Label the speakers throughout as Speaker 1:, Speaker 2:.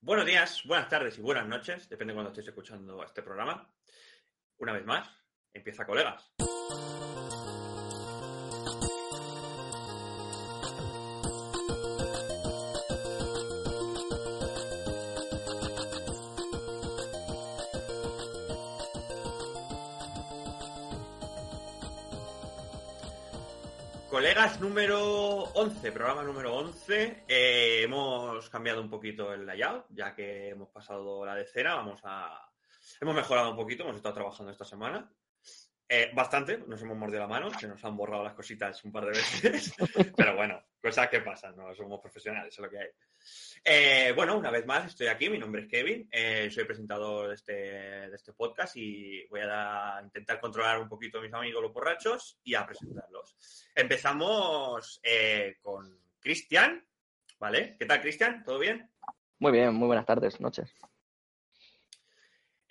Speaker 1: Buenos días, buenas tardes y buenas noches, depende de cuando estéis escuchando este programa. Una vez más, empieza colegas. Colegas número 11, programa número 11. Eh, hemos cambiado un poquito el layout, ya que hemos pasado la decena. Vamos a. Hemos mejorado un poquito, hemos estado trabajando esta semana. Eh, bastante, nos hemos mordido la mano, se nos han borrado las cositas un par de veces. Pero bueno, cosas que pasan, no somos profesionales, es lo que hay. Eh, bueno, una vez más estoy aquí, mi nombre es Kevin, eh, soy presentador de este, de este podcast y voy a, dar- intentar controlar un poquito a mis amigos los borrachos y a presentarlos. Empezamos eh, con Cristian, ¿vale? ¿Qué tal, Cristian? ¿Todo bien?
Speaker 2: Muy bien, muy buenas tardes, noches.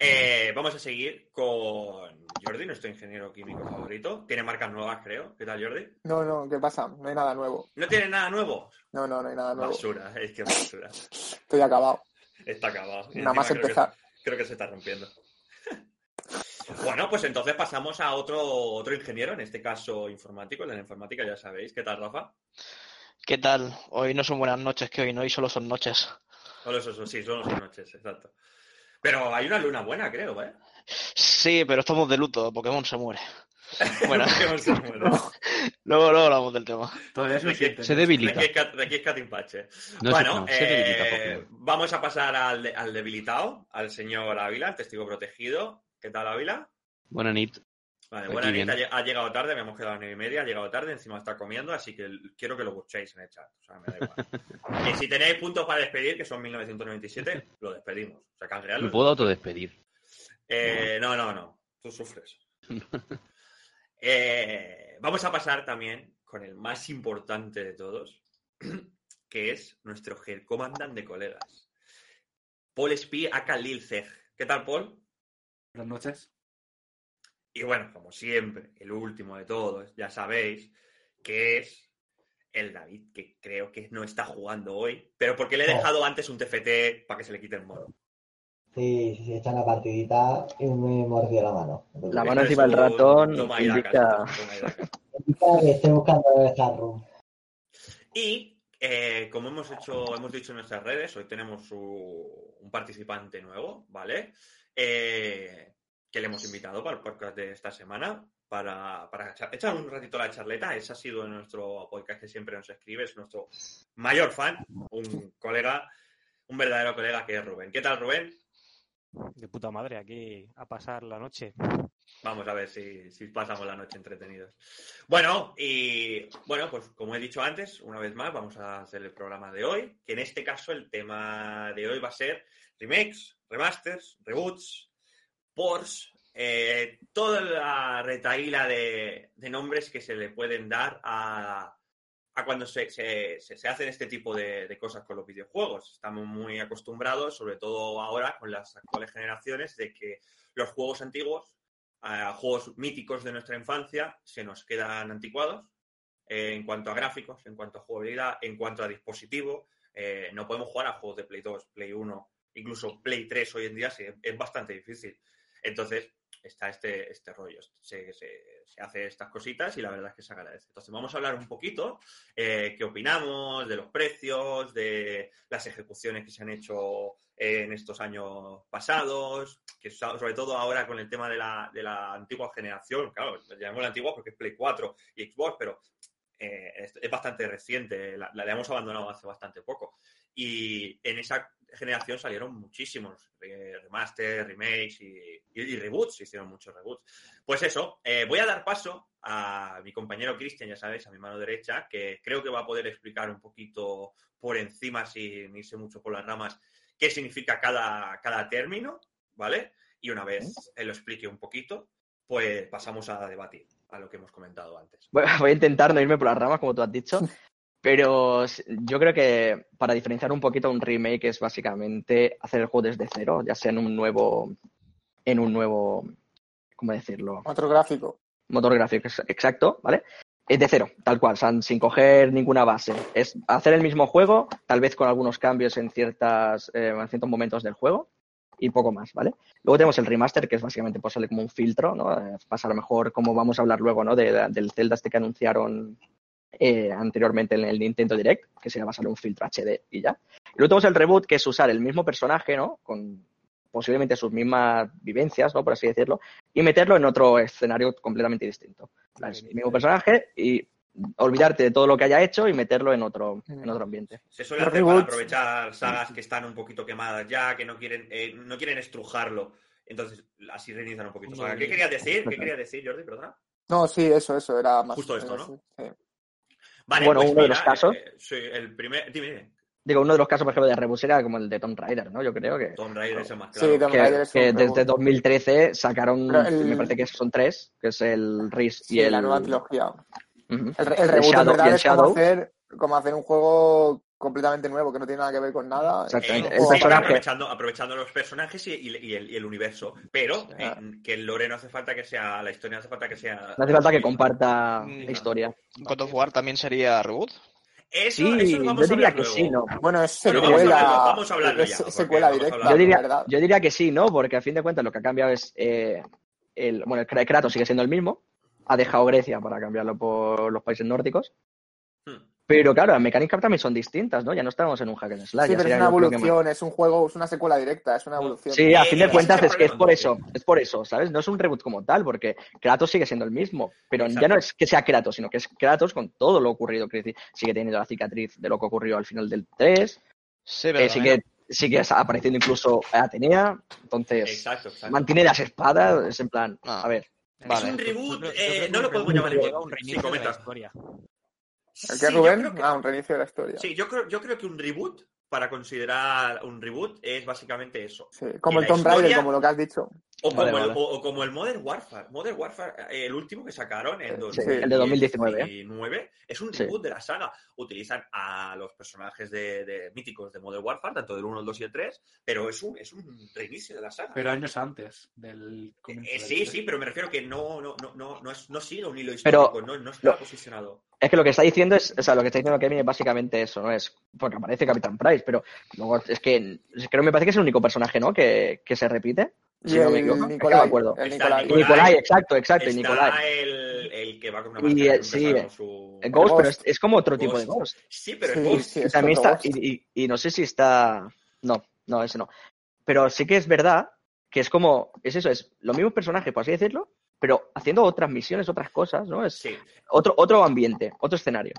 Speaker 1: Eh, vamos a seguir con Jordi, nuestro ingeniero químico favorito. Tiene marcas nuevas, creo. ¿Qué tal, Jordi?
Speaker 3: No, no, ¿qué pasa? No hay nada nuevo.
Speaker 1: ¿No tiene nada nuevo?
Speaker 3: No, no, no hay nada nuevo.
Speaker 1: Basura, es que basura.
Speaker 3: Estoy acabado.
Speaker 1: Está acabado. Y
Speaker 3: Nada más
Speaker 1: encima creo que-
Speaker 3: empezar.
Speaker 1: Creo que se está rompiendo. Bueno, pues entonces pasamos a otro, otro ingeniero, en este caso informático, el de la informática, ya sabéis. ¿Qué tal, Rafa?
Speaker 4: ¿Qué tal? Hoy no son buenas noches, que hoy no, hoy solo son noches.
Speaker 1: Solo eso, eso sí, solo son noches, exacto. Pero hay una luna buena, creo, ¿eh?
Speaker 4: Sí, pero estamos de luto, Pokémon se muere. Bueno,
Speaker 1: Pokémon se muere.
Speaker 4: luego, luego hablamos del tema.
Speaker 5: Todavía se
Speaker 1: De que-
Speaker 5: siente.
Speaker 6: Se
Speaker 1: De
Speaker 6: debilita.
Speaker 1: aquí es Cat- de aquí es Catin Pache.
Speaker 6: No es
Speaker 1: bueno,
Speaker 6: Pokémon, se debilita
Speaker 1: eh,
Speaker 6: Pokémon.
Speaker 1: vamos a pasar al, de- al debilitado, al señor Ávila, el testigo protegido. ¿Qué tal, Ávila?
Speaker 6: Buena nit.
Speaker 1: Vale,
Speaker 6: Aquí
Speaker 1: bueno,
Speaker 6: bien.
Speaker 1: Anita ha llegado tarde, habíamos quedado a nueve y media, ha llegado tarde, encima está comiendo, así que l- quiero que lo busquéis en el chat. O sea, me da igual. y si tenéis puntos para despedir, que son 1997, lo despedimos. O sea, canjeadlo.
Speaker 6: Me puedo autodespedir.
Speaker 1: Eh, no, no, no. Tú sufres. Eh, vamos a pasar también con el más importante de todos, que es nuestro comandante de colegas. Paul Spi acá Lil Zeg. ¿Qué tal, Paul?
Speaker 5: Buenas noches.
Speaker 1: Y bueno, como siempre, el último de todos, ya sabéis, que es el David, que creo que no está jugando hoy, pero porque le he dejado antes un TFT para que se le quite el mono.
Speaker 7: Sí, sí, sí, echa la partidita y me mordió la mano.
Speaker 2: La
Speaker 1: Esto
Speaker 2: mano encima
Speaker 1: es
Speaker 2: del
Speaker 1: un
Speaker 2: ratón
Speaker 1: toma y
Speaker 2: indica-
Speaker 1: daca, toma y daca.
Speaker 7: Que Estoy buscando esta room.
Speaker 1: Y eh, como hemos hecho, hemos dicho en nuestras redes, hoy tenemos u- un participante nuevo, ¿vale? Eh, que le hemos invitado para el podcast de esta semana para, para cha- echar un ratito la charleta. Ese ha sido nuestro podcast que siempre nos escribe, es nuestro mayor fan, un colega, un verdadero colega que es Rubén. ¿Qué tal, Rubén?
Speaker 8: De puta madre, aquí a pasar la noche.
Speaker 1: Vamos a ver si, si pasamos la noche entretenidos. Bueno, y bueno, pues como he dicho antes, una vez más vamos a hacer el programa de hoy, que en este caso el tema de hoy va a ser remakes, remasters, reboots, ports, eh, toda la retaíla de, de nombres que se le pueden dar a, a cuando se, se- se- se hacen este tipo de, de cosas con los videojuegos. Estamos muy acostumbrados, sobre todo ahora con las actuales generaciones, de que los juegos antiguos a juegos míticos de nuestra infancia se nos quedan anticuados eh, en cuanto a gráficos, en cuanto a jugabilidad, en cuanto a dispositivo. eh, no podemos jugar a juegos de Play 2, Play 1, incluso Play 3 hoy en día sí, es bastante difícil. Entonces está este, este rollo, se, se- se hace estas cositas y la verdad es que se agradece. Entonces vamos a hablar un poquito eh, qué opinamos de los precios, de las ejecuciones que se han hecho en estos años pasados, que so- sobre todo ahora con el tema de la, de la antigua generación, claro, la llamamos la antigua porque es Play 4 y Xbox, pero eh, es, es bastante reciente, la, la hemos abandonado hace bastante poco. Y en esa generación salieron muchísimos eh, remaster, remakes y, y- y reboots, se hicieron muchos reboots. Pues eso, eh, voy a dar paso a mi compañero Cristian, ya sabéis, a mi mano derecha, que creo que va a poder explicar un poquito por encima, sin irse mucho por las ramas, qué significa cada, cada término, ¿vale? Y una vez él lo explique un poquito, pues pasamos a debatir, a lo que hemos comentado antes.
Speaker 2: Voy voy a intentar no irme por las ramas, como tú has dicho, pero s- yo creo que para diferenciar un poquito un remake es básicamente hacer el juego desde cero, ya sea en un nuevo, en un nuevo, ¿cómo decirlo?
Speaker 3: Otro gráfico.
Speaker 2: Motor gráfico ex- exacto, ¿vale? Es de cero, tal cual, o sea, sin coger ninguna base. Es hacer el mismo juego, tal vez con algunos cambios en, ciertas, eh, en ciertos momentos del juego y poco más, ¿vale? Luego tenemos el remaster, que es básicamente posarle como un filtro, ¿no? Eh, Pasar a lo mejor, como vamos a hablar luego, ¿no? De- de- del Zelda este que anunciaron eh, anteriormente en el Nintendo Direct, que sería basarle un filtro HD y ya. Y luego tenemos el reboot, que es usar el mismo personaje, ¿no? Con posiblemente sus mismas vivencias, ¿no? Por así decirlo, y meterlo en otro escenario completamente distinto. En plan, Es el mismo personaje y olvidarte de todo lo que haya hecho y meterlo en otro, en otro ambiente.
Speaker 1: Se suele hacer para aprovechar sagas que están un poquito quemadas ya, que no quieren, eh, no quieren estrujarlo. Entonces, así reinician un poquito.
Speaker 8: Un
Speaker 1: saga. ¿Qué
Speaker 8: doble.
Speaker 1: querías decir? ¿Qué querías decir, Jordi? Perdona.
Speaker 3: No, sí, eso, eso, era más.
Speaker 1: Justo esto,
Speaker 3: era
Speaker 1: ¿no?
Speaker 3: así, sí.
Speaker 1: Vale,
Speaker 2: Bueno,
Speaker 1: pues
Speaker 2: uno de
Speaker 1: mira,
Speaker 2: los casos.
Speaker 1: eh, sí, el primer. Dime, dime.
Speaker 2: Digo, uno de los casos, por ejemplo, de reboot era como el de Tomb Raider, ¿no? Yo creo que...
Speaker 1: Tomb Raider es el más
Speaker 3: Sí,
Speaker 1: claro.
Speaker 3: Tomb
Speaker 2: que,
Speaker 3: Raider es un
Speaker 2: que
Speaker 3: reboot.
Speaker 2: desde 2013 sacaron,
Speaker 3: Pero el-
Speaker 2: me parece que son tres, que es el RIS
Speaker 3: Sí,
Speaker 2: y el...
Speaker 3: la nueva trilogía.
Speaker 2: Ujú.
Speaker 3: El, re- el
Speaker 2: El
Speaker 3: reboot en
Speaker 2: Shadow- y
Speaker 3: verdad
Speaker 2: el
Speaker 3: es como
Speaker 2: Shadow.
Speaker 3: hacer, como hacer un juego completamente nuevo que no tiene nada que ver con nada.
Speaker 1: Eh,
Speaker 2: Exactamente.
Speaker 3: Es
Speaker 2: El
Speaker 3: un
Speaker 1: sí,
Speaker 3: juego-
Speaker 2: personaje.
Speaker 1: aprovechando, aprovechando los personajes y, y- y el, y el universo. Pero
Speaker 3: Sí.
Speaker 1: eh, que el lore no hace falta que sea. La historia no hace falta que sea.
Speaker 2: No hace falta que comparta
Speaker 4: Mm.
Speaker 2: la historia.
Speaker 4: God of War también sería reboot.
Speaker 1: Eso,
Speaker 2: Sí,
Speaker 1: eso lo vamos
Speaker 2: yo
Speaker 1: a
Speaker 2: diría
Speaker 1: hablar
Speaker 2: que
Speaker 1: luego.
Speaker 2: sí, ¿no?
Speaker 3: Bueno, es
Speaker 1: Bueno,
Speaker 3: secuela.
Speaker 1: vamos a hablarlo, vamos a hablarlo
Speaker 3: es
Speaker 1: ya,
Speaker 3: se-
Speaker 1: porque
Speaker 3: secuela
Speaker 1: vamos a
Speaker 3: directa,
Speaker 1: hablarlo.
Speaker 2: Yo diría-
Speaker 3: la verdad.
Speaker 2: Yo diría que sí, ¿no? Porque a fin de cuentas lo que ha cambiado es... eh, el, bueno, el Kra- Kratos sigue siendo el mismo. Ha dejado Grecia para cambiarlo por los países nórdicos.
Speaker 1: Hmm.
Speaker 2: Pero claro, las mecánicas también son distintas, ¿no? Ya no estamos en un hack and slash.
Speaker 3: Sí,
Speaker 2: ya
Speaker 3: pero es
Speaker 2: sería
Speaker 3: una
Speaker 2: yo creo que más-
Speaker 3: evolución, es un juego, es una secuela directa,
Speaker 1: Mm,
Speaker 3: es una evolución.
Speaker 2: Sí, a fin de
Speaker 1: Eh,
Speaker 2: cuentas
Speaker 1: ese
Speaker 2: es que es por
Speaker 1: problema,
Speaker 2: eso, es por eso, ¿sabes? No es un reboot como tal, porque Kratos sigue siendo el mismo, pero ya
Speaker 1: Exacto.
Speaker 2: no es que sea Kratos, sino que es Kratos con todo lo ocurrido, que es decir, sigue teniendo la cicatriz de lo que ocurrió al final del 3,
Speaker 4: Sí, pero
Speaker 2: eh,
Speaker 4: también-
Speaker 2: sigue, sigue apareciendo incluso Atenea, entonces
Speaker 1: Exacto, exacto.
Speaker 2: mantiene las espadas, es en plan,
Speaker 4: Ah.
Speaker 2: a ver,
Speaker 4: Vale.
Speaker 1: Es un reboot,
Speaker 8: Yo creo
Speaker 1: eh,
Speaker 8: que
Speaker 1: no lo podemos
Speaker 8: un reboot
Speaker 1: llamar
Speaker 8: lleva
Speaker 1: reboot.
Speaker 8: un
Speaker 1: Sí,
Speaker 8: reinicio de la
Speaker 1: comenta.
Speaker 8: historia.
Speaker 3: ¿El
Speaker 1: Sí,
Speaker 3: que
Speaker 1: yo
Speaker 3: Rubén?
Speaker 1: creo que-
Speaker 3: Ah, un reinicio de la historia. Sí,
Speaker 1: Sí, yo creo, yo creo que un reboot, para considerar un reboot, es básicamente eso.
Speaker 3: Como
Speaker 1: ¿Y
Speaker 3: el
Speaker 1: la
Speaker 3: Tomb Raider,
Speaker 1: historia?
Speaker 3: como lo que has dicho.
Speaker 1: O como,
Speaker 4: Vale,
Speaker 1: el,
Speaker 4: vale.
Speaker 1: o- o como el Modern Warfare. Modern Warfare, eh, el último que sacaron en
Speaker 3: Sí, el
Speaker 2: de 2019,
Speaker 1: Es un
Speaker 2: Sí.
Speaker 1: reboot de la saga. Utilizan a los personajes de, de- míticos de Modern Warfare, tanto del 1, el 2 y el 3, pero es un, es un reinicio de la saga.
Speaker 5: Pero años antes del comienzo.
Speaker 1: Eh,
Speaker 5: del E
Speaker 1: sí,
Speaker 5: tres.
Speaker 1: sí, pero me refiero que no, no, no, no, no, es- no sigue un hilo
Speaker 2: Pero-
Speaker 1: histórico, no, no está
Speaker 2: lo-
Speaker 1: posicionado.
Speaker 2: Es que lo que está diciendo es, o sea, lo que está diciendo Kevin es básicamente eso, ¿no? Es porque aparece Capitán Price, pero luego es que es que no me parece que es el único personaje, ¿no? Que, que se repite, si
Speaker 3: Y
Speaker 2: no me
Speaker 3: el
Speaker 2: equivoco. Es que no me
Speaker 3: Nicolai.
Speaker 2: acuerdo.
Speaker 3: El
Speaker 1: Está
Speaker 3: Nicolai.
Speaker 2: Y Nicolai, exacto, exacto, y
Speaker 1: Está
Speaker 2: Nicolai.
Speaker 1: El, el que va con una
Speaker 2: Y,
Speaker 1: máscara.
Speaker 2: eh,
Speaker 1: nunca
Speaker 2: sí,
Speaker 1: sabemos su-
Speaker 2: El Eh, Ghost,
Speaker 3: Ghost.
Speaker 2: pero este- es, es como otro tipo de
Speaker 1: Ghost.
Speaker 2: Ghost.
Speaker 1: Sí, pero
Speaker 3: Sí,
Speaker 1: el Ghost.
Speaker 3: sí,
Speaker 2: Y
Speaker 3: es
Speaker 2: también
Speaker 3: otro
Speaker 2: está,
Speaker 3: Ghost.
Speaker 2: y, y- y no sé si está. No, no, ese no. Pero sí que es verdad que es como, es eso, es los mismos personajes, por así decirlo, pero haciendo otras misiones, otras cosas, ¿no? Es
Speaker 1: Sí.
Speaker 2: otro, otro ambiente, otro escenario.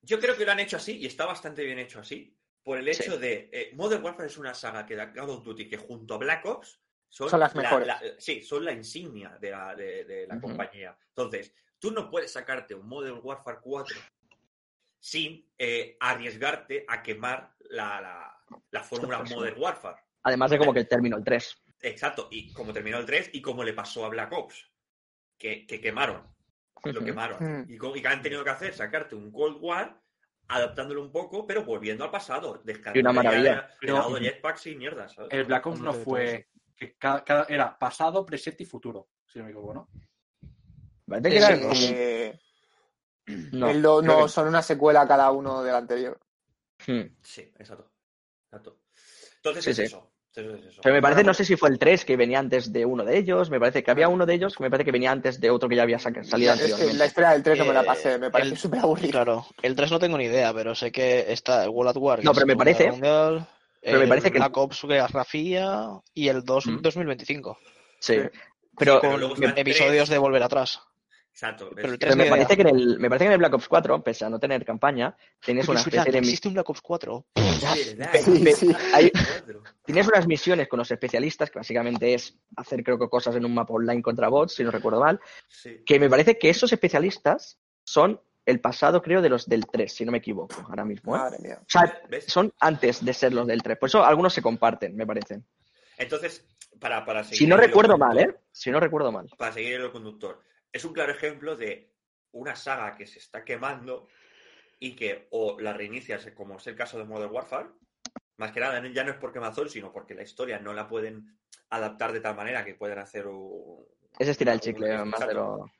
Speaker 1: Yo creo que lo han hecho así y está bastante bien hecho así. Por el hecho de. eh, Modern Warfare es una saga que da Call of Duty que junto a Black Ops son,
Speaker 3: Son las
Speaker 1: la-
Speaker 3: mejores.
Speaker 1: la- sí, son la insignia de la, de- de la
Speaker 2: Ujú.
Speaker 1: compañía. Entonces, tú no puedes sacarte un Modern Warfare 4 sin eh, arriesgarte a quemar la, la- la fórmula
Speaker 2: Sí.
Speaker 1: Modern Warfare.
Speaker 2: Además de como que terminó el 3.
Speaker 1: Exacto, y como terminó el 3 y como le pasó a Black Ops, que, que quemaron, lo
Speaker 2: Ujú. mm.
Speaker 1: quemaron. Y, co- y que han tenido que hacer, sacarte un Cold War, adaptándolo un poco, pero volviendo al pasado, descartando
Speaker 2: Y una maravilla.
Speaker 1: el lado de jetpacks y mierda, ¿sabes?
Speaker 5: El Black Ops no fue. Que cada, cada- era pasado, presente y futuro, si no me equivoco, ¿no?
Speaker 2: Parece que
Speaker 4: Sí,
Speaker 2: era
Speaker 4: sí.
Speaker 2: como-
Speaker 3: Eh,
Speaker 2: no.
Speaker 3: el do-
Speaker 4: creo
Speaker 3: no,
Speaker 4: que-
Speaker 3: son una secuela cada uno del anterior.
Speaker 2: Hmm.
Speaker 1: Sí, exacto. exacto. Entonces
Speaker 2: Sí,
Speaker 1: es
Speaker 2: sí.
Speaker 1: eso. Entonces es eso.
Speaker 2: Pero me parece, no
Speaker 1: Ahora,
Speaker 2: sé si fue el 3 que venía antes de uno de ellos, me parece que había uno de ellos que me parece que venía antes de otro que ya había saca- salido
Speaker 3: Es que
Speaker 2: anteriormente.
Speaker 3: la historia del 3 no me la
Speaker 4: Eh,
Speaker 3: pasé, me pareció
Speaker 4: el-
Speaker 3: súper aburrida.
Speaker 4: Claro, el 3 no tengo ni idea, pero sé que está el World at War. que
Speaker 2: No,
Speaker 4: es
Speaker 2: pero me
Speaker 4: Segunda
Speaker 2: parece-
Speaker 4: Guerra Mundial,
Speaker 2: pero me
Speaker 4: el
Speaker 2: parece que-
Speaker 4: Black Ops Guerra y el 2
Speaker 2: Mm.
Speaker 4: 2025.
Speaker 2: Sí.
Speaker 3: Sí.
Speaker 2: Pero,
Speaker 1: Pero luego
Speaker 2: me-
Speaker 1: está-
Speaker 4: Episodios
Speaker 1: Tres.
Speaker 4: de volver atrás.
Speaker 1: Exacto.
Speaker 4: pero
Speaker 1: es que-
Speaker 2: pero
Speaker 4: el tres
Speaker 2: me,
Speaker 4: ni idea.
Speaker 2: parece que en el, me parece que en el Black Ops 4, pese a no tener campaña, tenías
Speaker 4: Porque
Speaker 2: una
Speaker 4: es verdad,
Speaker 2: especie de mi-
Speaker 4: existe un Black Ops 4.
Speaker 1: es verdad,
Speaker 2: Pe-
Speaker 1: es
Speaker 2: pe-
Speaker 3: sí.
Speaker 2: hay-
Speaker 1: verdad.
Speaker 2: tienes unas misiones con los especialistas, que básicamente es hacer, creo que, cosas en un mapa online contra bots, si no recuerdo mal,
Speaker 1: Sí.
Speaker 2: que me parece que esos especialistas son el pasado, creo, de los del 3, si no me equivoco, ahora mismo. ¿eh?
Speaker 1: Ah.
Speaker 3: Madre mía.
Speaker 2: O sea,
Speaker 1: ¿Ves?
Speaker 2: son antes de ser los del 3. Por eso algunos se comparten, me parecen.
Speaker 1: Entonces, para, para seguir
Speaker 2: Si no
Speaker 1: el hilo
Speaker 2: recuerdo mal,
Speaker 1: conductor,
Speaker 2: ¿eh? Si no recuerdo mal.
Speaker 1: para seguir el hilo conductor. Es un claro ejemplo de una saga que se está quemando y que o la reinicias, como es el caso de Modern Warfare, más que nada ya no es por quemazón, sino porque la historia no la pueden adaptar de tal manera que puedan hacer un...
Speaker 2: Es estirar el
Speaker 1: un-
Speaker 2: chicle
Speaker 1: un-
Speaker 2: más de lo...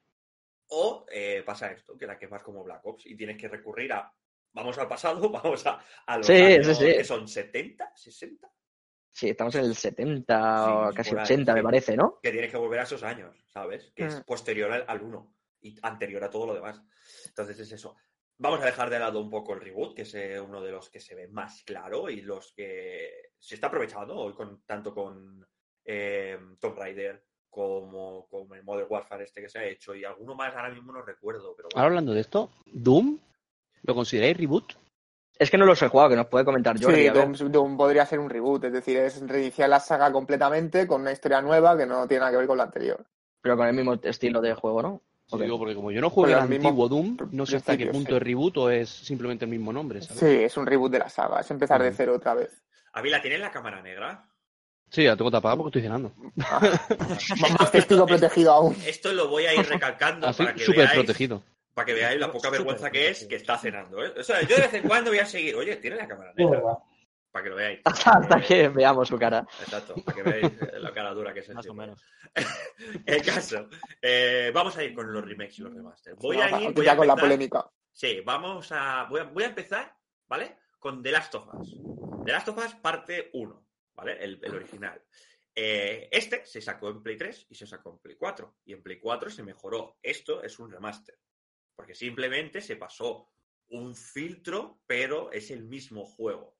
Speaker 1: O eh, pasa esto, que la quemas como Black Ops y tienes que recurrir a. Vamos al pasado, vamos a, a los
Speaker 2: Sí,
Speaker 1: años
Speaker 2: sí, sí.
Speaker 1: que son 70, 60.
Speaker 2: Sí, estamos en el 70
Speaker 1: Sí,
Speaker 2: o casi
Speaker 1: por ahí,
Speaker 2: 80, me
Speaker 1: sí.
Speaker 2: parece, ¿no?
Speaker 1: que tienes que volver a esos años, ¿sabes? Que es
Speaker 3: Mm.
Speaker 1: posterior al, al 1 y anterior a todo lo demás. Entonces es eso. Vamos a dejar de lado un poco el reboot, que es eh, uno de los que se ve más claro y los que se está aprovechando hoy con, tanto con eh, Tomb Raider como con el Modern Warfare este que se ha hecho y alguno más ahora mismo no recuerdo, pero bueno.
Speaker 6: Ahora hablando de esto, ¿Doom? ¿Lo consideráis reboot?
Speaker 2: Es que no los he jugado, que nos puede comentar Jordi.
Speaker 3: Sí,
Speaker 2: a ver.
Speaker 3: Doom, Doom podría ser un reboot, es decir, es reiniciar la saga completamente con una historia nueva que no tiene nada que ver con la anterior.
Speaker 2: Pero con el mismo estilo de juego, ¿no?
Speaker 6: Lo
Speaker 2: Ok.
Speaker 6: digo porque como yo no jugué
Speaker 3: Pero
Speaker 6: al
Speaker 3: al mismo
Speaker 6: antiguo Doom, no sé hasta qué
Speaker 3: principio,
Speaker 6: punto
Speaker 3: sí.
Speaker 6: es reboot o es simplemente el mismo nombre, ¿sabes?
Speaker 3: Sí, es un reboot de la saga, es empezar de
Speaker 6: Ujú.
Speaker 3: cero otra vez.
Speaker 1: Ávila, ¿tienes la cámara negra?
Speaker 6: Sí, la tengo tapada porque estoy cenando.
Speaker 3: Más testigo protegido aún.
Speaker 1: Esto lo voy a ir recalcando
Speaker 6: Así,
Speaker 1: para que
Speaker 6: súper
Speaker 1: veáis
Speaker 6: protegido.
Speaker 1: para que veáis la poca vergüenza que es que está cenando, ¿eh? O sea, yo de vez en cuando voy a seguir, oye, tiene la cámara
Speaker 7: Es
Speaker 1: negra,
Speaker 7: verdad.
Speaker 1: para que lo veáis. Eh,
Speaker 2: Hasta, hasta que veamos su cara.
Speaker 1: Exacto, para que veáis eh, la cara dura que es el
Speaker 8: Más o
Speaker 1: tipo.
Speaker 8: menos.
Speaker 1: El caso. eh, vamos a ir con los remakes y los remasters. Voy
Speaker 3: No,
Speaker 1: a ir.
Speaker 3: va-
Speaker 1: Voy a
Speaker 3: ya con la
Speaker 1: empezar-
Speaker 3: polémica.
Speaker 1: Sí, vamos a. Voy, a. voy a empezar, ¿vale? Con The Last of Us. The Last of Us parte 1, ¿vale? El, el original. Eh, este se sacó en Play 3 y se sacó en Play 4. Y en Play 4 se mejoró. Esto es un remaster. Porque simplemente se pasó un filtro, pero es el mismo juego.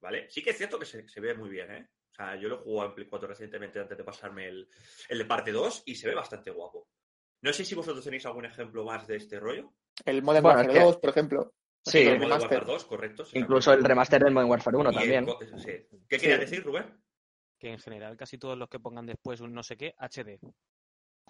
Speaker 1: ¿Vale? Sí que es cierto que se, se ve muy bien, ¿eh? O sea, yo lo he jugado en Play 4 recientemente antes de pasarme el, el de parte 2 y se ve bastante guapo. No sé si vosotros tenéis algún ejemplo más de este rollo.
Speaker 3: El Modern
Speaker 2: Bueno,
Speaker 3: Warfare
Speaker 2: es que-
Speaker 3: 2, por ejemplo.
Speaker 2: Sí,
Speaker 1: el Modern
Speaker 3: remaster.
Speaker 1: Warfare 2, correcto. se
Speaker 2: Incluso
Speaker 1: sacó.
Speaker 2: el remaster del Modern Warfare 1
Speaker 1: Y el
Speaker 2: también.
Speaker 1: co- sí. ¿Qué querías decir, Rubén?
Speaker 8: Que en general casi todos los que pongan después un no sé qué, HD.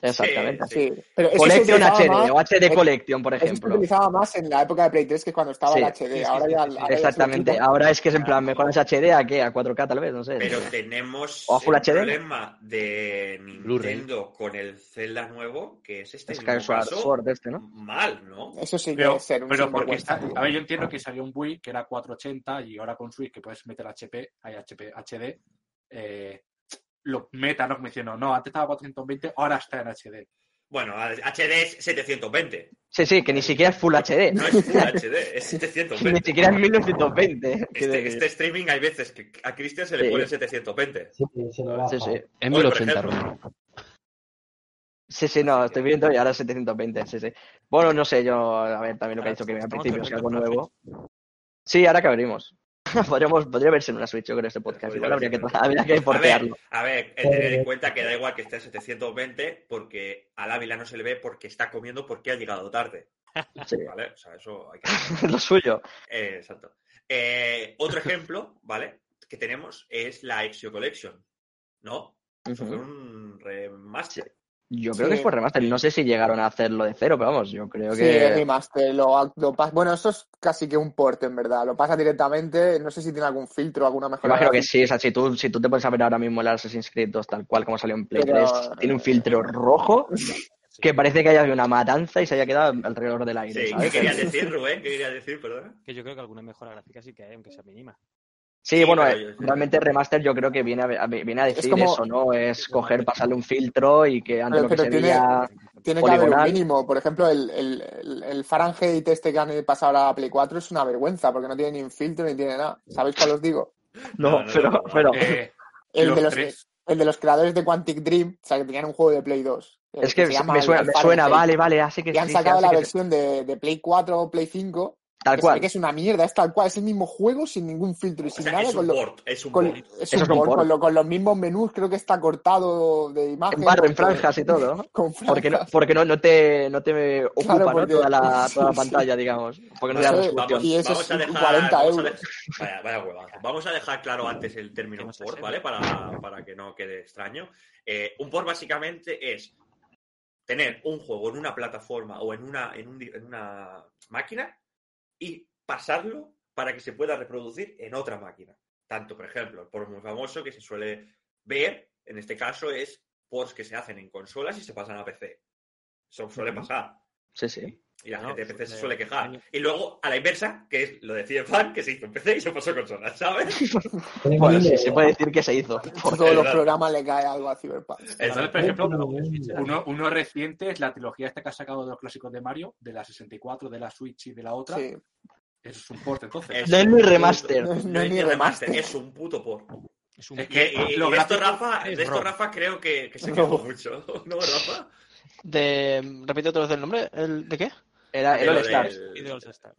Speaker 2: Exactamente.
Speaker 1: Sí.
Speaker 3: Sí. Pero eso se
Speaker 2: Collection
Speaker 3: utilizaba
Speaker 2: HD
Speaker 3: más-
Speaker 2: o HD
Speaker 3: es-
Speaker 2: Collection, por
Speaker 3: eso se
Speaker 2: ejemplo.
Speaker 3: utilizaba más en la época de Play 3, que es cuando estaba
Speaker 2: Sí,
Speaker 3: el HD.
Speaker 8: sí,
Speaker 3: Ahora
Speaker 8: sí,
Speaker 3: ya.
Speaker 8: sí, sí.
Speaker 3: ahora ya se
Speaker 2: Exactamente.
Speaker 3: quita.
Speaker 2: Ahora es que es en plan, mejor es HD a qué? A 4K tal vez, no sé.
Speaker 1: Pero tenemos
Speaker 2: ¿O a Full
Speaker 1: el
Speaker 2: HD?
Speaker 1: problema de
Speaker 6: Blu-ray.
Speaker 1: Nintendo con el Zelda nuevo, que es este
Speaker 2: es
Speaker 1: mismo
Speaker 2: que Sword,
Speaker 1: caso.
Speaker 2: Sword este, ¿no?
Speaker 1: Mal, ¿no?
Speaker 3: Eso sí que
Speaker 5: Pero,
Speaker 3: es ser un
Speaker 5: pero porque
Speaker 3: sinvergüenza,
Speaker 5: está-
Speaker 3: tío.
Speaker 5: a ver, yo entiendo que salió un Wii que era 480 y ahora con Switch que puedes meter HP, hay HP, HD, eh, lo meta, ¿no? Como diciendo, no, antes estaba 420, ahora está en HD.
Speaker 1: Bueno, HD es 720.
Speaker 2: Sí, sí, que ni siquiera es Full HD.
Speaker 1: No es Full HD, es
Speaker 2: Ni
Speaker 1: 720.
Speaker 2: siquiera es 1920. Quiero
Speaker 1: Este,
Speaker 2: decir.
Speaker 1: este streaming hay veces que a Cristian se le
Speaker 2: Sí.
Speaker 1: pone 720.
Speaker 7: Sí, se le baja.
Speaker 2: Sí, sí.
Speaker 6: En
Speaker 1: Hoy, por
Speaker 6: 1080,
Speaker 1: ejemplo.
Speaker 6: Rubén.
Speaker 2: Sí, sí, no, estoy viendo y ahora es 720, sí, sí. Bueno, no sé, yo, a ver, también lo que he
Speaker 8: Ahora
Speaker 2: dicho que al
Speaker 8: estamos
Speaker 2: principio, si
Speaker 8: corriendo
Speaker 2: algo
Speaker 8: con la
Speaker 2: nuevo. Sí, ahora que abrimos. Podríamos, podría verse en una Switch, yo creo, este podcast.
Speaker 1: Podría
Speaker 2: Igual habría que,
Speaker 1: verse en una
Speaker 2: habría que
Speaker 1: A ver,
Speaker 2: portearlo.
Speaker 1: a ver, eh, tener en cuenta que da igual que esté en 720 porque al Ávila no se le ve porque está comiendo porque ha llegado tarde.
Speaker 2: Sí,
Speaker 1: ¿Vale? O sea, eso hay que...
Speaker 2: lo suyo.
Speaker 1: Eh, exacto. Eh, otro ejemplo, ¿vale? Que tenemos es la Exio Collection, ¿no? Eso fue
Speaker 2: Ujú.
Speaker 1: un remaster.
Speaker 2: Yo creo
Speaker 3: Sí.
Speaker 2: que es por remaster. No sé si llegaron a hacerlo de cero, pero vamos, yo creo
Speaker 3: Sí, es
Speaker 2: que.
Speaker 3: remaster. Lo, lo pas- bueno, eso es casi que un port, en verdad. Lo pasa directamente. No sé si tiene algún filtro, alguna mejora.
Speaker 2: Imagino que sí, o sea, si tú, si tú te pones a ver ahora mismo el Assassin's Creed 2 tal cual como salió en Play
Speaker 3: Pero-
Speaker 2: 3, tiene un filtro rojo
Speaker 8: Sí.
Speaker 2: que parece que haya habido una matanza y se haya quedado alrededor del aire,
Speaker 1: Sí, ¿Qué
Speaker 2: ¿sabes?
Speaker 1: querías decir, Rubén? ¿Qué querías decir? Perdona.
Speaker 8: Que yo creo que alguna mejora gráfica sí que hay, aunque sea mínima.
Speaker 2: Sí,
Speaker 1: Sí,
Speaker 2: bueno,
Speaker 1: pero
Speaker 2: eh,
Speaker 1: yo- yo-
Speaker 2: realmente el remaster yo creo que viene a, a- viene a decir
Speaker 3: como-
Speaker 2: eso, ¿no? Es coger, pasarle un filtro y que antes
Speaker 3: Pero-
Speaker 2: lo que
Speaker 3: pero
Speaker 2: se
Speaker 3: tiene-
Speaker 2: veía...
Speaker 3: Tiene que haber un
Speaker 2: Poligonal.
Speaker 3: mínimo. Por ejemplo, el, el, el, el Fahrenheit este que han pasado ahora a Play 4 es una vergüenza porque no tiene ni un filtro ni tiene nada. ¿Sabéis cuál os digo?
Speaker 2: No,
Speaker 1: No, no,
Speaker 2: pero,
Speaker 1: no, no.
Speaker 2: pero
Speaker 5: Eh,
Speaker 3: El
Speaker 5: los
Speaker 3: de los,
Speaker 5: tres.
Speaker 3: el de los creadores de Quantic Dream, o sea, que tenían un juego de Play 2. eh,
Speaker 2: es que
Speaker 3: se llama
Speaker 2: me suena,
Speaker 3: el
Speaker 2: me suena,
Speaker 3: Fahrenheit.
Speaker 2: vale, vale, así que
Speaker 3: Y han
Speaker 2: sí, sí,
Speaker 3: sacado
Speaker 2: así
Speaker 3: la
Speaker 2: que-
Speaker 3: versión de, de Play 4 o Play 5.
Speaker 2: Tal
Speaker 3: que se ve
Speaker 2: cual.
Speaker 3: que es una mierda, es tal cual, es el mismo juego sin ningún filtro y
Speaker 1: O
Speaker 3: sin
Speaker 1: sea,
Speaker 3: nada.
Speaker 1: es un
Speaker 3: con lo-
Speaker 1: port, es un
Speaker 3: con,
Speaker 1: port.
Speaker 3: es
Speaker 2: Eso
Speaker 3: un
Speaker 2: es un
Speaker 3: port,
Speaker 2: port.
Speaker 3: Con, lo- con los mismos menús, creo que está cortado de imagen.
Speaker 2: En barro, en
Speaker 3: con-
Speaker 2: franjas y todo, ¿no?
Speaker 3: Con
Speaker 2: Porque no,
Speaker 3: franjas.
Speaker 2: porque no, no te, no te ocupa ¿no?
Speaker 3: porque-
Speaker 2: toda la, toda la
Speaker 3: sí, sí.
Speaker 2: pantalla, digamos. Porque
Speaker 1: Vamos-
Speaker 2: no te da
Speaker 3: Eso-
Speaker 2: resolución.
Speaker 3: y eso
Speaker 1: vamos
Speaker 3: es
Speaker 1: a
Speaker 3: un
Speaker 1: dejar,
Speaker 3: 40
Speaker 1: vamos a
Speaker 3: euros.
Speaker 1: dej- Vaya, vaya huevazo. Vamos a dejar claro antes el término
Speaker 8: Que no se
Speaker 1: port,
Speaker 8: sepa.
Speaker 1: ¿vale? Para, para que no quede extraño. Eh, un port básicamente es tener un juego en una plataforma o en una, en, un di- en una máquina y pasarlo para que se pueda reproducir en otra máquina. Tanto, por ejemplo, el port muy famoso que se suele ver, en este caso, es ports que se hacen en consolas y se pasan a PC. Eso suele pasar.
Speaker 2: Sí, sí.
Speaker 1: Y la
Speaker 8: No,
Speaker 1: gente de PC se
Speaker 8: porque-
Speaker 1: suele quejar. Y luego, a la inversa, que es lo decide fan, que se hizo en PC y se pasó consola, ¿sabes?
Speaker 2: Bueno, sí, se puede decir que se hizo.
Speaker 3: Por todos los
Speaker 1: verdad.
Speaker 3: programas le cae algo a Cyberpunk.
Speaker 1: Entonces,
Speaker 5: por ejemplo,
Speaker 7: Bueno,
Speaker 5: Uno, uno reciente es la trilogía esta que ha sacado de los clásicos de Mario, de la 64, de la Switch y de la otra.
Speaker 3: Sí.
Speaker 5: Eso es un port, entonces.
Speaker 1: Es
Speaker 2: No es
Speaker 1: un
Speaker 2: ni
Speaker 1: puto-
Speaker 2: remaster.
Speaker 3: No es
Speaker 1: No es
Speaker 3: ni
Speaker 1: ni
Speaker 3: remaster.
Speaker 1: remaster, es un puto por.
Speaker 8: Es un
Speaker 5: Es
Speaker 1: Que, y- y
Speaker 5: Lo
Speaker 1: de esto,
Speaker 5: gráfico
Speaker 1: Rafa,
Speaker 8: es
Speaker 1: de esto
Speaker 8: rock.
Speaker 1: Rafa creo que, que se
Speaker 3: No.
Speaker 1: quejó mucho. ¿No, Rafa?
Speaker 4: De... Repite otra vez el nombre. ¿El de qué?
Speaker 2: Era el
Speaker 1: De lo
Speaker 2: All Stars.
Speaker 1: del-
Speaker 8: y de All-Star.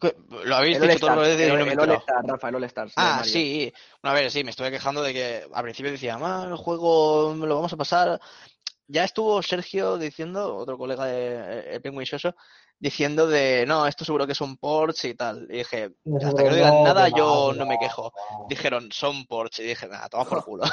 Speaker 4: ¿Qué? Lo habéis
Speaker 2: El All
Speaker 4: dicho todas las
Speaker 2: Stars,
Speaker 4: veces y no me he
Speaker 2: el All
Speaker 4: enterado.
Speaker 2: Stars, Rafa, el All Stars. de
Speaker 4: Ah,
Speaker 2: Mario.
Speaker 4: sí. Bueno, a ver, sí, me estuve quejando de que al principio decía, ah, el juego me lo vamos a pasar. Ya estuvo Sergio diciendo, otro colega de el Penguin Shoso, diciendo de, no, esto seguro que son ports y tal. Y dije, hasta que no digan nada, yo no me quejo. Dijeron, son ports. Y dije, nada, toma por culo.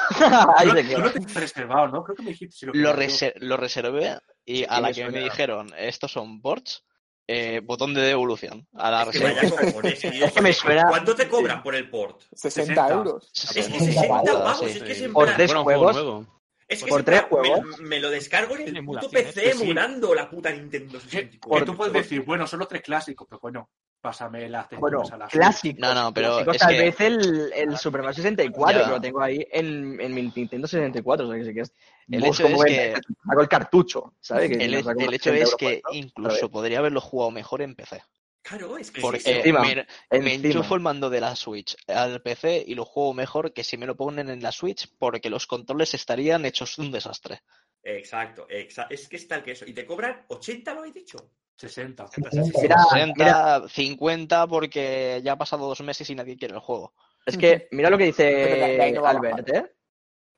Speaker 2: Ahí
Speaker 5: Tú
Speaker 2: se
Speaker 5: lo-
Speaker 2: queda.
Speaker 5: tú lo tienes reservado, ¿no? Creo que me dijiste. Si lo
Speaker 4: lo,
Speaker 5: querías,
Speaker 4: reser- lo reservé y a
Speaker 2: Sí,
Speaker 4: la
Speaker 2: eso
Speaker 4: que me
Speaker 2: ya.
Speaker 4: dijeron, estos son ports, eh, botón de devolución. A la
Speaker 1: Es que
Speaker 4: reserva.
Speaker 1: vaya cojones, tío.
Speaker 2: Es que me suena-
Speaker 1: ¿Cuánto te cobran por el port?
Speaker 3: 60 euros.
Speaker 1: Es que
Speaker 7: 60
Speaker 1: 60
Speaker 7: pavos,
Speaker 1: pavos,
Speaker 4: sí.
Speaker 1: pues es que es en
Speaker 2: Por
Speaker 1: plan-
Speaker 2: tres
Speaker 6: Bueno, un
Speaker 2: juegos.
Speaker 6: juego nuevo.
Speaker 1: Es que
Speaker 2: Por
Speaker 1: si
Speaker 2: tres
Speaker 1: me-
Speaker 2: juegos.
Speaker 1: Me, lo descargo en el
Speaker 8: Tiene
Speaker 1: puto
Speaker 8: emulaciones,
Speaker 1: PC
Speaker 5: sí.
Speaker 1: emulando la puta Nintendo
Speaker 5: Que,
Speaker 1: 64.
Speaker 5: que tú puedes decir, bueno, son los tres clásicos, pero bueno, pásame las
Speaker 2: Bueno,
Speaker 5: texturas a la Switch.
Speaker 2: clásico.
Speaker 4: No, no, pero es
Speaker 2: tal
Speaker 4: que- Ah.
Speaker 2: vez el, el Super Mario 64,
Speaker 4: Ya.
Speaker 2: que lo tengo ahí en, en mi Nintendo 64. O sea, que sí que es.
Speaker 4: El
Speaker 2: busco
Speaker 4: hecho es
Speaker 2: un-
Speaker 4: que-
Speaker 2: Hago el cartucho, ¿sabes? Que
Speaker 4: El,
Speaker 2: me
Speaker 4: he-
Speaker 2: saco
Speaker 4: el
Speaker 2: unos
Speaker 4: hecho
Speaker 2: 60
Speaker 4: es
Speaker 2: euros
Speaker 4: que
Speaker 2: por esto. A
Speaker 4: incluso
Speaker 2: ver,
Speaker 4: podría haberlo jugado mejor en PC.
Speaker 1: Claro, es que
Speaker 4: Porque
Speaker 1: es eso.
Speaker 2: Encima,
Speaker 4: me, me
Speaker 2: encima.
Speaker 4: enchufo el mando de la Switch al PC y lo juego mejor que si me lo ponen en la Switch porque los controles estarían hechos un desastre.
Speaker 1: Exacto, exa- es que es tal que eso. Y te cobran 80, lo he dicho.
Speaker 5: 60.
Speaker 7: 60.
Speaker 2: Mira,
Speaker 4: 60,
Speaker 2: mira,
Speaker 4: 50 porque ya ha pasado dos meses y nadie quiere el juego.
Speaker 2: Es que, mira lo que
Speaker 3: Pero de- de ahí
Speaker 2: dice
Speaker 3: no va a bajar.
Speaker 2: Albert, ¿eh?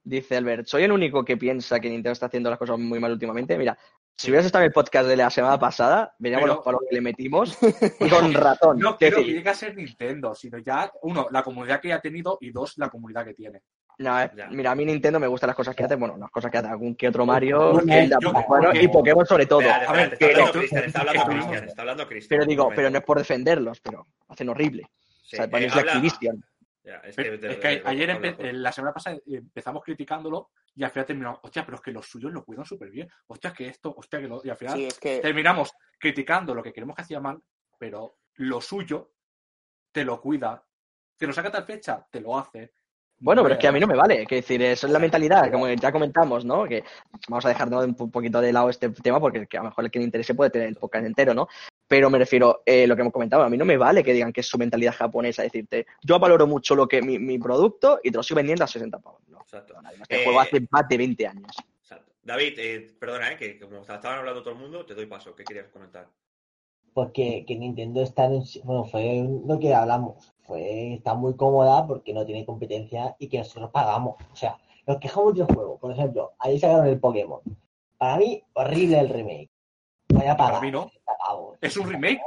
Speaker 2: Dice Albert, soy el único que piensa que Nintendo está haciendo las cosas muy mal últimamente. Mira, si hubieras estado en el podcast de la semana pasada, veríamos
Speaker 5: Pero-
Speaker 2: los palos que le metimos y con ratón.
Speaker 5: No
Speaker 2: Quiero
Speaker 5: quiero que
Speaker 2: decir,
Speaker 5: llegue a ser Nintendo, sino ya, uno, la comunidad que ya ha tenido y dos, la comunidad que tiene.
Speaker 2: no, eh,
Speaker 1: Ya.
Speaker 2: mira, a mí Nintendo me gustan las cosas que hace, bueno, las cosas que hace algún que otro Mario,
Speaker 5: Porque
Speaker 2: Zelda,
Speaker 5: yo-
Speaker 2: Pokémon,
Speaker 5: porque-
Speaker 2: y Pokémon sobre todo.
Speaker 1: Espérate,
Speaker 5: A ver,
Speaker 1: espérate, está hablando
Speaker 5: pero-
Speaker 1: Cristian, está hablando
Speaker 5: pero-
Speaker 1: Cristian, está hablando Cristian.
Speaker 2: Pero
Speaker 1: un
Speaker 2: digo, pero no es
Speaker 1: momento.
Speaker 2: por defenderlos, pero hacen horrible.
Speaker 1: Sí,
Speaker 2: o sea, para
Speaker 1: eh,
Speaker 2: mí es de
Speaker 1: habla-
Speaker 2: Activision.
Speaker 1: Ya, es que-
Speaker 5: Pero-
Speaker 1: de-
Speaker 5: es que
Speaker 1: de-
Speaker 5: ayer,
Speaker 1: habla
Speaker 5: empe-
Speaker 1: por-
Speaker 5: eh, la semana pasada, eh, empezamos criticándolo y al final terminamos, hostia, pero es que los suyos lo cuidan súper bien. Hostia, que esto, hostia, que lo... Y al final
Speaker 3: Sí, es que
Speaker 5: terminamos criticando lo que queremos que hacía mal, pero lo suyo te lo cuida, te lo saca tal fecha, te lo hace.
Speaker 2: Bueno, pero es que a mí no me vale. Que decir, eso es la mentalidad, como ya comentamos, ¿no? Que vamos a dejar ¿no? un po- poquito de lado este tema porque que a lo mejor el que le interese puede tener el podcast entero, ¿no? Pero me refiero eh, lo que hemos comentado. A mí no me vale que digan que es su mentalidad japonesa. Decirte, yo valoro mucho lo que mi, mi producto y te lo estoy vendiendo a 60 pavos. No,
Speaker 1: Exacto.
Speaker 2: no, además, este
Speaker 1: Eh,
Speaker 2: juego hace más de 20 años.
Speaker 1: Exacto. David, eh, perdona, eh, que como estaban hablando todo el mundo, te doy paso. ¿Qué querías comentar?
Speaker 7: Porque que Nintendo está en, bueno, fue lo que hablamos, fue está muy cómoda porque no tiene competencia y que nosotros pagamos. O sea, nos quejamos de un juego, por ejemplo, ahí sacaron el Pokémon. Para mí, horrible el remake. Voy a pagar.
Speaker 5: Para mí no. Es un remake.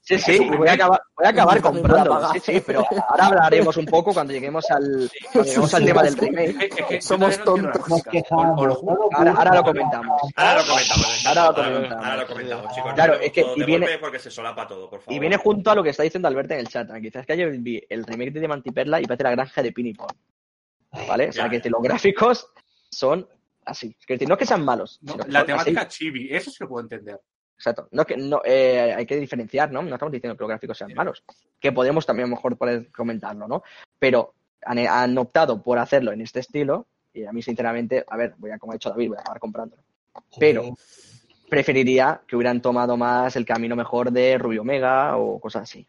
Speaker 2: Sí, sí, y voy a acabar, voy a acabar comprando. Sí, sí, pero ahora hablaremos un poco cuando lleguemos al, cuando lleguemos al tema del remake.
Speaker 5: Es que- es que yo
Speaker 3: Somos
Speaker 5: todavía no entiendo
Speaker 3: tontos.
Speaker 5: las críticas. O- o lo ju-
Speaker 2: Ahora, ahora lo comentamos.
Speaker 1: Ahora lo comentamos.
Speaker 2: Ahora lo
Speaker 1: exacto,
Speaker 2: comentamos.
Speaker 1: Ahora lo comentamos, chicos.
Speaker 2: Claro,
Speaker 1: no
Speaker 2: es que-
Speaker 1: todo
Speaker 2: y
Speaker 1: de
Speaker 2: viene-
Speaker 1: golpe porque se solapa todo, por favor.
Speaker 2: Y viene junto a lo que está diciendo Alberto en el chat. ¿eh? Quizás que ayer vi el remake de Diamante y Perla y parece la granja de Pinipon. ¿Vale? O sea,
Speaker 1: Ya,
Speaker 2: que
Speaker 1: ya.
Speaker 2: los gráficos son así. Es decir, no es que sean malos.
Speaker 5: no,
Speaker 2: sino que
Speaker 5: la
Speaker 2: son así.
Speaker 5: temática chibi, eso sí lo puedo entender.
Speaker 2: Exacto. No, es que, no, eh, hay que diferenciar, ¿no? No estamos diciendo que los gráficos sean malos. Que podemos también, a lo mejor, poder comentarlo, ¿no? Pero han, han optado por hacerlo en este estilo. Y a mí, sinceramente, a ver, voy a, como ha dicho David, voy a acabar comprándolo. Pero- Preferiría que hubieran tomado más el camino mejor de Rubio Omega o cosas así.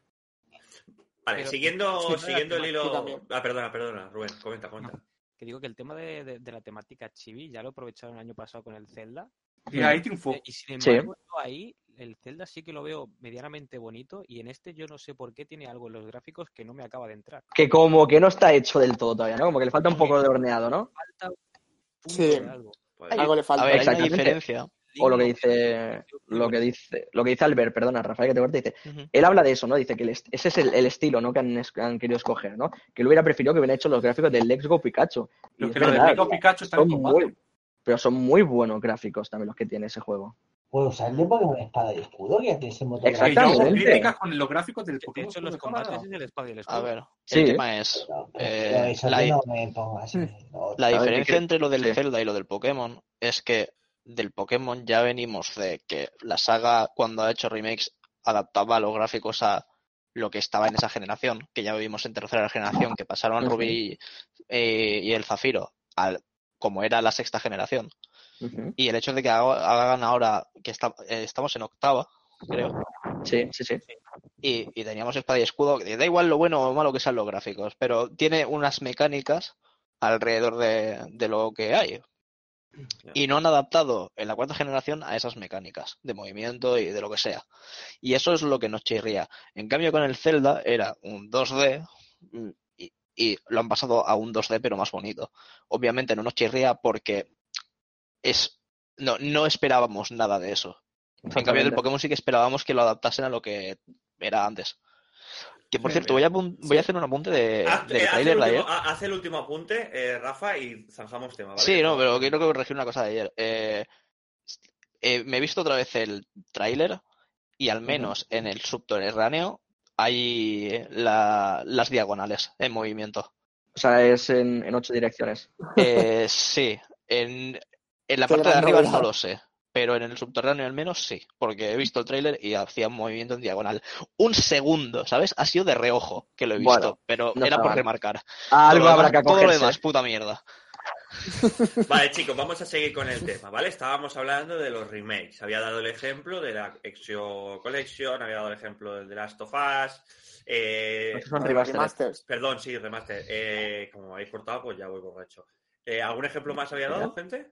Speaker 1: Vale,
Speaker 8: Pero-
Speaker 1: siguiendo,
Speaker 8: Sí, no,
Speaker 1: siguiendo el
Speaker 8: además,
Speaker 1: hilo.
Speaker 3: tú también.
Speaker 1: Ah, perdona, perdona, Rubén, comenta, comenta.
Speaker 8: Que digo que el tema de, de- de la temática chibi ya lo aprovecharon el año pasado con el Zelda.
Speaker 5: Y
Speaker 2: Mm.
Speaker 5: ahí triunfó.
Speaker 8: Eh, Y sin
Speaker 2: Sí.
Speaker 8: embargo, yo ahí el Zelda sí que lo veo medianamente bonito y en este yo no sé por qué tiene algo en los gráficos que no me acaba de entrar.
Speaker 2: Que como que no está hecho del todo todavía, ¿no? Como que le falta un poco de horneado, ¿no?
Speaker 8: Falta un punto
Speaker 3: Sí.
Speaker 8: de algo.
Speaker 1: Vale.
Speaker 3: algo le
Speaker 4: A
Speaker 3: falta.
Speaker 4: ver, hay una
Speaker 2: Exactamente.
Speaker 4: diferencia.
Speaker 2: o lo que
Speaker 8: Digno,
Speaker 2: dice lo que dice lo que dice Albert perdona Rafael que te corte dice
Speaker 4: Ujú.
Speaker 2: él habla de eso no dice que el est- ese es el, el estilo no que han, es- que han querido escoger no que él hubiera preferido que hubieran hecho los gráficos del Let's Go Pikachu Y
Speaker 5: Lo
Speaker 2: es
Speaker 5: que lo de
Speaker 2: verdad,
Speaker 5: Pico Pikachu está en
Speaker 2: son
Speaker 5: combate.
Speaker 2: muy- pero son muy buenos gráficos también los que tiene ese juego
Speaker 7: Puedo usar el de Pokémon Espada y Escudo, que es ese motor.
Speaker 5: Que yo hago
Speaker 2: Exactamente.
Speaker 5: críticas con los gráficos del
Speaker 8: De
Speaker 5: Pokémon.
Speaker 8: hecho, los
Speaker 5: no me jodas.
Speaker 8: combates es el espada y el escudo.
Speaker 4: A ver,
Speaker 2: Sí.
Speaker 4: el tema es
Speaker 7: Pero,
Speaker 4: Eh,
Speaker 7: pero eso
Speaker 4: la-
Speaker 7: yo no me pongo así.
Speaker 3: Hmm.
Speaker 7: no,
Speaker 4: la
Speaker 2: ver, ¿qué
Speaker 4: diferencia
Speaker 2: crees?
Speaker 4: entre lo del
Speaker 2: Sí.
Speaker 4: Zelda y lo del Pokémon es que del Pokémon ya venimos de que la saga, cuando ha hecho remakes, adaptaba los gráficos a lo que estaba en esa generación, que ya vivimos en tercera generación, que pasaron
Speaker 2: Ujú.
Speaker 4: Rubí eh, y el Zafiro, al, como era la sexta generación.
Speaker 2: Ujú.
Speaker 4: Y el hecho de que haga- hagan ahora, que está- eh, estamos en octava, creo,
Speaker 2: Sí, sí, sí.
Speaker 4: y, y teníamos espada y escudo, que da igual lo bueno o malo que sean los gráficos, pero tiene unas mecánicas alrededor de, de lo que hay. Y no han adaptado en la cuarta generación a esas mecánicas de movimiento y de lo que sea. Y eso es lo que nos chirría. En cambio, con el Zelda era un 2D mm, y, y lo han pasado a un 2D pero más bonito. Obviamente no nos chirría porque es no, no esperábamos nada de eso. En cambio, del
Speaker 2: Exactamente.
Speaker 4: Pokémon sí que esperábamos que lo adaptasen a lo que era antes. Que por
Speaker 1: Sí,
Speaker 4: cierto,
Speaker 1: mira.
Speaker 4: voy a, apun- voy a hacer un apunte de,
Speaker 1: Haz,
Speaker 4: del
Speaker 1: eh, haz
Speaker 4: trailer
Speaker 1: el
Speaker 4: de
Speaker 1: último,
Speaker 4: ayer.
Speaker 1: ha- haz el último apunte, eh, Rafa, y zanjamos tema, ¿vale?
Speaker 4: Sí,
Speaker 1: Que
Speaker 4: no,
Speaker 1: estamos-
Speaker 4: pero quiero corregir una cosa de ayer. Eh, eh, me he visto otra vez el tráiler y al menos en el subterráneo hay eh, la- las diagonales en movimiento.
Speaker 2: O sea, es en, en ocho direcciones.
Speaker 4: Eh, sí, en, en la
Speaker 3: Qué
Speaker 4: parte de
Speaker 3: gran
Speaker 4: arriba
Speaker 3: novedad.
Speaker 4: no lo sé, pero en el subterráneo al menos sí, porque he visto el tráiler y hacía un movimiento en diagonal. Un segundo, ¿sabes? Ha sido de reojo que lo he visto,
Speaker 2: Bueno,
Speaker 4: pero
Speaker 2: no
Speaker 4: era
Speaker 2: está
Speaker 4: por
Speaker 2: mal.
Speaker 4: remarcar. Todo
Speaker 2: Algo
Speaker 4: lo
Speaker 2: habrá
Speaker 4: demás-
Speaker 2: que
Speaker 4: todo lo
Speaker 2: acogerse.
Speaker 4: demás, puta mierda.
Speaker 1: Vale, chicos, vamos a seguir con el tema, ¿vale? Estábamos hablando de los remakes. Había dado el ejemplo de la Exio Collection, había dado el ejemplo del The Last of Us. eh,
Speaker 2: Esos son
Speaker 3: Los
Speaker 2: remastered.
Speaker 3: remasters.
Speaker 1: Perdón, sí, remaster. Eh, como me habéis cortado, pues ya voy borracho. Eh, ¿Algún ejemplo más había dado, gente?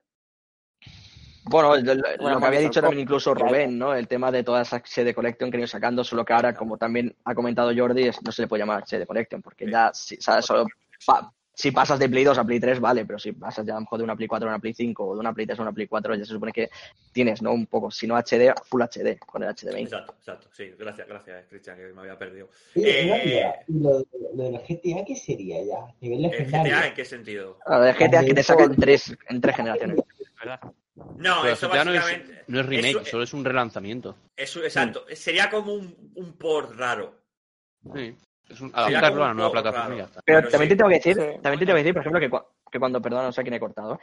Speaker 2: Bueno, el- el- lo que había
Speaker 3: Marisol,
Speaker 2: dicho también incluso
Speaker 3: ya,
Speaker 2: Rubén, ¿no? El tema de toda esa sede collection que han ido sacando, solo que ahora, como también ha comentado Jordi, es- no se le puede llamar sede collection, porque ya, si, o sea, solo pa- si pasas de Play 2 a Play 3, vale, pero si pasas ya a lo mejor de una Play 4 a una Play 5 o de una Play 3 a una Play 4, ya se supone que tienes, ¿no? Un poco, si no HD, Full HD, con el HDMI.
Speaker 1: Exacto, exacto. Sí, gracias, gracias, Cristian, que me había perdido.
Speaker 7: Oye, una
Speaker 1: Eh,
Speaker 7: duda, ¿y lo, de- lo del GTA qué sería ya? ¿Nivel
Speaker 1: ¿El
Speaker 7: legendario?
Speaker 1: GTA en qué sentido?
Speaker 2: Ahora, el GTA que te saca en tres, en tres generaciones.
Speaker 8: ¿verdad?
Speaker 1: No,
Speaker 6: Pero
Speaker 1: eso
Speaker 6: GTA no es-
Speaker 1: básicamente.
Speaker 6: No es remake,
Speaker 1: eso-
Speaker 6: solo es un relanzamiento.
Speaker 1: eso- exacto. Sería como un, un port raro.
Speaker 6: Sí. Es un,
Speaker 1: Sería
Speaker 6: adaptarlo
Speaker 1: como un
Speaker 6: a la nueva
Speaker 1: port
Speaker 6: plataforma y ya
Speaker 1: raro.
Speaker 6: está.
Speaker 2: Pero,
Speaker 1: Pero sí.
Speaker 2: también te tengo que decir,
Speaker 3: Sí.
Speaker 2: también te tengo que decir, por ejemplo, que, cua- que cuando, perdón, no sé a quién he cortado,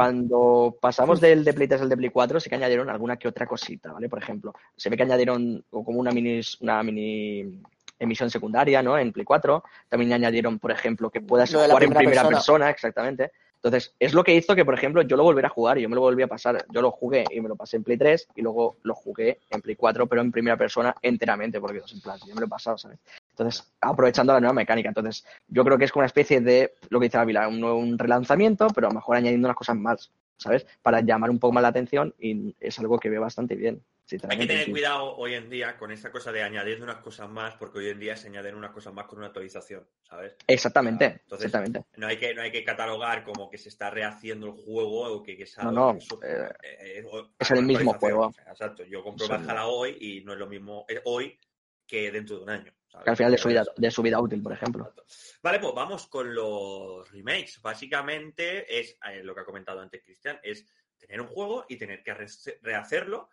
Speaker 2: cuando pasamos del de Play 3 al de Play 4 sí que añadieron alguna que otra cosita, ¿vale? Por ejemplo, se ve que añadieron o como una mini, una mini emisión secundaria, ¿no? En Play 4. También añadieron, por ejemplo, que puedas
Speaker 3: Lo de
Speaker 2: jugar
Speaker 3: la
Speaker 2: en
Speaker 3: primera
Speaker 2: primera persona.
Speaker 3: persona.
Speaker 2: exactamente. Entonces, es lo que hizo que, por ejemplo, yo lo volviera a jugar, yo me lo volví a pasar, yo lo jugué y me lo pasé en Play 3 y luego lo jugué en Play 4, pero en primera persona enteramente, porque en plan, yo me lo he pasado, ¿sabes? Entonces, aprovechando la nueva mecánica. Entonces, yo creo que es como una especie de, lo que dice Ávila, un, nuevo- un relanzamiento, pero a lo mejor añadiendo unas cosas más, ¿sabes? Para llamar un poco más la atención y es algo que veo bastante bien,
Speaker 1: Hay que
Speaker 2: sinceramente.
Speaker 1: tener cuidado hoy en día con esa cosa de añadir unas cosas más, porque hoy en día se añaden unas cosas más con una actualización, ¿sabes?
Speaker 2: Exactamente,
Speaker 1: Ah, entonces-
Speaker 2: exactamente.
Speaker 1: No hay que, no hay que catalogar como que se está rehaciendo el juego o que, que es
Speaker 2: No,
Speaker 1: algo-
Speaker 2: no,
Speaker 1: eso-
Speaker 2: eh,
Speaker 1: eh, o-
Speaker 2: es
Speaker 1: una
Speaker 2: el mismo
Speaker 1: actualización.
Speaker 2: juego.
Speaker 1: O sea, Exacto. Yo compro
Speaker 2: Es el
Speaker 1: Valhalla hoy y no es lo mismo eh, hoy que dentro de un año. ¿sabes?
Speaker 2: Que al final de
Speaker 1: Pero
Speaker 2: su, vida,
Speaker 1: es-
Speaker 2: de su vida útil, por ejemplo.
Speaker 1: Exacto. Vale, pues vamos con los remakes. Básicamente es eh, lo que ha comentado antes Cristian, es tener un juego y tener que re- rehacerlo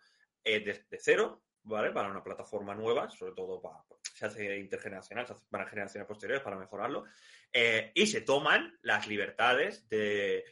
Speaker 1: eh, desde cero, ¿vale? Para una plataforma nueva, sobre todo para, se hace intergeneracional, se hace para generaciones posteriores para mejorarlo. Eh, y se toman las libertades de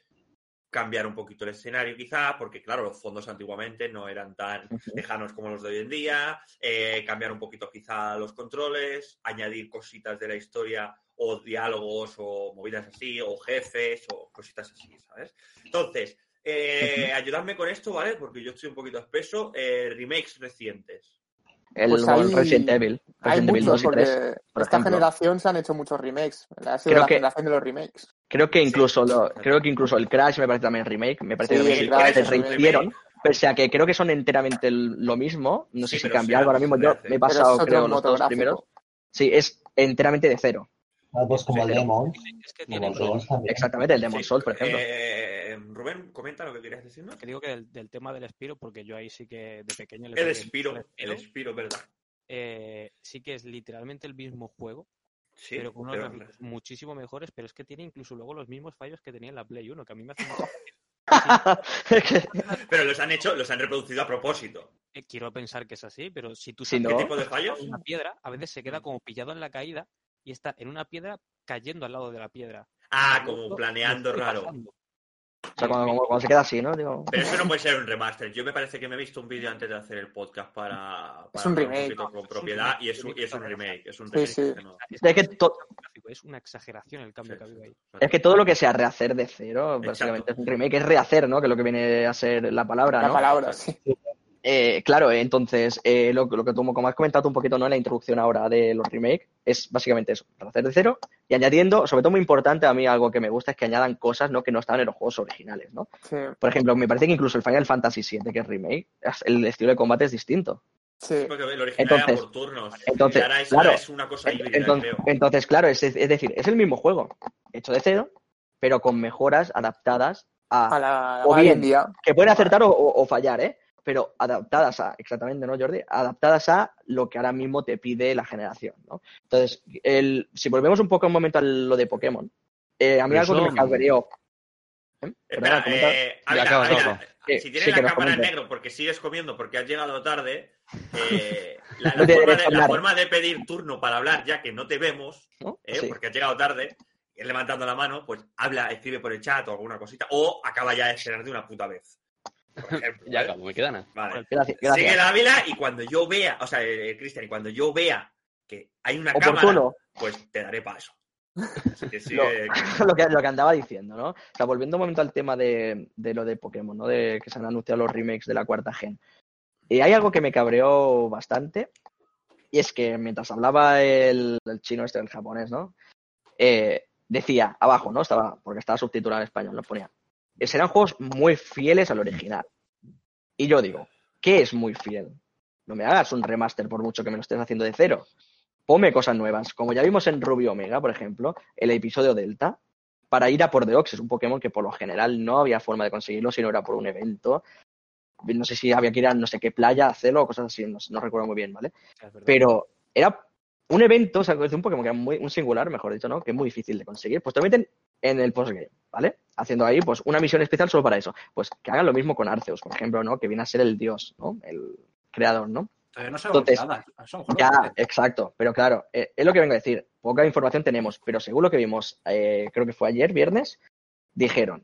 Speaker 1: cambiar un poquito el escenario quizá, porque claro, los fondos antiguamente no eran tan lejanos como los de hoy en día, eh, cambiar un poquito quizá los controles, añadir cositas de la historia o diálogos o movidas así, o jefes o cositas así, ¿sabes? Entonces, eh, ayudadme con esto, ¿vale? Porque yo estoy un poquito espeso. Eh, remakes recientes.
Speaker 2: El
Speaker 3: Pues
Speaker 2: bueno,
Speaker 3: hay-
Speaker 2: Resident Evil,
Speaker 3: Hay
Speaker 2: Resident Evil 2
Speaker 3: muchos
Speaker 2: y 3.
Speaker 3: porque
Speaker 2: por
Speaker 3: esta
Speaker 2: ejemplo.
Speaker 3: generación se han hecho muchos remakes. Ha sido
Speaker 2: Creo
Speaker 3: la
Speaker 2: que-
Speaker 3: generación de los remakes.
Speaker 2: Creo que
Speaker 1: Sí,
Speaker 2: incluso lo-
Speaker 1: exacto.
Speaker 2: creo que incluso el Crash me parece también remake, me parece
Speaker 3: Sí,
Speaker 2: también
Speaker 3: el
Speaker 2: que
Speaker 3: Crash
Speaker 2: se
Speaker 3: es un remake.
Speaker 2: rehicieron, pese a que creo que son enteramente el- lo mismo, no
Speaker 1: Sí,
Speaker 2: sé si
Speaker 1: pero
Speaker 2: cambia
Speaker 1: será-
Speaker 2: algo ahora mismo, yo
Speaker 1: será-
Speaker 2: me he
Speaker 3: Pero es
Speaker 2: pasado
Speaker 3: otro
Speaker 2: creo los
Speaker 3: motor
Speaker 2: dos
Speaker 3: gráfico.
Speaker 2: primeros. Sí, es enteramente de cero.
Speaker 7: Ah, pues como el
Speaker 2: Sí,
Speaker 7: Demon,
Speaker 8: Es que
Speaker 7: como
Speaker 8: tienen
Speaker 7: el Demon también.
Speaker 2: Exactamente, el Demon
Speaker 1: Sí.
Speaker 2: Souls, por ejemplo.
Speaker 1: Eh, Rubén, comenta lo que querías decirnos.
Speaker 8: que digo que del, del tema del Spiro, porque yo ahí sí que de pequeño le
Speaker 1: El
Speaker 8: pegué mucho al
Speaker 1: Spiro, el
Speaker 8: Spyro,
Speaker 1: Spiro, ¿verdad?
Speaker 8: eh, sí que es literalmente el mismo juego,
Speaker 1: Sí,
Speaker 8: pero con unos
Speaker 1: pero-
Speaker 8: gráficos muchísimo mejores, pero es que tiene incluso luego los mismos fallos que tenía en la Play 1, que a mí me hace mucha gracia.
Speaker 1: Pero los han hecho, los han reproducido a propósito.
Speaker 8: Eh, Quiero pensar que es así, pero si tú
Speaker 2: Si
Speaker 8: sacas
Speaker 1: ¿Qué
Speaker 2: No.
Speaker 1: tipo de fallos?
Speaker 8: una piedra, a veces se queda como pillado en la caída y está en una piedra cayendo al lado de la piedra.
Speaker 1: Ah,
Speaker 8: Me
Speaker 1: como
Speaker 8: lo-
Speaker 1: planeando
Speaker 8: me lo estoy
Speaker 1: raro.
Speaker 8: pasando.
Speaker 2: O sea, cuando, como- cuando se queda así, ¿no? Digo,
Speaker 1: Pero eso no puede ser un remaster. Yo me parece que me he visto un vídeo antes de hacer el podcast para. para
Speaker 3: Es un
Speaker 1: hablar
Speaker 3: remake.
Speaker 1: poquito con
Speaker 8: Es un
Speaker 1: propiedad
Speaker 8: remake.
Speaker 1: y es un, y es un remake. Es un
Speaker 3: Sí,
Speaker 1: remake.
Speaker 3: sí.
Speaker 1: que no-
Speaker 2: Es que to-
Speaker 8: Es una exageración el cambio que ha habido ahí.
Speaker 2: es que todo lo que sea rehacer de cero, básicamente es un remake, es rehacer, ¿no? Que es lo que viene a ser la palabra,
Speaker 3: La
Speaker 2: Ah, ¿no?
Speaker 3: palabra, sí.
Speaker 2: Eh, claro, eh, entonces, eh, lo, lo que tú, como has comentado un poquito ¿no? en la introducción ahora de los remakes, es básicamente eso, hacer de cero y añadiendo, sobre todo muy importante a mí, algo que me gusta es que añadan cosas ¿no? que no estaban en los juegos originales, ¿no?
Speaker 3: Sí,
Speaker 2: Por ejemplo, me parece que incluso el Final Fantasy VII, que es remake, es- el estilo de combate es distinto.
Speaker 3: sí.
Speaker 1: Porque el original era
Speaker 2: Entonces-
Speaker 1: por turnos.
Speaker 2: entonces,
Speaker 1: y ahora es,
Speaker 2: claro.
Speaker 1: ahora es una cosa híbrida,
Speaker 2: Entonces, eh,
Speaker 1: creo. Eh,
Speaker 2: entonces, claro, es, es decir, es el mismo juego, hecho de cero, pero con mejoras adaptadas a...
Speaker 3: A la
Speaker 2: Ah, O
Speaker 3: hoy
Speaker 2: bien.
Speaker 3: en día.
Speaker 2: Que pueden acertar o, o- o fallar, ¿eh? Pero adaptadas a, exactamente, ¿no, Jordi? Adaptadas a lo que ahora mismo te pide la generación, ¿no? Entonces, el, si volvemos un poco un momento a lo de Pokémon, eh, a mí
Speaker 6: Pero
Speaker 2: algo que
Speaker 6: eso-
Speaker 2: me
Speaker 1: mm,
Speaker 2: cabreó... ¿Eh?
Speaker 1: Espera,
Speaker 2: Perdona, comenta.
Speaker 1: eh,
Speaker 6: Ya
Speaker 1: Ávila,
Speaker 6: acabas,
Speaker 1: Ávila,
Speaker 6: Rafa.
Speaker 2: Sí,
Speaker 1: si tienes
Speaker 2: sí, que
Speaker 1: la cámara
Speaker 2: nos
Speaker 1: en
Speaker 2: comentes.
Speaker 1: negro porque sigues comiendo, porque has llegado tarde, eh, la, la
Speaker 2: No te
Speaker 1: forma
Speaker 2: dejes
Speaker 1: de, la
Speaker 2: hablar.
Speaker 1: forma de pedir turno para hablar, ya que no te vemos,
Speaker 2: ¿no?
Speaker 1: eh,
Speaker 2: Sí.
Speaker 1: porque has llegado tarde, es levantando la mano, pues habla, escribe por el chat o alguna cosita, o acaba ya de cenar de una puta vez. Por ejemplo,
Speaker 6: Ya
Speaker 1: ¿vale?
Speaker 6: acabo, me queda nada.
Speaker 1: Vale.
Speaker 2: Gracias,
Speaker 1: Sigue
Speaker 2: gracias.
Speaker 1: la Ávila y cuando yo vea, o sea, eh, Cristian, y cuando yo vea que hay una cámara,
Speaker 2: Oportuno,
Speaker 1: pues te daré paso. Así que sigue,
Speaker 2: lo que, lo que andaba diciendo, ¿no? O sea, volviendo un momento al tema de, de lo de Pokémon, ¿no? De que se han anunciado los remakes de la cuarta gen. Y hay algo que me cabreó bastante, y es que mientras hablaba el, el chino este, el japonés, ¿no? Eh, decía, abajo, ¿no? Estaba, porque estaba subtitulado en español, lo ponía. eh, Serán juegos muy fieles al original. Y yo digo, ¿qué es muy fiel? No me hagas un remaster por mucho que me lo estés haciendo de cero. Ponme cosas nuevas. Como ya vimos en Ruby Omega, por ejemplo, el episodio Delta, para ir a por Deoxys, un Pokémon que por lo general no había forma de conseguirlo si no era por un evento. No sé si había que ir a no sé qué playa a hacerlo o cosas así, no, no recuerdo muy bien, ¿vale?
Speaker 8: O sea, es verdad.
Speaker 2: pero era un evento, o sea, de un Pokémon que era muy, un singular, mejor dicho, ¿no? Que es muy difícil de conseguir. Pues te lo meten en el postgame, ¿vale? Haciendo ahí, pues, una misión especial solo para eso. Pues que hagan lo mismo con Arceus, por ejemplo, ¿no? Que viene a ser el dios, ¿no? El creador, ¿no?
Speaker 5: Todavía no sabemos
Speaker 2: Entonces,
Speaker 5: nada. Son juegos.
Speaker 2: Ya, exacto. Pero claro, eh, es lo que vengo a decir. Poca información tenemos, pero según lo que vimos, eh, creo que fue ayer, viernes, dijeron,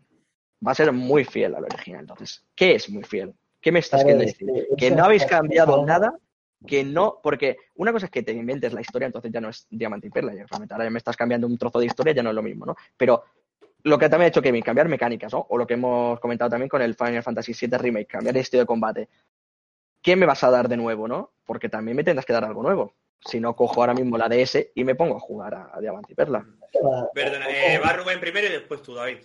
Speaker 2: va a ser muy fiel al original. Entonces, ¿qué es muy fiel? ¿Qué me estás
Speaker 7: Claro,
Speaker 2: queriendo
Speaker 7: es
Speaker 2: decir?
Speaker 7: que
Speaker 2: que
Speaker 7: eso-
Speaker 2: no habéis cambiado
Speaker 7: eso-
Speaker 2: nada, que no, porque una cosa es que te inventes la historia, entonces ya no es diamante y perla, ya realmente ahora ya me estás cambiando un trozo de historia, ya no es lo mismo, ¿no? Pero lo que también ha hecho Kevin, cambiar mecánicas, ¿no? O lo que hemos comentado también con el Final Fantasy VII Remake, cambiar el estilo de combate. ¿Qué me vas a dar de nuevo, no? Porque también me tendrás que dar algo nuevo. Si no, cojo ahora mismo la DS y me pongo a jugar a, a Diamante y Perla.
Speaker 1: Perdona,
Speaker 2: Oh,
Speaker 1: eh, va Rubén primero y después tú, David.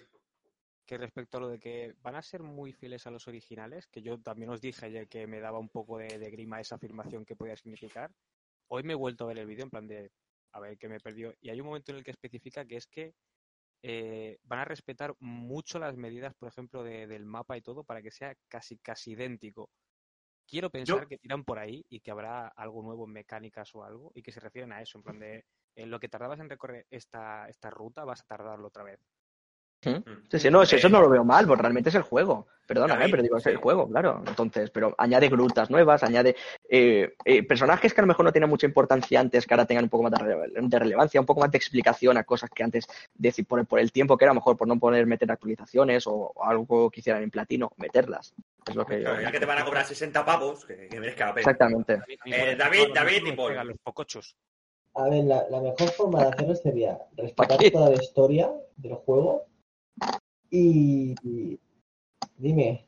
Speaker 8: que respecto a lo de que van a ser muy fieles a los originales, que yo también os dije ayer que me daba un poco de, de grima esa afirmación que podía significar, hoy me he vuelto a ver el vídeo en plan de a ver qué me perdió. Y hay un momento en el que especifica que es que eh, van a respetar mucho las medidas, por ejemplo, de- del mapa y todo, para que sea casi, casi idéntico. Quiero pensar que tiran por ahí y que habrá algo nuevo en mecánicas o algo, y que se refieren a eso, en plan de en lo que tardabas en recorrer esta, esta ruta vas a tardarlo otra vez.
Speaker 2: Sí, sí, no, eso, eso no
Speaker 1: Eh,
Speaker 2: lo veo mal, porque realmente es el juego. Perdóname,
Speaker 1: David,
Speaker 2: pero digo, es el
Speaker 1: sí.
Speaker 2: juego, claro. Entonces, pero añade grutas nuevas, añade eh, eh, personajes que a lo mejor no tienen mucha importancia antes, que ahora tengan un poco más de, rele- de relevancia, un poco más de explicación a cosas que antes, decir, por, el- por el tiempo que era, a lo mejor por no poder meter actualizaciones o, o algo que hicieran en platino, meterlas. Es lo que yo-
Speaker 1: Claro, ya que te van a cobrar 60 pavos, que, que merezca la pena.
Speaker 2: Exactamente.
Speaker 8: A mí- a mí, por
Speaker 1: Eh,
Speaker 8: ejemplo,
Speaker 1: David,
Speaker 8: ahora
Speaker 1: David
Speaker 8: mismo
Speaker 1: y
Speaker 8: me
Speaker 1: Paul.
Speaker 8: pegan los pocochos.
Speaker 7: A ver, la, la mejor forma de hacerlo sería respetar
Speaker 2: ¿Para qué?
Speaker 7: toda la historia del juego y... y- Dime,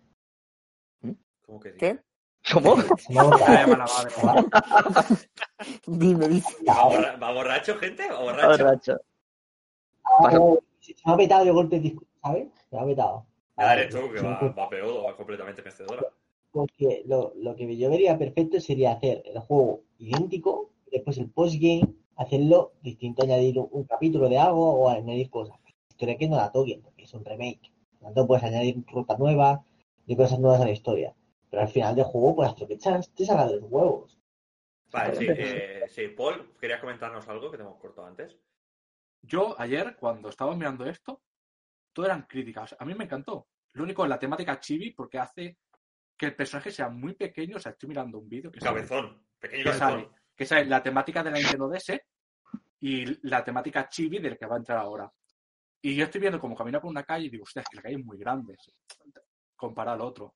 Speaker 1: ¿Cómo que sí?
Speaker 3: ¿Qué?
Speaker 2: ¿Cómo?
Speaker 7: ¿se me ha cortado?
Speaker 5: Vaya mala madre.
Speaker 7: ¿Se me ha cortado?
Speaker 3: Dime, dice.
Speaker 1: ¿Va, borra- va borracho, gente? ¿Va borracho?
Speaker 2: Borracho. Pasa-
Speaker 7: Se me ha petado de golpe el disco, ¿sabes? Se me ha petado.
Speaker 1: Ya eres tú, que
Speaker 7: Se me
Speaker 1: va,
Speaker 7: ha cortado.
Speaker 1: va peor, va completamente mecedora.
Speaker 7: Porque lo, lo que yo vería perfecto sería hacer el juego idéntico, después el postgame, hacerlo distinto, añadir un, un capítulo de algo o añadir cosas. La historia que no la toquen, porque es un remake. Por lo tanto, puedes añadir rutas nuevas y cosas nuevas a la historia. Pero al final del juego, pues hasta que echas- te salga de los huevos.
Speaker 1: Vale, sí,
Speaker 7: Sí.
Speaker 1: eh, sí. Paul, ¿querías comentarnos algo que te hemos cortado antes?
Speaker 5: Yo ayer, cuando estaba mirando esto, todo eran críticas. A mí me encantó. Lo único es la temática chibi, porque hace que el personaje sea muy pequeño. O sea, estoy mirando un vídeo que sale-
Speaker 1: Cabezón, pequeño
Speaker 5: que sale,
Speaker 1: cabezón.
Speaker 5: que sale la temática de la Nintendo DS y la temática chibi del que va a entrar ahora. Y yo estoy viendo como camina por una calle y digo, hostia, es que la calle es muy grande, comparado al otro.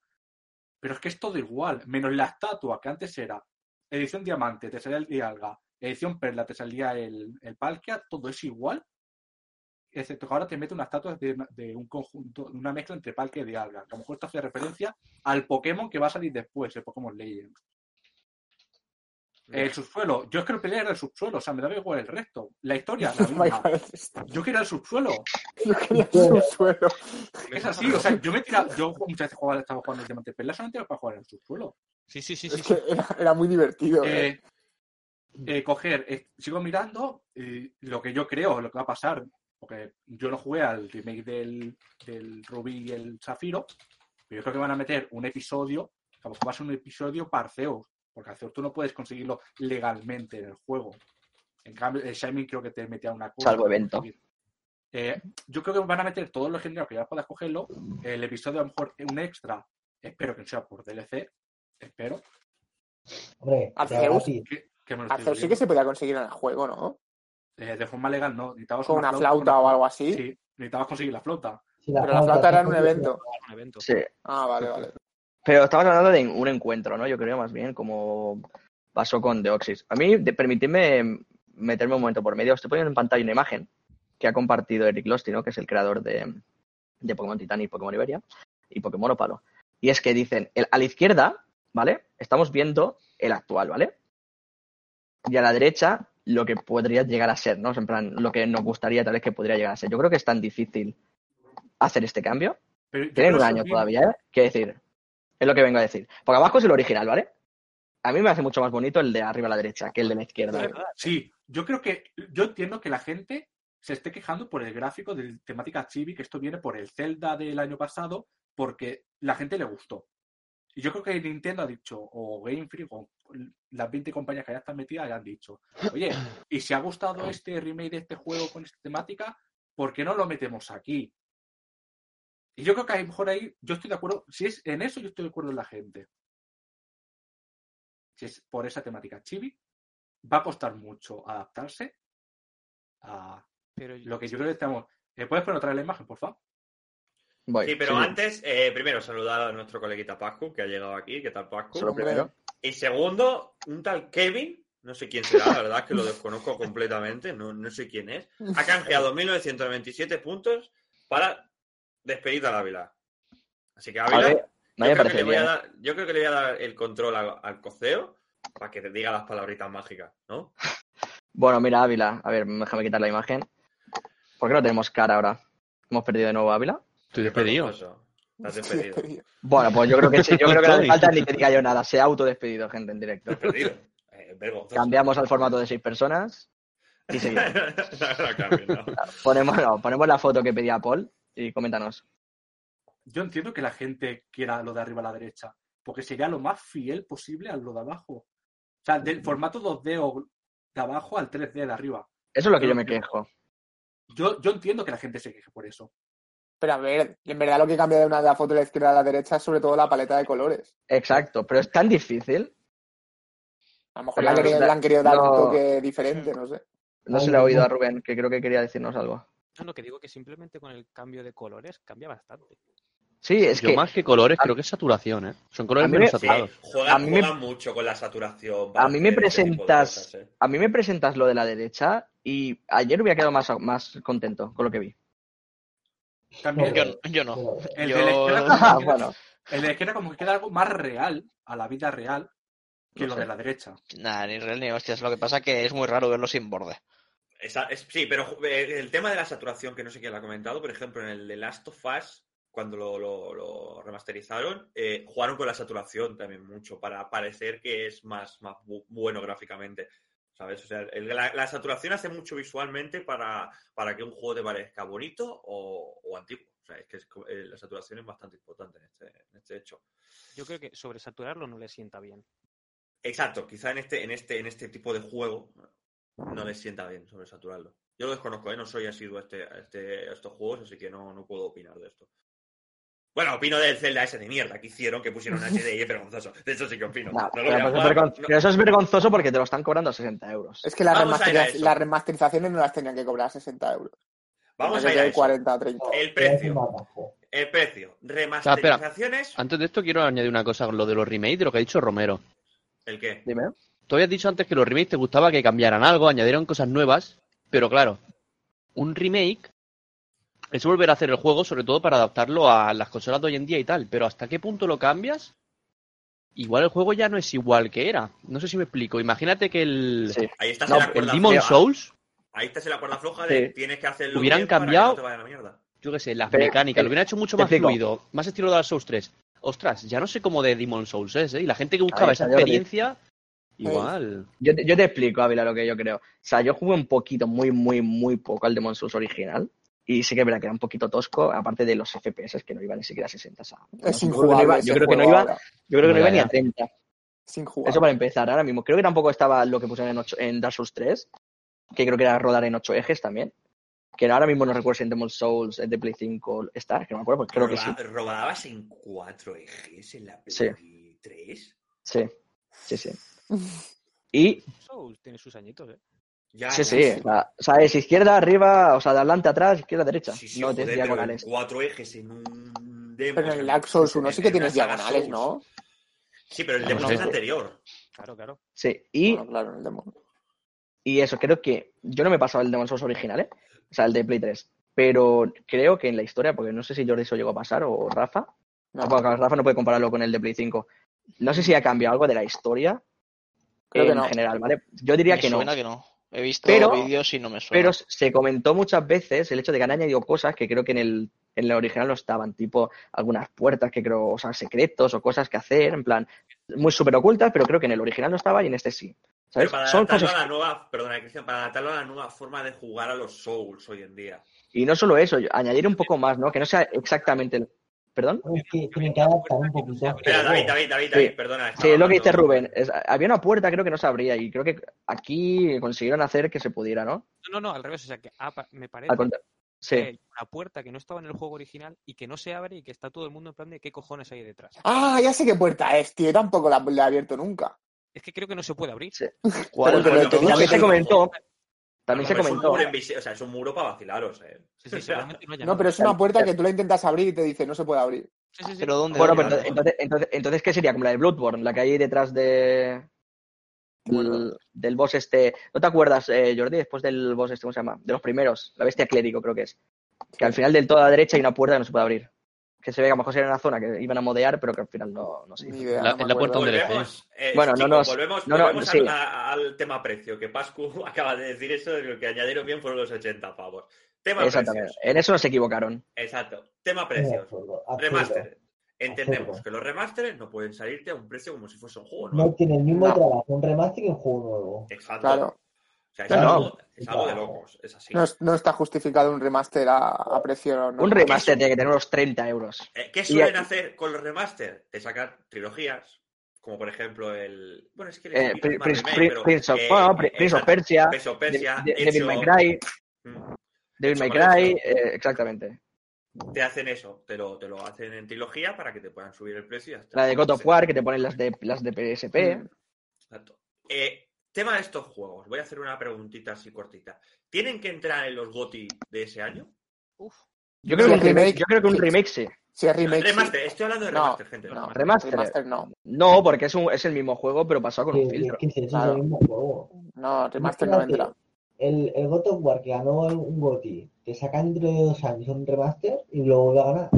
Speaker 5: Pero es que es todo igual, menos la estatua que antes era edición diamante, te salía el dialga, edición perla, te salía el, el palkia, todo es igual. Excepto que ahora te mete una estatua de, una- de un conjunto, una mezcla entre palkia y dialga, que a lo mejor te hace referencia al Pokémon que va a salir después, el Pokémon Legend. El subsuelo, yo es que lo pedía era el subsuelo, o sea, me da igual el resto. La historia, la misma. Yo quiero el subsuelo.
Speaker 3: Yo quería el subsuelo.
Speaker 5: Es así, o sea, yo me he tirado. Yo muchas veces jugaba, estaba jugando el Diamante Perla solamente para jugar en el subsuelo.
Speaker 9: Sí, sí, sí, sí.
Speaker 3: Es que era, era muy divertido. ¿eh?
Speaker 5: Eh, eh, coger, eh, sigo mirando eh, lo que yo creo, lo que va a pasar, porque yo no jugué al remake del, del Rubí y el Zafiro, pero yo creo que van a meter un episodio, que a lo mejor va a ser un episodio para Arceus, porque Arceus tú no puedes conseguirlo legalmente en el juego. En cambio, el Shining creo que te metía una cosa.
Speaker 2: Salvo evento.
Speaker 5: Eh, yo creo que van a meter todos los géneros que ya puedas cogerlo. El episodio, a lo mejor, un extra, espero que sea por DLC, espero.
Speaker 7: Hombre, de
Speaker 3: Arceus.
Speaker 7: verdad, sí.
Speaker 5: Que, que me lo estoy
Speaker 3: Hacer sí
Speaker 5: leyendo.
Speaker 3: que se podía conseguir en el juego, ¿no?
Speaker 5: Eh, de forma legal no, necesitabas
Speaker 3: Con una flauta o algo así.
Speaker 5: Sí, necesitabas conseguir la flauta.
Speaker 7: Si
Speaker 3: Pero la flauta era en un evento.
Speaker 8: un evento.
Speaker 2: Sí.
Speaker 3: Ah, vale, vale.
Speaker 2: Pero estamos hablando de un encuentro, ¿no? Yo creo más bien como pasó con Deoxys. A mí, de, permitidme meterme un momento por medio. Estoy poniendo en pantalla una imagen que ha compartido Eric Losty, ¿no? Que es el creador de, de Pokémon Titan y Pokémon Iberia y Pokémon Opalo. Y es que dicen, el- a la izquierda, ¿vale? Estamos viendo el actual, ¿vale? Y a la derecha, lo que podría llegar a ser, ¿no? En plan, lo que nos gustaría tal vez que podría llegar a ser. Yo creo que es tan difícil hacer este cambio
Speaker 5: Pero yo
Speaker 2: tienen
Speaker 5: creo
Speaker 2: un
Speaker 5: que
Speaker 2: año
Speaker 5: subir-
Speaker 2: todavía, ¿eh? Quiero decir, es lo que vengo a decir. Porque abajo es el original, ¿vale? A mí me hace mucho más bonito el de arriba a la derecha que el de la izquierda. ¿eh?
Speaker 5: Sí, yo creo que, yo entiendo que la gente se esté quejando por el gráfico de temática chibi, que esto viene por el Zelda del año pasado, porque la gente le gustó. Y yo creo que Nintendo ha dicho, o Game Freak, o las 20 compañías que ya están metidas, ya han dicho, oye, y si ha gustado este remake de este juego con esta temática, ¿por qué no lo metemos aquí? Y yo creo que a lo mejor ahí, yo estoy de acuerdo, si es en eso, yo estoy de acuerdo en la gente. Si es por esa temática chibi, va a costar mucho adaptarse a
Speaker 8: Pero yo-
Speaker 5: lo que yo creo que estamos. ¿Eh, ¿Puedes poner otra vez la imagen, por favor?
Speaker 2: Voy,
Speaker 1: Sí, pero
Speaker 2: sí.
Speaker 1: antes, eh, primero, saludar a nuestro coleguita Pascu, que ha llegado aquí. ¿Qué tal, Pascu?
Speaker 2: Solo- primero.
Speaker 1: Y segundo, un tal Kevin, no sé quién será, la verdad es que lo desconozco completamente, no, no sé quién es, ha canjeado 1.927 puntos para despedir a Ávila. Así que
Speaker 2: A
Speaker 1: Ávila,
Speaker 2: ver, no me
Speaker 1: yo, creo que
Speaker 2: parece
Speaker 1: le voy a
Speaker 2: bien. ¿eh?
Speaker 1: dar, yo creo que le voy a dar el control al, al coceo para que te diga las palabritas mágicas, ¿no?
Speaker 2: Bueno, mira, Ávila. A ver, déjame quitar la imagen. ¿Por qué no tenemos cara ahora? ¿Hemos perdido de nuevo a Ávila?
Speaker 6: Estoy
Speaker 1: Qué
Speaker 6: despedido.
Speaker 1: vergonzoso. Estás despedido.
Speaker 2: Bueno, pues yo creo que sí. Yo creo que no hace
Speaker 6: Tony.
Speaker 2: falta ni que diga yo nada. Se ha autodespedido, gente, en directo.
Speaker 1: Despedido. Eh, vergonzoso.
Speaker 2: Cambiamos al formato de seis personas y
Speaker 1: no,
Speaker 2: seguimos.
Speaker 1: no, cambies, no.
Speaker 2: Ponemos, no, ponemos la foto que pedía Paul y coméntanos.
Speaker 5: Yo entiendo que la gente quiera lo de arriba a la derecha, porque sería lo más fiel posible a lo de abajo. O sea, del formato 2D o de abajo al 3D de arriba.
Speaker 2: Eso es lo que yo me quejo.
Speaker 5: Yo, yo entiendo que la gente se queje por eso.
Speaker 3: Pero a ver, en verdad lo que cambia de una de la foto de la izquierda a la derecha es sobre todo la paleta de colores.
Speaker 2: Exacto, pero es tan difícil.
Speaker 3: A lo mejor
Speaker 2: Claro,
Speaker 3: le han querido-
Speaker 2: la-
Speaker 3: le han querido dar
Speaker 2: no.
Speaker 3: un toque diferente, no sé.
Speaker 2: No se le ha oído a Rubén, que creo que quería decirnos algo.
Speaker 8: no, no, que digo que simplemente con el cambio de colores cambia bastante.
Speaker 2: Sí, es
Speaker 6: Yo
Speaker 2: que
Speaker 6: más que colores,
Speaker 2: a-
Speaker 6: creo que es saturación, ¿eh? Son
Speaker 2: a
Speaker 6: colores
Speaker 2: mí
Speaker 6: menos
Speaker 2: me-
Speaker 1: Sí,
Speaker 6: saturados.
Speaker 1: juegan,
Speaker 2: A mí me-
Speaker 1: juegan mucho con la saturación.
Speaker 2: a mí me
Speaker 1: hacer ese tipo de
Speaker 2: presentas-
Speaker 1: cosas, ¿eh?
Speaker 2: a mí me presentas lo de la derecha y ayer hubiera quedado más, más contento con lo que vi.
Speaker 5: También
Speaker 7: Yo-
Speaker 4: Yo, yo no.
Speaker 5: el,
Speaker 4: Yo-
Speaker 5: de la izquierda
Speaker 2: Ah,
Speaker 5: como que queda-
Speaker 2: bueno,
Speaker 5: el de la izquierda como que queda algo más real a la vida real que
Speaker 2: No
Speaker 5: lo
Speaker 2: sé.
Speaker 5: de la derecha.
Speaker 4: Nada, ni real ni hostias. Lo que pasa que es muy raro verlo sin borde.
Speaker 1: Esa- es- sí, pero ju- eh, el tema de la saturación, que no sé quién lo ha comentado, por ejemplo, en el de Last of Us, cuando lo, lo- lo remasterizaron, eh, jugaron con la saturación también mucho para parecer que es más, más bu- bueno gráficamente. ¿Sabes? O sea, el- la, la saturación hace mucho visualmente para, para que un juego te parezca bonito o, o antiguo. O sea, es que es co- eh, la saturación es bastante importante en este, en este hecho.
Speaker 8: Yo creo que sobresaturarlo no le sienta bien.
Speaker 1: Exacto, quizá en este, en este, en este tipo de juego no les sienta bien sobresaturarlo. Yo lo desconozco, ¿eh? no soy asiduo a, este, a, este- a estos juegos, así que no, no puedo opinar de esto. Bueno, opino del Zelda ese de mierda que hicieron, que pusieron HDI, es vergonzoso. De eso sí que opino.
Speaker 2: no,
Speaker 1: No lo
Speaker 2: pero,
Speaker 1: voy a
Speaker 2: pues es
Speaker 1: jugar,
Speaker 2: vergon-
Speaker 1: no-
Speaker 2: pero eso es vergonzoso porque te lo están cobrando a 60 euros.
Speaker 3: Es que las,
Speaker 1: Vamos a ir a
Speaker 3: remasteriza-
Speaker 1: eso.
Speaker 3: las remasterizaciones no las tenían que cobrar 60 euros.
Speaker 1: Vamos
Speaker 3: Hay
Speaker 1: a
Speaker 3: que
Speaker 1: ir a
Speaker 3: tener
Speaker 1: eso.
Speaker 3: 40 o 30.
Speaker 1: El
Speaker 7: Es un
Speaker 1: precio.
Speaker 7: batazo.
Speaker 1: El precio.
Speaker 6: espera.
Speaker 1: Remasterizaciones.
Speaker 6: Antes de esto quiero añadir una cosa, lo de los remakes, de lo que ha dicho Romero.
Speaker 1: ¿El qué?
Speaker 2: Dime.
Speaker 6: Tú habías dicho antes que los remakes te gustaba que cambiaran algo, añadieran cosas nuevas, pero claro, un remake es volver a hacer el juego, sobre todo para adaptarlo a las consolas de hoy en día y tal, pero ¿hasta qué punto lo cambias? Igual el juego ya no es igual que era. No sé si me explico. Imagínate que el,
Speaker 2: Sí.
Speaker 1: Ahí estás
Speaker 2: No, pues
Speaker 1: en la
Speaker 2: el
Speaker 6: el
Speaker 1: cuerda
Speaker 6: Demon
Speaker 1: floja.
Speaker 6: Souls,
Speaker 1: Ahí estás en la cuerda floja de
Speaker 2: Sí.
Speaker 1: tienes que hacerlo
Speaker 6: Hubieran
Speaker 1: bien para que
Speaker 6: cambiado-
Speaker 1: no te vaya a la mierda.
Speaker 6: yo qué sé, las
Speaker 2: Pero-
Speaker 6: mecánicas,
Speaker 2: pero-
Speaker 6: lo hubieran hecho mucho
Speaker 2: te
Speaker 6: más
Speaker 2: explico.
Speaker 6: fluido, más estilo Dark Souls 3. Ostras, ya no sé cómo de Demon Souls es, ¿eh? Y la gente que buscaba
Speaker 2: Ahí
Speaker 6: esa
Speaker 2: está, Jordi.
Speaker 6: experiencia, igual.
Speaker 2: Yo, te- yo te explico, Ávila, lo que yo creo. O sea, yo jugué un poquito, muy, muy, muy poco al Demon Souls original. Y sí que es verdad que era un poquito tosco, aparte de los FPS que no iban ni siquiera a 60. o sea, no
Speaker 3: Es
Speaker 2: sé, yo creo que no
Speaker 3: injugable.
Speaker 2: iba-
Speaker 3: ese
Speaker 2: Yo creo que no
Speaker 3: juego
Speaker 2: iba-
Speaker 3: ahora.
Speaker 2: yo creo que no
Speaker 6: Ya,
Speaker 2: iba ni
Speaker 6: ya.
Speaker 2: a 30.
Speaker 3: Es injugable.
Speaker 2: Eso para empezar, ahora mismo. Creo que tampoco estaba lo que pusieron en, ocho- en Dark Souls 3, que creo que era rodar en 8 ejes también. Que ahora mismo no recuerdo si en Demon Souls, en The Play 5 está, es que no me acuerdo, porque creo que sí.
Speaker 1: Roba- ¿Robabas en cuatro ejes en la
Speaker 2: Sí.
Speaker 1: Play 3?
Speaker 2: Sí, sí, sí. Y,
Speaker 8: Souls tiene sus añitos, ¿eh?
Speaker 1: Ya,
Speaker 2: sí,
Speaker 1: ya,
Speaker 2: sí, o sea, o sea, es izquierda, arriba, o sea, de adelante, atrás, izquierda, derecha.
Speaker 1: Sí, sí,
Speaker 2: no
Speaker 1: joder,
Speaker 2: tienes
Speaker 1: pero en
Speaker 2: diagonales.
Speaker 1: cuatro ejes en un demo.
Speaker 3: Pero
Speaker 1: o sea,
Speaker 3: en el Dark Souls 1
Speaker 1: en-
Speaker 3: sí que
Speaker 1: en una
Speaker 3: tienes
Speaker 1: saga Souls.
Speaker 3: diagonales, ¿no?
Speaker 1: Sí, pero el
Speaker 6: No
Speaker 1: demo
Speaker 6: sé.
Speaker 2: pues,
Speaker 1: es anterior.
Speaker 8: Claro, claro.
Speaker 2: Sí, y,
Speaker 3: Bueno, claro, en el demo.
Speaker 2: y eso, creo que yo no me he pasado el Demon Souls original, ¿eh? O sea, el de Play 3. Pero creo que en la historia, porque no sé si Jordi se lo llegó a pasar o Rafa,
Speaker 3: No,
Speaker 2: Ah, bueno, claro, Rafa no puede compararlo con el de Play 5. No sé si ha cambiado algo de la historia
Speaker 3: Creo que
Speaker 2: en
Speaker 3: Eh, no.
Speaker 2: general, ¿vale? Yo diría
Speaker 4: me
Speaker 2: que no.
Speaker 4: suena que no. He visto
Speaker 2: Pero-
Speaker 4: vídeos y no me suena.
Speaker 2: Pero se comentó muchas veces el hecho de que han añadido cosas que creo que en el, en el original no estaban, tipo algunas puertas que creo, o sea, secretos o cosas que hacer, en plan, muy súper ocultas, pero creo que en el original no estaba y en este sí.
Speaker 1: Pero
Speaker 2: ¿Sabes?
Speaker 1: para
Speaker 2: Son
Speaker 1: adaptarlo
Speaker 2: cosas.
Speaker 1: a la nueva, perdona, Cristian, para adaptarlo a la nueva forma de jugar a los Souls hoy en día.
Speaker 2: Y no solo eso, yo- añadir un poco más, ¿no? Que no sea exactamente. el- ¿Perdón?
Speaker 7: Es que tienen que adaptar un poquito. al
Speaker 1: Espera,
Speaker 7: juego.
Speaker 1: David, David, David, David,
Speaker 2: oh, Sí.
Speaker 1: perdona.
Speaker 2: Sí,
Speaker 1: estaba
Speaker 2: es lo que dice
Speaker 1: hablando-
Speaker 2: Rubén. es- había una puerta, creo que no se abría y creo que aquí consiguieron hacer que se pudiera, ¿no?
Speaker 8: No, no, no, al revés. O sea, que ah, pa- me parece
Speaker 2: Al contra- Sí.
Speaker 8: que hay una puerta que no estaba en el juego original y que no se abre y que está todo el mundo en plan de qué cojones hay detrás.
Speaker 3: Ah, ya sé qué puerta es, tío. Yo tampoco la, la he abierto nunca.
Speaker 8: Es que creo que no se puede abrir.
Speaker 2: Sí.
Speaker 4: ¿Cuál?
Speaker 3: Pero-
Speaker 1: pero-
Speaker 2: También
Speaker 1: Todos
Speaker 2: se
Speaker 1: sí.
Speaker 2: comentó. También se
Speaker 1: Pero Es un
Speaker 2: comentó.
Speaker 1: muro invisi- o sea, es un muro para vacilaros, eh.
Speaker 8: Sí, sí, seguramente no haya
Speaker 3: No,
Speaker 8: nada.
Speaker 3: pero es una
Speaker 2: Claro,
Speaker 3: puerta
Speaker 2: claro.
Speaker 3: que tú la intentas abrir y te dice no se puede abrir.
Speaker 8: Sí, sí, sí.
Speaker 4: ¿Pero dónde?
Speaker 2: Bueno,
Speaker 4: ¿Dónde?
Speaker 2: pero entonces, entonces, entonces, entonces, ¿qué sería? Como la de Bloodborne, la que hay detrás de.
Speaker 3: Bueno.
Speaker 2: Del boss este. ¿No te acuerdas, eh, Jordi? Después del boss este, ¿cómo se llama? De los primeros. La bestia clérigo, creo que es. Que al final del todo a la derecha hay una puerta que no se puede abrir. Que se ve que a lo mejor era una zona que iban a modear, pero que al final no, no se
Speaker 3: Ni
Speaker 2: hizo.
Speaker 3: idea.
Speaker 6: La-
Speaker 3: no me
Speaker 6: en la
Speaker 3: acuerdo.
Speaker 6: puerta donde-
Speaker 1: Volvemos, eh,
Speaker 2: Bueno, no
Speaker 1: chicos,
Speaker 2: nos-
Speaker 1: volvemos,
Speaker 2: no, no,
Speaker 1: volvemos
Speaker 2: sí.
Speaker 1: al, a- al tema precio, que Pascu acaba de decir eso, de lo que añadieron bien fueron los 80 pavos. Tema
Speaker 2: Exactamente.
Speaker 1: precios.
Speaker 2: En eso no se equivocaron.
Speaker 1: Exacto. Tema
Speaker 7: Absurdo,
Speaker 1: precios.
Speaker 7: absurdo.
Speaker 1: Remaster. Entendemos
Speaker 7: Absurdo.
Speaker 1: que los remasteres no pueden salirte a un precio como si fuese un juego
Speaker 7: No
Speaker 1: nuevo.
Speaker 7: tiene el mismo
Speaker 3: No.
Speaker 7: trabajo un remaster que un juego nuevo.
Speaker 1: Exacto.
Speaker 3: Claro.
Speaker 1: O sea, es,
Speaker 2: No, no.
Speaker 1: algo, es algo de locos. Es así.
Speaker 3: No, es- no está justificado un remaster a, a precio normal.
Speaker 2: Un remaster tiene que tener unos 30 euros.
Speaker 1: Eh, ¿Qué suelen
Speaker 2: Y-
Speaker 1: hacer con los remaster? Te sacan trilogías, como por ejemplo el. Bueno, es que el
Speaker 2: Eh,
Speaker 1: Spirit
Speaker 2: Prince,
Speaker 1: es más
Speaker 2: Prince-
Speaker 1: remake, pero.
Speaker 2: Prince of,
Speaker 1: eh,
Speaker 2: bueno, Prince-
Speaker 1: eh,
Speaker 2: Prince of
Speaker 1: exacto,
Speaker 2: Persia,
Speaker 1: Prince of
Speaker 2: De-
Speaker 1: Persia,
Speaker 2: de- Devil
Speaker 1: hecho-
Speaker 2: May Cry,
Speaker 1: Mm.
Speaker 2: Devil May
Speaker 1: Hecho con
Speaker 2: Cry,
Speaker 1: hecho.
Speaker 2: eh, exactamente.
Speaker 1: Te hacen eso, te lo, te lo hacen en trilogía para que te puedan subir el precio y ya está.
Speaker 2: La de God of
Speaker 1: Sí,
Speaker 2: War, que te ponen las de, las de PSP.
Speaker 3: Mm.
Speaker 1: exacto. Eh, tema de estos juegos. Voy a hacer una preguntita así cortita. ¿Tienen que entrar en los GOTI de ese año?
Speaker 2: Yo creo, que un
Speaker 3: Sí,
Speaker 2: remake,
Speaker 3: remake.
Speaker 2: yo creo que un
Speaker 3: Sí.
Speaker 2: remake sí.
Speaker 3: Si es remake. sí.
Speaker 1: Remaster, estoy hablando de
Speaker 3: No,
Speaker 1: remaster, gente.
Speaker 3: no.
Speaker 2: Remaster.
Speaker 3: Remaster no.
Speaker 2: No, porque es, un, es el mismo juego, pero pasado con
Speaker 7: Que-
Speaker 2: un filtro.
Speaker 7: que es el
Speaker 3: Claro.
Speaker 7: mismo juego.
Speaker 3: No, remaster no
Speaker 7: Imagínate,
Speaker 3: vendrá.
Speaker 7: El, el God of War que ganó un GOTI, que sacan dentro de dos años un remaster y lo vuelve a ganar.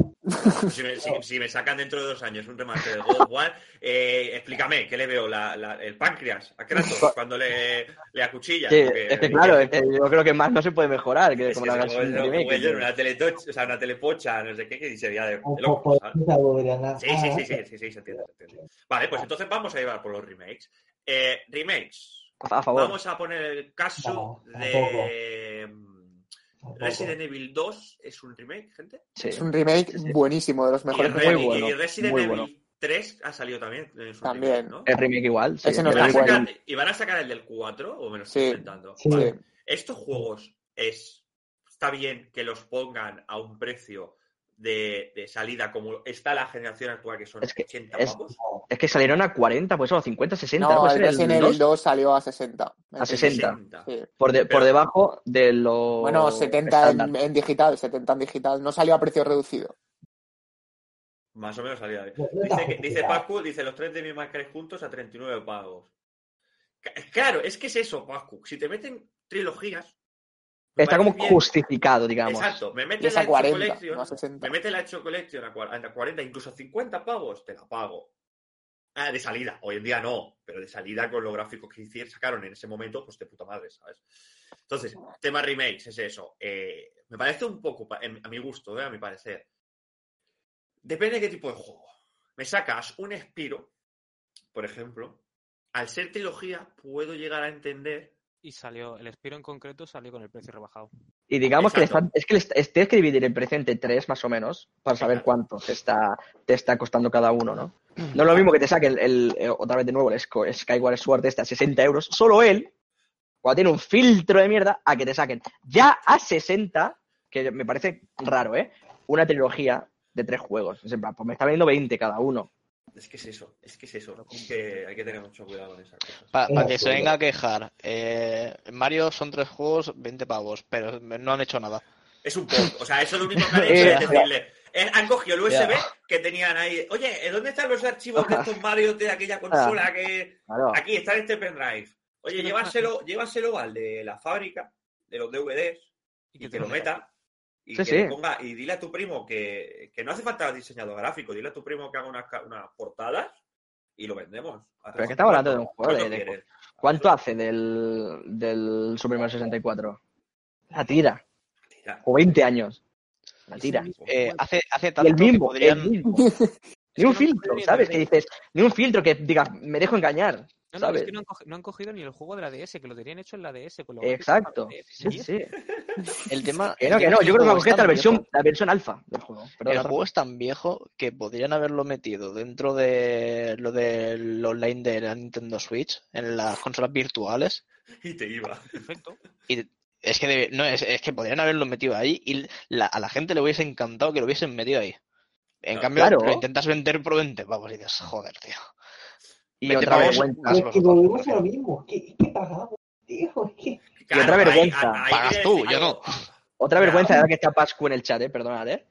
Speaker 1: Si me, si- si me sacan dentro de dos años un remaster de God of War, eh, explícame, ¿qué le veo? La- la- el páncreas a Kratos cuando le, le acuchilla.
Speaker 2: Sí,
Speaker 1: Porque-
Speaker 2: es que claro, es que yo creo que más no se puede mejorar que
Speaker 1: Es
Speaker 2: como
Speaker 1: que
Speaker 2: la
Speaker 1: se
Speaker 2: versión
Speaker 1: puede-
Speaker 2: remake.
Speaker 1: puede ser una teletocha, o sea, una telepocha, no sé qué, que sería de,
Speaker 7: O
Speaker 1: de locos,
Speaker 7: por-
Speaker 1: ¿sabes?
Speaker 7: por eso volver pues, a ganar.
Speaker 1: Sí, sí, sí, sí, sí, sí, se entiende, se entiende. Vale, pues entonces vamos a llevar por los remakes. Eh, remakes.
Speaker 2: A a favor.
Speaker 1: Vamos a poner el caso
Speaker 7: No,
Speaker 1: de mm,
Speaker 7: Tampoco.
Speaker 1: Resident Evil 2 es un remake, gente.
Speaker 2: Sí.
Speaker 3: Es un remake
Speaker 2: Sí, sí.
Speaker 3: buenísimo, de los
Speaker 1: Y,
Speaker 3: mejores
Speaker 1: Re-
Speaker 2: muy
Speaker 3: remakes.
Speaker 1: y-
Speaker 2: bueno,
Speaker 1: y Resident
Speaker 2: muy
Speaker 1: Evil
Speaker 2: bueno.
Speaker 1: 3 ha salido también. en su
Speaker 3: También.
Speaker 1: remake, ¿no?
Speaker 2: El remake igual. Sí.
Speaker 3: Ese no
Speaker 1: ¿Y
Speaker 2: el
Speaker 1: van, a
Speaker 3: está
Speaker 2: remake-
Speaker 1: sacar,
Speaker 3: bueno.
Speaker 1: y van a sacar el del 4 o me lo estoy
Speaker 3: Sí.
Speaker 1: inventando?
Speaker 7: Sí.
Speaker 1: Vale.
Speaker 3: Sí.
Speaker 1: ¿Estos juegos es, está bien que los pongan a un precio de, de salida como está la generación actual, que son
Speaker 2: Es que
Speaker 1: 80
Speaker 2: es-
Speaker 1: pavos.
Speaker 2: Es que salieron a 40, pues, o 50, 60.
Speaker 3: No,
Speaker 2: pues,
Speaker 3: el
Speaker 2: era
Speaker 3: Resident Evil
Speaker 2: 2.
Speaker 3: 2 salió a 60.
Speaker 2: A 60.
Speaker 3: Sí.
Speaker 2: Por, de- por
Speaker 1: Pero-
Speaker 2: debajo de lo.
Speaker 3: Bueno, 70
Speaker 2: estándar.
Speaker 3: en, en digital, 70 en digital. No salió a precio reducido.
Speaker 1: Más o menos salida. de-
Speaker 7: pues, No, no está
Speaker 1: Dice, que, dice
Speaker 7: justificado.
Speaker 1: Pascu, dice los tres de mi Cry juntos a 39 pavos. Ca- Claro, es que es eso, Pascu. Si te meten trilogías. me
Speaker 2: Está
Speaker 1: parece
Speaker 2: como
Speaker 1: bien.
Speaker 2: justificado, digamos.
Speaker 1: Exacto, me
Speaker 3: Y
Speaker 1: meten
Speaker 3: es
Speaker 1: la
Speaker 3: a
Speaker 1: Echo
Speaker 3: 40,
Speaker 1: Collection.
Speaker 3: no a 60.
Speaker 1: Me mete la Echo Collection a 40, a 40, incluso a 50 pavos, te la pago. Ah, de salida. Hoy en día no, pero de salida con los gráficos que hicieron, sacaron en ese momento, pues de puta madre, ¿sabes? Entonces, tema remakes, es eso. Eh, me parece un poco, pa- en- a mi gusto, ¿eh? a mi parecer. Depende de qué tipo de juego. Me sacas un Spiro, por ejemplo. Al ser trilogía, puedo llegar a entender.
Speaker 8: Y salió, el Spiro en concreto salió con el precio rebajado.
Speaker 2: Y digamos que le
Speaker 1: Exacto.
Speaker 2: están- es que le est- es- tienes que dividir el precio entre tres más o menos para saber
Speaker 1: Exacto.
Speaker 2: cuánto te está, te está costando cada uno, ¿no? No es lo mismo que te saque el, el- eh, otra vez de nuevo el Sco- Skyward Sword este a 60 euros, solo él, cuando tiene un filtro de mierda, a que te saquen ya a 60, que me parece raro, ¿eh? Una trilogía de tres juegos. Es en plan, pues me está vendiendo 20 cada uno.
Speaker 1: Es que es eso, es que es eso. Es que hay que tener mucho cuidado con esas cosas.
Speaker 4: Para
Speaker 7: Venga,
Speaker 4: que se
Speaker 7: pues.
Speaker 4: venga a quejar. eh, Mario son tres juegos, 20 pavos, pero no han hecho nada.
Speaker 1: Es un port. O sea, eso lo único que han hecho
Speaker 2: Ya.
Speaker 1: es decirle. eh, Han cogido el USB
Speaker 4: Ya.
Speaker 1: que tenían ahí. Oye, ¿eh, ¿dónde están los archivos
Speaker 2: Ah.
Speaker 1: de estos Mario de aquella consola que.
Speaker 2: Claro.
Speaker 1: Aquí está este pendrive. Oye, llévaselo, llévaselo al de la fábrica, de los DVDs, y que lo meta. Y
Speaker 2: Sí,
Speaker 1: que le
Speaker 2: sí.
Speaker 1: ponga. Y dile a tu primo que, que no hace falta diseñador gráfico. Dile a tu primo que haga unas, ca- unas portadas y lo vendemos.
Speaker 2: Pero que estamos hablando de un
Speaker 1: ¿Cuánto-
Speaker 2: juego de-
Speaker 1: cuánto
Speaker 2: de-
Speaker 1: quieres?
Speaker 2: ¿Cuánto hace del, del Super Mario 64? La tira.
Speaker 1: Tira.
Speaker 2: O 20 años. La
Speaker 8: Es
Speaker 2: tira.
Speaker 8: el mismo
Speaker 4: Eh,
Speaker 8: juego.
Speaker 4: hace, hace
Speaker 2: Y
Speaker 4: tanto
Speaker 2: el mismo,
Speaker 4: que podrían.
Speaker 2: el mismo.
Speaker 8: que
Speaker 2: Ni un
Speaker 8: no
Speaker 2: filtro,
Speaker 8: pueden ni
Speaker 2: ¿sabes? Que
Speaker 8: perder.
Speaker 2: dices, ni un filtro que digas, me dejo engañar.
Speaker 8: No, no,
Speaker 2: ¿sabes?
Speaker 8: es que no han, cogi- no han cogido ni el juego de la DS, que lo tenían hecho en la DS. Con lo gráfico de la
Speaker 2: Exacto.
Speaker 8: DS,
Speaker 2: Sí,
Speaker 8: y
Speaker 2: sí.
Speaker 4: El tema.
Speaker 2: Que
Speaker 4: el
Speaker 2: no, que
Speaker 4: tema
Speaker 2: no.
Speaker 4: es
Speaker 2: Yo creo que va a
Speaker 4: el juego
Speaker 2: coger la
Speaker 4: es tan
Speaker 2: versión,
Speaker 4: viejo-
Speaker 2: la versión alfa del juego. Perdona,
Speaker 4: El
Speaker 2: Rafa.
Speaker 4: juego es tan viejo que podrían haberlo metido dentro de lo del online de la Nintendo Switch, en las consolas virtuales.
Speaker 1: Y te iba.
Speaker 8: Perfecto.
Speaker 4: Y es que, debe- no, es, es que podrían haberlo metido ahí y la- a la gente le hubiese encantado que lo hubiesen metido ahí. En
Speaker 1: Claro.
Speaker 4: cambio,
Speaker 2: Claro.
Speaker 4: lo intentas vender por 20 pavos y dices, joder, tío.
Speaker 2: Y
Speaker 4: 20
Speaker 2: otra
Speaker 4: pavos
Speaker 2: vergüenza.
Speaker 4: más
Speaker 7: Y-
Speaker 4: los
Speaker 7: y
Speaker 4: otros,
Speaker 7: volvemos a
Speaker 4: prefiero.
Speaker 7: lo mismo. ¿Qué, qué pagamos, tío? Es que-
Speaker 2: otra
Speaker 1: Claro, ahí-
Speaker 2: vergüenza.
Speaker 1: ahí
Speaker 4: Pagas
Speaker 1: quiere
Speaker 4: tú,
Speaker 1: decir-
Speaker 4: yo no.
Speaker 2: Otra
Speaker 1: Claro.
Speaker 2: vergüenza de la que está Pascu en el chat, eh, perdonad, eh.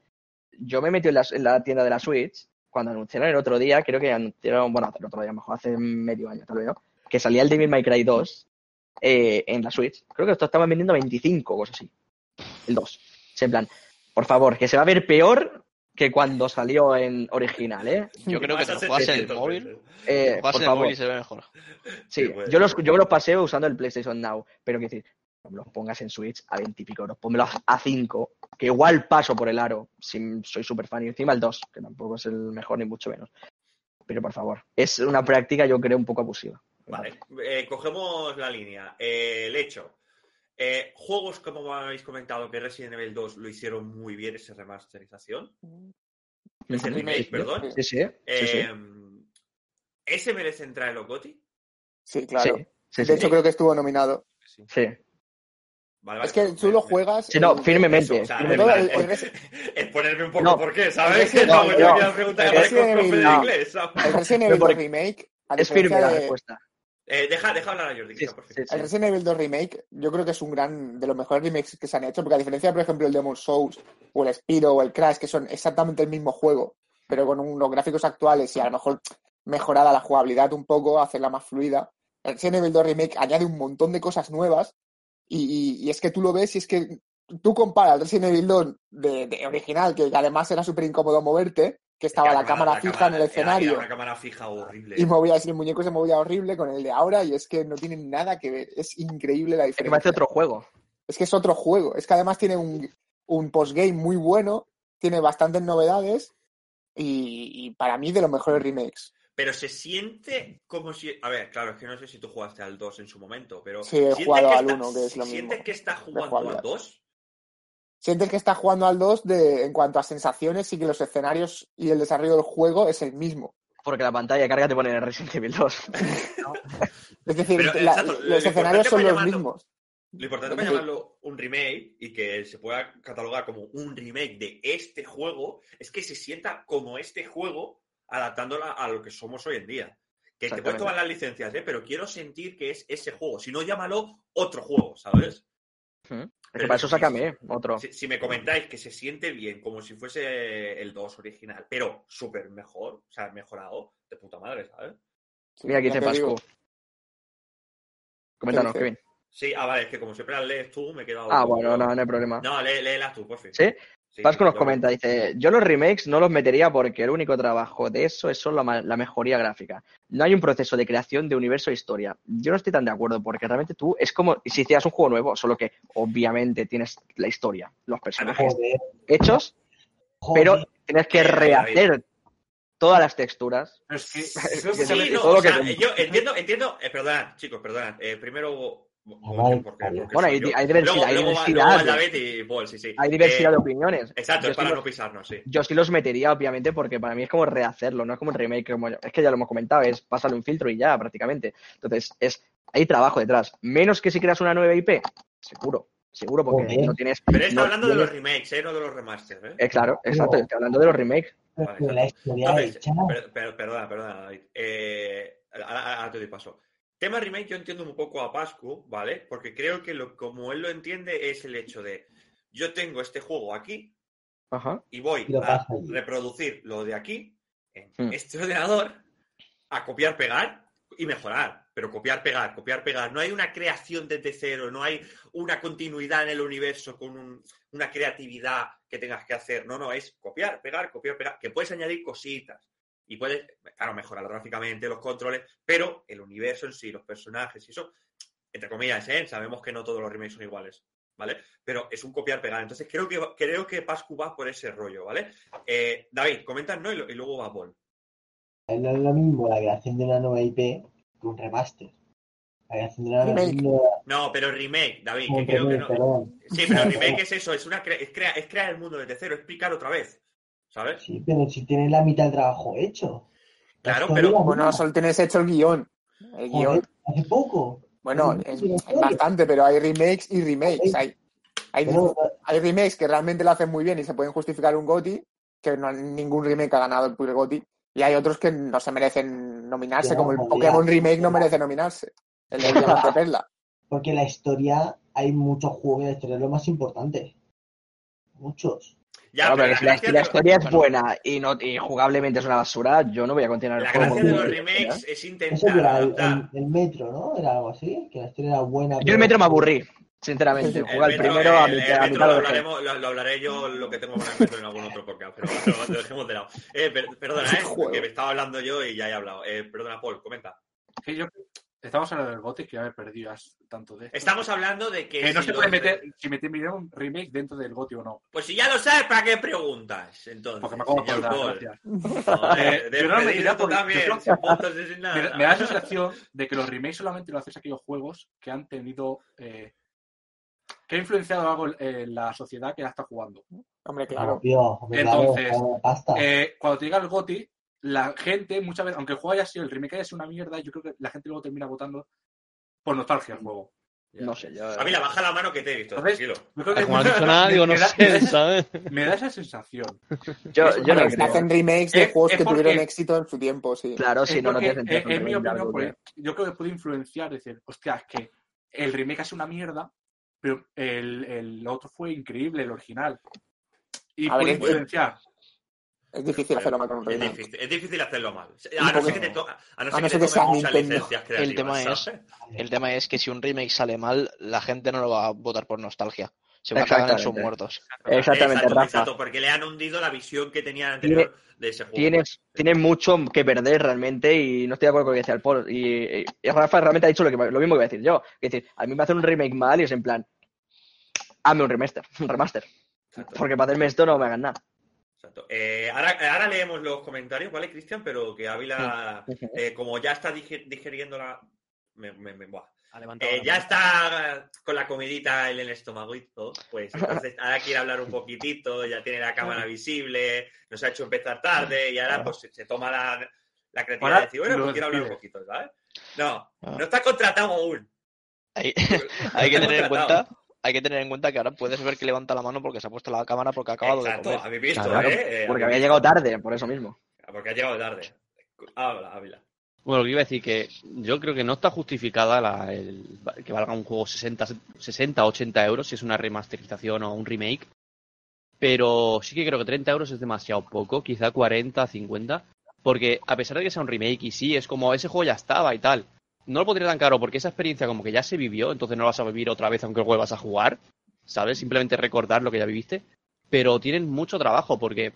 Speaker 2: Yo me metí en la, en la tienda de la Switch cuando anunciaron el otro día, creo que anunciaron, bueno, el otro día, a lo mejor hace medio año, tal vez, ¿no? Que salía el Devil May Cry 2 eh, en la Switch. Creo que esto estaban vendiendo 25, cosas así. El 2. Es en plan, por favor, que se va a ver peor que cuando salió en original, ¿eh?
Speaker 4: Yo creo que
Speaker 1: Vas
Speaker 4: te
Speaker 1: a
Speaker 4: lo juegas en el
Speaker 1: 700
Speaker 4: móvil,
Speaker 1: veces.
Speaker 2: Eh,
Speaker 4: lo juegas
Speaker 2: por
Speaker 4: en el
Speaker 2: favor.
Speaker 4: móvil y se ve mejor.
Speaker 2: Sí,
Speaker 1: Sí, puede
Speaker 2: yo, los,
Speaker 1: ser.
Speaker 2: yo me los paseo usando el PlayStation Now, pero que decir, no me los pongas en Switch a 20 y pico euros, pónmelos a 5, que igual paso por el aro, si soy súper fan, y encima el 2, que tampoco es el mejor ni mucho menos. Pero por favor, es una práctica yo creo un poco abusiva.
Speaker 1: Vale, eh, cogemos la línea. Eh, el hecho. Eh, juegos, como habéis comentado, que Resident Evil 2 lo hicieron muy bien esa remasterización. Ese
Speaker 2: Ujú.
Speaker 1: remake, perdón.
Speaker 2: Sí, sí, sí, sí.
Speaker 1: Eh, ¿Ese merece entrar en los GOTY?
Speaker 3: Sí, claro.
Speaker 2: Sí, sí,
Speaker 3: de
Speaker 2: sí,
Speaker 3: hecho, creo que estuvo nominado.
Speaker 8: Sí.
Speaker 2: sí.
Speaker 1: Vale, vale,
Speaker 3: Es que
Speaker 1: pero
Speaker 3: tú
Speaker 1: me-
Speaker 3: lo
Speaker 1: me-
Speaker 3: juegas.
Speaker 2: Sí, no,
Speaker 3: en-
Speaker 2: firmemente.
Speaker 1: eso, o sea,
Speaker 2: firmemente.
Speaker 3: el- el-
Speaker 1: Es, es ponerme un poco
Speaker 2: No.
Speaker 1: por qué, ¿sabes?
Speaker 3: No,
Speaker 1: No, yo
Speaker 2: no.
Speaker 1: quería preguntar
Speaker 3: El
Speaker 1: a Marcos,
Speaker 3: Resident
Speaker 1: profe de
Speaker 3: Evil-
Speaker 2: no.
Speaker 1: inglés. ¿sabes?
Speaker 3: El Resident Evil 2
Speaker 2: Porque
Speaker 3: Remake, a
Speaker 2: Es firme
Speaker 3: diferencia
Speaker 2: la
Speaker 3: de,
Speaker 2: respuesta.
Speaker 1: Eh, deja, deja hablar a Jordi,
Speaker 2: Sí,
Speaker 1: quizá, por
Speaker 2: sí,
Speaker 1: fin.
Speaker 2: sí.
Speaker 3: El Resident Evil 2 Remake, yo creo que es un gran de los mejores remakes que se han hecho, porque a diferencia, por ejemplo, el Demon Souls, o el Spiro, o el Crash, que son exactamente el mismo juego, pero con unos gráficos actuales y a lo mejor mejorada la jugabilidad un poco, hacerla más fluida. El Resident Evil 2 Remake añade un montón de cosas nuevas, y, y- y es que tú lo ves y es que tú comparas el Resident Evil 2 de, de original, que además era súper incómodo moverte, que estaba
Speaker 1: Es que
Speaker 3: la cámara fija en el
Speaker 1: era- era
Speaker 3: escenario
Speaker 1: una cámara fija horrible.
Speaker 3: y movía así, el muñeco se movía horrible con el de ahora y es que no tiene nada que ver. Es increíble la
Speaker 2: Es que
Speaker 3: diferencia.
Speaker 2: parece otro juego.
Speaker 3: Es que es otro juego. Es que además tiene un, un postgame muy bueno, tiene bastantes novedades y, y para mí de los mejores remakes.
Speaker 1: Pero se siente como si. A ver, claro, es que no sé si tú jugaste al 2 en su momento, pero.
Speaker 3: Sí, he
Speaker 1: ¿sientes
Speaker 3: jugado
Speaker 1: que
Speaker 3: al
Speaker 1: está-
Speaker 3: uno, que es lo
Speaker 1: ¿Sientes
Speaker 3: mismo.
Speaker 1: que está jugando
Speaker 3: jugabilidad.
Speaker 1: al 2?
Speaker 3: Sientes que estás jugando al 2 de, en cuanto a sensaciones y que los escenarios y el desarrollo del juego es el mismo.
Speaker 2: Porque la pantalla de carga te pone en el Resident Evil 2.
Speaker 3: Es decir,
Speaker 1: Pero,
Speaker 3: la-
Speaker 1: exacto, lo
Speaker 3: los
Speaker 1: importante
Speaker 3: escenarios son
Speaker 1: fue
Speaker 3: los
Speaker 1: llamarlo-
Speaker 3: mismos.
Speaker 1: Lo importante es
Speaker 3: Sí.
Speaker 1: llamarlo un remake y que se pueda catalogar como un remake de este juego es que se sienta como este juego adaptándola a lo que somos hoy en día. Que te puedes
Speaker 2: Exactamente.
Speaker 1: tomar las licencias, ¿eh? pero quiero sentir que es ese juego. Si no, llámalo otro juego, ¿sabes?
Speaker 2: Es que para eso sácame eh, otro.
Speaker 1: Si, si me comentáis que se siente bien, como si fuese el 2 original, pero súper mejor, o sea, mejorado, de puta madre, ¿sabes?
Speaker 3: Sí,
Speaker 2: Mira, aquí
Speaker 3: ya
Speaker 2: dice
Speaker 3: te digo.
Speaker 2: Pascu. Coméntanos,
Speaker 3: dice?
Speaker 2: Kevin.
Speaker 1: Sí, ah, vale, es que como siempre las lees tú, me he quedado.
Speaker 2: Ah, bueno, no, no hay problema.
Speaker 1: No, lé- léelas tú, por fin.
Speaker 2: ¿Sí? Pascu nos
Speaker 1: yo-
Speaker 2: comenta, dice, yo los remakes no los metería porque el único trabajo de eso es solo la, ma- la mejoría gráfica. No hay un proceso de creación de universo e historia. Yo no estoy tan de acuerdo porque realmente tú es como si hicieras un juego nuevo, solo que obviamente tienes la historia, los personajes
Speaker 7: Joder,
Speaker 2: hechos,
Speaker 7: joder.
Speaker 2: pero tienes que
Speaker 1: Joder, David.
Speaker 2: rehacer todas las texturas.
Speaker 5: Pero es que
Speaker 2: que
Speaker 1: Sí,
Speaker 2: sabe
Speaker 1: no,
Speaker 2: todo
Speaker 1: o
Speaker 2: lo que
Speaker 1: sea,
Speaker 2: cuenta.
Speaker 1: yo entiendo, entiendo, eh, perdonad, chicos, perdonad. Eh, primero,
Speaker 7: Ay,
Speaker 1: porque, porque
Speaker 7: Dios.
Speaker 2: Bueno,
Speaker 1: soy
Speaker 2: hay
Speaker 1: yo.
Speaker 2: di- hay diversidad,
Speaker 1: Luego,
Speaker 2: hay
Speaker 1: luego va-
Speaker 2: diversidad,
Speaker 1: luego va
Speaker 2: tío.
Speaker 1: David y Paul, sí, sí.
Speaker 2: Hay diversidad
Speaker 1: Eh,
Speaker 2: de opiniones.
Speaker 1: Exacto,
Speaker 2: Yo
Speaker 1: es para
Speaker 2: sí lo-
Speaker 1: no pisarnos, sí.
Speaker 2: yo sí los metería, obviamente, porque para mí es como rehacerlo, no es como un remake, como es que ya lo hemos comentado, es pasarle un filtro y ya, prácticamente. Entonces, es hay trabajo detrás. Menos que si creas una nueva IP, seguro, seguro, porque
Speaker 7: Joder.
Speaker 2: no tienes.
Speaker 1: Pero está
Speaker 2: no
Speaker 1: hablando de los
Speaker 2: tienes-
Speaker 1: remakes, eh, no de los remasters, ¿eh?
Speaker 2: Eh, claro, exacto,
Speaker 7: No.
Speaker 2: estoy hablando de los remakes.
Speaker 7: Pero
Speaker 1: Vale,
Speaker 7: la historia
Speaker 1: Entonces,
Speaker 7: hecha.
Speaker 1: per- per- perdona, perdona, David. Eh, ahora, ahora te doy paso. Tema remake, yo entiendo un poco a Pascu, ¿vale? Porque creo que lo, como él lo entiende es el hecho de yo tengo este juego aquí,
Speaker 2: Ajá.
Speaker 1: y voy
Speaker 7: Y lo
Speaker 1: a
Speaker 7: pasa allí.
Speaker 1: reproducir lo de aquí en
Speaker 2: Hmm.
Speaker 1: este ordenador a copiar, pegar y mejorar. Pero copiar, pegar, copiar, pegar. No hay una creación desde cero, no hay una continuidad en el universo con un- una creatividad que tengas que hacer. No, no, es copiar, pegar, copiar, pegar. Que puedes añadir cositas y puedes, claro, mejorar gráficamente los controles, pero el universo en sí, los personajes y eso, entre comillas, ¿eh? sabemos que no todos los remakes son iguales, ¿vale? pero es un copiar-pegar. Entonces creo que creo que Pascu va por ese rollo, ¿vale? Eh, David, comentan, ¿no? Y, lo- y luego va Paul.
Speaker 7: No es lo mismo la creación de una nueva IP que un remaster. La creación de una
Speaker 3: Remake.
Speaker 7: nueva
Speaker 1: No, pero remake, David, que
Speaker 7: un
Speaker 1: creo que
Speaker 7: remake,
Speaker 1: no.
Speaker 7: perdón.
Speaker 1: Sí, pero remake es eso, es una cre- es, crea- es crear el mundo desde cero, explicar otra vez. ¿Sabes?
Speaker 7: Sí, pero si tienes la mitad del trabajo hecho. La
Speaker 1: Claro,
Speaker 7: historia
Speaker 1: pero-
Speaker 7: es la
Speaker 3: Bueno,
Speaker 7: misma.
Speaker 3: solo tienes hecho el guión. El guión,
Speaker 7: Joder, hace poco.
Speaker 3: bueno,
Speaker 7: hace
Speaker 3: es,
Speaker 7: poco
Speaker 3: es
Speaker 7: que lo juego.
Speaker 3: bastante, pero hay remakes y remakes. Hay, hay,
Speaker 7: Pero,
Speaker 3: hay remakes que realmente lo hacen muy bien y se pueden justificar un GOTI, que no ningún remake ha ganado el primer GOTI. Y hay otros que no se merecen nominarse,
Speaker 7: Yo no
Speaker 3: como el
Speaker 7: podía.
Speaker 3: Pokémon Remake no merece nominarse. El de Diamante Perla.
Speaker 7: Porque la historia, hay muchos juegos de historia, es lo más importante. Muchos.
Speaker 1: Ya,
Speaker 2: Claro,
Speaker 1: pero
Speaker 2: pero
Speaker 1: la
Speaker 2: si la,
Speaker 1: gracia
Speaker 2: si la
Speaker 1: de lo-
Speaker 2: historia es
Speaker 6: bueno.
Speaker 2: buena y no y jugablemente es una basura, yo no voy a continuar el
Speaker 1: la
Speaker 2: juego.
Speaker 1: gracia de los
Speaker 2: porque-
Speaker 1: remakes es
Speaker 7: Eso que
Speaker 1: intentar
Speaker 7: era el,
Speaker 1: adaptar.
Speaker 7: el- el metro, ¿no? Era algo así, que la historia era buena.
Speaker 2: Yo
Speaker 7: pero-
Speaker 2: el metro me aburrí, sinceramente.
Speaker 3: El
Speaker 2: Jugué al
Speaker 1: metro-
Speaker 2: primero a
Speaker 1: el- el
Speaker 2: mitad, a
Speaker 1: metro
Speaker 2: mitad
Speaker 1: lo,
Speaker 2: lo dejé.
Speaker 1: hablaremos- lo- lo hablaré yo lo que tengo para el metro en algún otro podcast, pero pero lo dejemos de lado. Eh, per- perdona, eh,
Speaker 3: Juego.
Speaker 1: que me estaba hablando yo y ya he hablado. Eh, perdona, Paul, comenta.
Speaker 5: que yo- estamos hablando del GOTI que ya me perdí as- tanto de esto.
Speaker 1: Estamos hablando de que.
Speaker 5: Que Eh, no
Speaker 1: Eh, si
Speaker 5: se
Speaker 1: los
Speaker 5: puede
Speaker 1: re-
Speaker 5: meter si meter un remake dentro del GOTI o no.
Speaker 1: Pues si ya lo sabes, ¿para qué preguntas? Entonces,
Speaker 5: Porque me acabo de
Speaker 1: señor
Speaker 5: acordar,
Speaker 1: Paul.
Speaker 5: gracias.
Speaker 1: Joder,
Speaker 5: Eh, yo no me
Speaker 1: despedido
Speaker 5: diría
Speaker 1: tú
Speaker 5: por-
Speaker 1: también,
Speaker 5: yo creo-
Speaker 1: sin puntos y sin nada.
Speaker 5: Me, me da la sensación de que los remakes solamente lo haces a aquellos juegos que han tenido. eh, que ha influenciado algo eh, la sociedad que la está jugando.
Speaker 3: Hombre, claro.
Speaker 7: Claro, tío, hombre, claro,
Speaker 5: Entonces,
Speaker 7: claro, pasta.
Speaker 5: Eh, cuando te llega el GOTI, la gente, muchas veces, aunque el juego haya sido, el remake haya sido una mierda, yo creo que la gente luego termina votando por nostalgia al juego.
Speaker 2: No sé, yo.
Speaker 1: A mí la baja la mano que te he visto,
Speaker 5: ¿Sabes?
Speaker 1: tranquilo.
Speaker 5: Yo creo que-
Speaker 6: Ah, Como no has dicho nada, digo, no
Speaker 5: me da-
Speaker 6: sé, ¿sabes?
Speaker 5: Me da esa sensación.
Speaker 2: Yo, yo no
Speaker 3: Hombre, se
Speaker 2: creo.
Speaker 3: hacen remakes de
Speaker 5: Es-
Speaker 3: juegos
Speaker 5: es
Speaker 3: que tuvieron
Speaker 5: porque-
Speaker 3: éxito en su tiempo, sí.
Speaker 2: Claro, si
Speaker 5: Es
Speaker 2: no, no tiene
Speaker 5: porque,
Speaker 2: sentido.
Speaker 5: eh,
Speaker 2: hacer un
Speaker 5: en mi
Speaker 2: remake de
Speaker 5: opinión,
Speaker 2: algo que-
Speaker 5: porque yo creo que puede influenciar, decir, hostia, es que el remake es una mierda, pero el, el otro fue increíble, el original. Y
Speaker 3: A ver,
Speaker 5: puede
Speaker 3: es-
Speaker 5: influenciar.
Speaker 3: Es difícil hacerlo mal con un
Speaker 1: Es
Speaker 3: remake.
Speaker 1: difícil, es difícil hacerlo mal. A
Speaker 3: Un
Speaker 1: no ser
Speaker 3: poco.
Speaker 1: que te, to- a no ser
Speaker 3: A no
Speaker 1: que
Speaker 3: ser
Speaker 1: te
Speaker 3: que sea
Speaker 1: tomen muchas
Speaker 3: Nintendo.
Speaker 1: licencias creativas.
Speaker 6: tema es-
Speaker 1: ¿sabes?
Speaker 4: El tema es que si un remake sale mal, la gente no lo va a votar por nostalgia. Se va a cagar en sus
Speaker 2: Exactamente.
Speaker 4: muertos.
Speaker 2: Exactamente,
Speaker 1: exacto,
Speaker 2: Rafa.
Speaker 1: exacto, porque le han hundido la visión que tenían anterior de ese juego.
Speaker 2: Tienes, tienes mucho que perder realmente y no estoy de acuerdo con lo que decía el Paul. Y, y Rafa realmente ha dicho lo, que, lo mismo que voy a decir yo. Es decir, a mí me hacen un remake mal y es en plan, hazme un remaster, un remaster.
Speaker 1: Exacto,
Speaker 2: Porque para hacerme esto no me hagan nada.
Speaker 1: exacto. Eh, ahora, ahora leemos los comentarios, ¿vale, Cristian? Pero que Ávila, eh, como ya está digi- digiriendo la. Me, me- me- buah.
Speaker 4: Ha levantado
Speaker 1: Eh,
Speaker 4: la
Speaker 1: ya
Speaker 4: mano.
Speaker 1: está eh, con la comidita en el estómago y todo, pues entonces ahora quiere hablar un poquitito, ya tiene la cámara visible, nos ha hecho empezar tarde y ahora pues se, se toma la, la creatividad
Speaker 5: Ahora
Speaker 1: de decir, bueno,
Speaker 5: lo
Speaker 1: pues quiero hablar un
Speaker 5: decides.
Speaker 1: poquito, ¿sabes? No,
Speaker 4: Ah.
Speaker 1: no está contratado aún.
Speaker 4: Hay,
Speaker 1: Lo
Speaker 4: hay que
Speaker 1: hemos
Speaker 4: tener en
Speaker 1: tratado.
Speaker 4: cuenta, hay que tener en cuenta que ahora puedes ver que levanta la mano porque se ha puesto la cámara porque ha acabado de
Speaker 1: Exacto,
Speaker 4: comer.
Speaker 1: habéis visto,
Speaker 2: Claro,
Speaker 1: ¿eh? Eh,
Speaker 2: Porque
Speaker 1: habéis
Speaker 2: había llegado
Speaker 1: visto.
Speaker 2: tarde, por eso mismo.
Speaker 1: Porque ha llegado tarde. Habla, Ávila.
Speaker 6: Bueno, lo que iba a decir que yo creo que no está justificada la- el- que valga un juego 60, 60, 80 euros si es una remasterización o un remake. Pero sí que creo que 30 euros es demasiado poco, quizá 40, 50. Porque a pesar de que sea un remake y sí, es como ese juego ya estaba y tal. No lo pondría tan caro porque esa experiencia como que ya se vivió, entonces no la vas a vivir otra vez aunque lo vuelvas a jugar. ¿Sabes? Simplemente recordar lo que ya viviste. Pero tienen mucho trabajo porque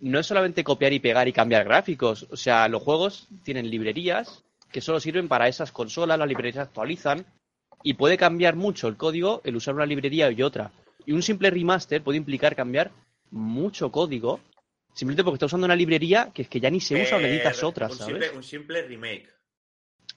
Speaker 6: no es solamente copiar y pegar y cambiar gráficos. O sea, los juegos tienen librerías que solo sirven para esas consolas, las librerías se actualizan y puede cambiar mucho el código el usar una librería y otra. Y un simple remaster puede implicar cambiar mucho código simplemente porque está usando una librería que es que ya ni se usa o necesitas
Speaker 1: Eh,
Speaker 6: otra,
Speaker 1: un
Speaker 6: ¿sabes?
Speaker 1: simple, un simple remake.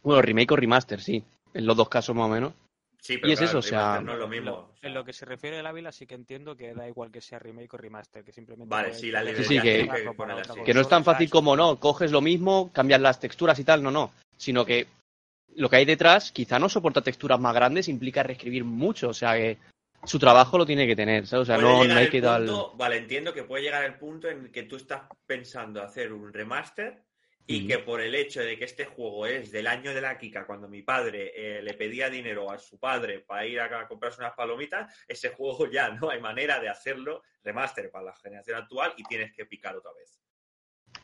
Speaker 6: Bueno, remake o remaster, sí. En los dos casos más o menos.
Speaker 1: Sí, pero
Speaker 6: Y es
Speaker 1: claro,
Speaker 6: eso,
Speaker 1: el
Speaker 6: o sea,
Speaker 1: remaster no es lo mismo.
Speaker 8: Lo- en lo que se refiere el Ávila sí que entiendo que da igual que sea remake o remaster, que simplemente...
Speaker 1: Vale,
Speaker 8: puedes
Speaker 1: sí, la
Speaker 8: tener-
Speaker 6: Sí, sí, que-
Speaker 8: jugarlo
Speaker 1: que
Speaker 8: para
Speaker 1: poner
Speaker 8: otra
Speaker 1: así.
Speaker 6: Que no es tan
Speaker 8: consola,
Speaker 6: fácil
Speaker 8: slash,
Speaker 6: como no, coges lo mismo, cambias las texturas y tal, no, no. Sino que lo que hay detrás quizá no soporta texturas más grandes, implica reescribir mucho, o sea que su trabajo lo tiene que tener, ¿sabes? O sea,
Speaker 1: Puede
Speaker 6: no, no
Speaker 1: llegar
Speaker 6: hay
Speaker 1: el
Speaker 6: que dar.
Speaker 1: punto- Vale, entiendo que puede llegar el punto en el que tú estás pensando hacer un remaster y
Speaker 6: Mm.
Speaker 1: que por el hecho de que este juego es del año de la Kika, cuando mi padre eh, le pedía dinero a su padre para ir a, a comprarse unas palomitas, ese juego ya no hay manera de hacerlo remaster para la generación actual y tienes que picar otra vez.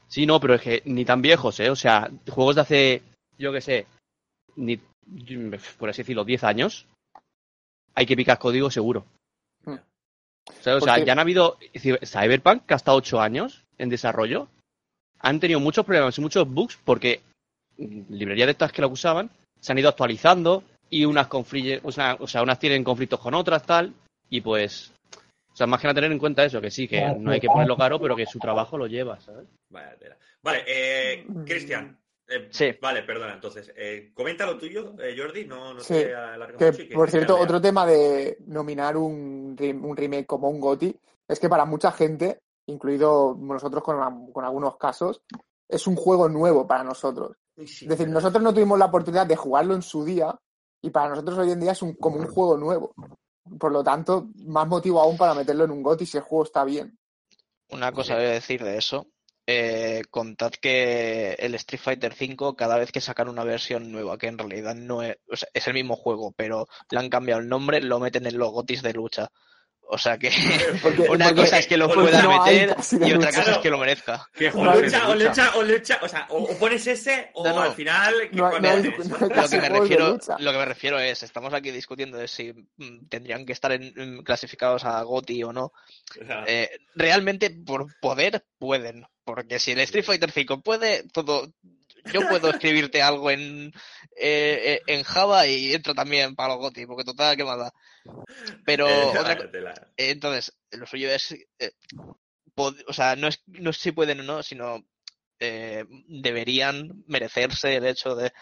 Speaker 6: Sí, no, pero es que ni tan viejos, ¿eh? O sea, juegos de hace, yo qué sé, ni, por así decirlo, 10 años, hay que picar código seguro.
Speaker 3: Hmm.
Speaker 6: ¿Sabes? O sea,
Speaker 3: Porque-
Speaker 6: ya han habido es decir, Cyberpunk, que ha estado 8 años en desarrollo, han tenido muchos problemas y muchos bugs porque mm, librerías de estas que lo usaban se han ido actualizando y unas conflige- o sea, o sea, unas tienen conflictos con otras, tal, y pues... O sea, más que nada tener en cuenta eso, que sí, que
Speaker 7: Ya,
Speaker 6: no hay que ponerlo caro, pero que su trabajo lo lleva, ¿sabes?
Speaker 1: Vaya tela. Vale, eh,
Speaker 3: Mm.
Speaker 1: Cristian. eh,
Speaker 2: Sí.
Speaker 1: Vale, perdona, entonces, eh, comenta lo tuyo, eh, Jordi, no, no
Speaker 3: Sí,
Speaker 1: te alargues
Speaker 3: Que,
Speaker 1: mucho y que
Speaker 3: por
Speaker 1: se
Speaker 3: cierto,
Speaker 1: vea.
Speaker 3: otro tema de nominar un, rem- un remake como un GOTI es que para mucha gente, incluido nosotros con, la- con algunos casos, es un juego nuevo para nosotros.
Speaker 1: Uy, sí,
Speaker 3: Es decir,
Speaker 1: verdad.
Speaker 3: nosotros no tuvimos la oportunidad de jugarlo en su día y para nosotros hoy en día es un, como un juego nuevo. Por lo tanto, más motivo aún para meterlo en un GOTI si el juego está bien.
Speaker 4: Una cosa
Speaker 1: Sí.
Speaker 4: voy a decir de eso. Eh, contad que el Street Fighter V cada vez que sacan una versión nueva, que en realidad no es, o sea, es el mismo juego, pero le han cambiado el nombre, lo meten en los gotis de lucha. O sea que
Speaker 3: Porque-
Speaker 4: una
Speaker 3: porque-
Speaker 4: cosa es que lo
Speaker 1: porque
Speaker 4: puedan
Speaker 3: no hay
Speaker 4: meter
Speaker 3: casi de
Speaker 4: y otra
Speaker 3: lucha.
Speaker 4: cosa es que lo merezca.
Speaker 5: ¿Qué
Speaker 1: O
Speaker 5: juegos de
Speaker 1: lucha, o
Speaker 5: lucha?
Speaker 1: lucha, o lucha. O sea, o, o pones ese o
Speaker 4: No, no.
Speaker 1: al final. ¿qué
Speaker 3: No, hay- no hay,
Speaker 1: cojones?
Speaker 3: no hay
Speaker 4: Lo
Speaker 3: casi
Speaker 4: que me
Speaker 3: juegos de
Speaker 4: refiero,
Speaker 3: lucha.
Speaker 4: lo que me refiero es, estamos aquí discutiendo de si mm, tendrían que estar en- en- clasificados a GOTI o no.
Speaker 1: O sea,
Speaker 4: Eh, realmente por poder pueden, porque si el Street Fighter 5 puede, todo yo puedo escribirte algo en eh, eh, en Java y entra también para los GOTY, porque total que mala. Pero
Speaker 1: eh,
Speaker 4: otra co-
Speaker 1: vaya tela.
Speaker 4: eh, entonces lo suyo es eh, pod- o sea, no es no es si pueden o no, sino eh, deberían merecerse el hecho de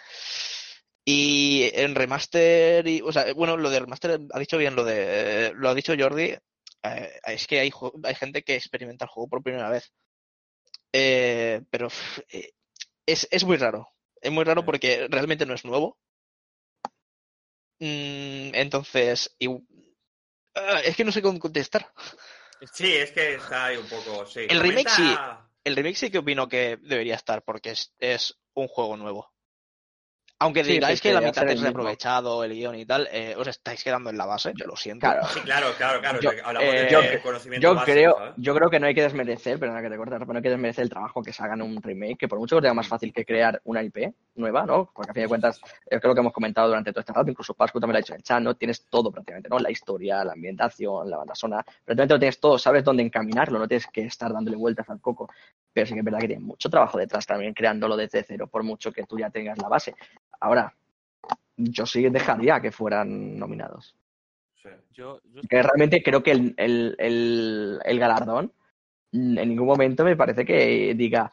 Speaker 4: y en remaster y o sea, bueno, lo de remaster ha dicho bien lo de eh, lo ha dicho Jordi, eh, es que hay, ju- hay gente que experimenta el juego por primera vez. Eh, pero pf, eh, es, es muy raro. Es muy raro
Speaker 1: Ya.
Speaker 4: porque realmente no es nuevo. Mm, entonces, y- ah, es que no sé cómo contestar.
Speaker 1: Sí, es que está ahí un poco. Sí.
Speaker 4: El remake
Speaker 1: Comenta-
Speaker 4: sí. El remake sí que opino que debería estar porque es, es un juego nuevo. Aunque
Speaker 2: Sí,
Speaker 4: digáis que
Speaker 2: porque
Speaker 4: la
Speaker 2: hacer
Speaker 4: mitad
Speaker 2: el
Speaker 4: es
Speaker 2: mismo.
Speaker 4: reaprovechado, el guión y tal, eh, os estáis quedando en la base, lo siento.
Speaker 2: Claro.
Speaker 1: Sí, claro, claro, claro.
Speaker 2: Yo-
Speaker 1: Hablamos de
Speaker 4: yo-
Speaker 1: eh, conocimiento
Speaker 2: Yo
Speaker 1: básico,
Speaker 2: creo,
Speaker 1: ¿sabes?
Speaker 2: yo creo que no hay que desmerecer, perdona que te corte, pero no hay que desmerecer el trabajo que se haga en un remake, que por mucho que sea más fácil que crear una IP nueva, ¿no? Porque a fin de cuentas, es que lo que hemos comentado durante todo este rato, incluso Pascu también lo ha dicho en el chat, ¿no? Tienes todo prácticamente, ¿no? La historia, la ambientación, la banda sonora, prácticamente lo tienes todo, sabes dónde encaminarlo, no tienes que estar dándole vueltas al coco. Pero sí que es verdad que tiene mucho trabajo detrás también, creándolo desde cero, por mucho que tú ya tengas la base. Ahora, yo sí dejaría que fueran nominados
Speaker 1: Sí.
Speaker 8: Yo, yo
Speaker 2: que realmente creo que el, el- el- el galardón mm, en ningún momento me parece que diga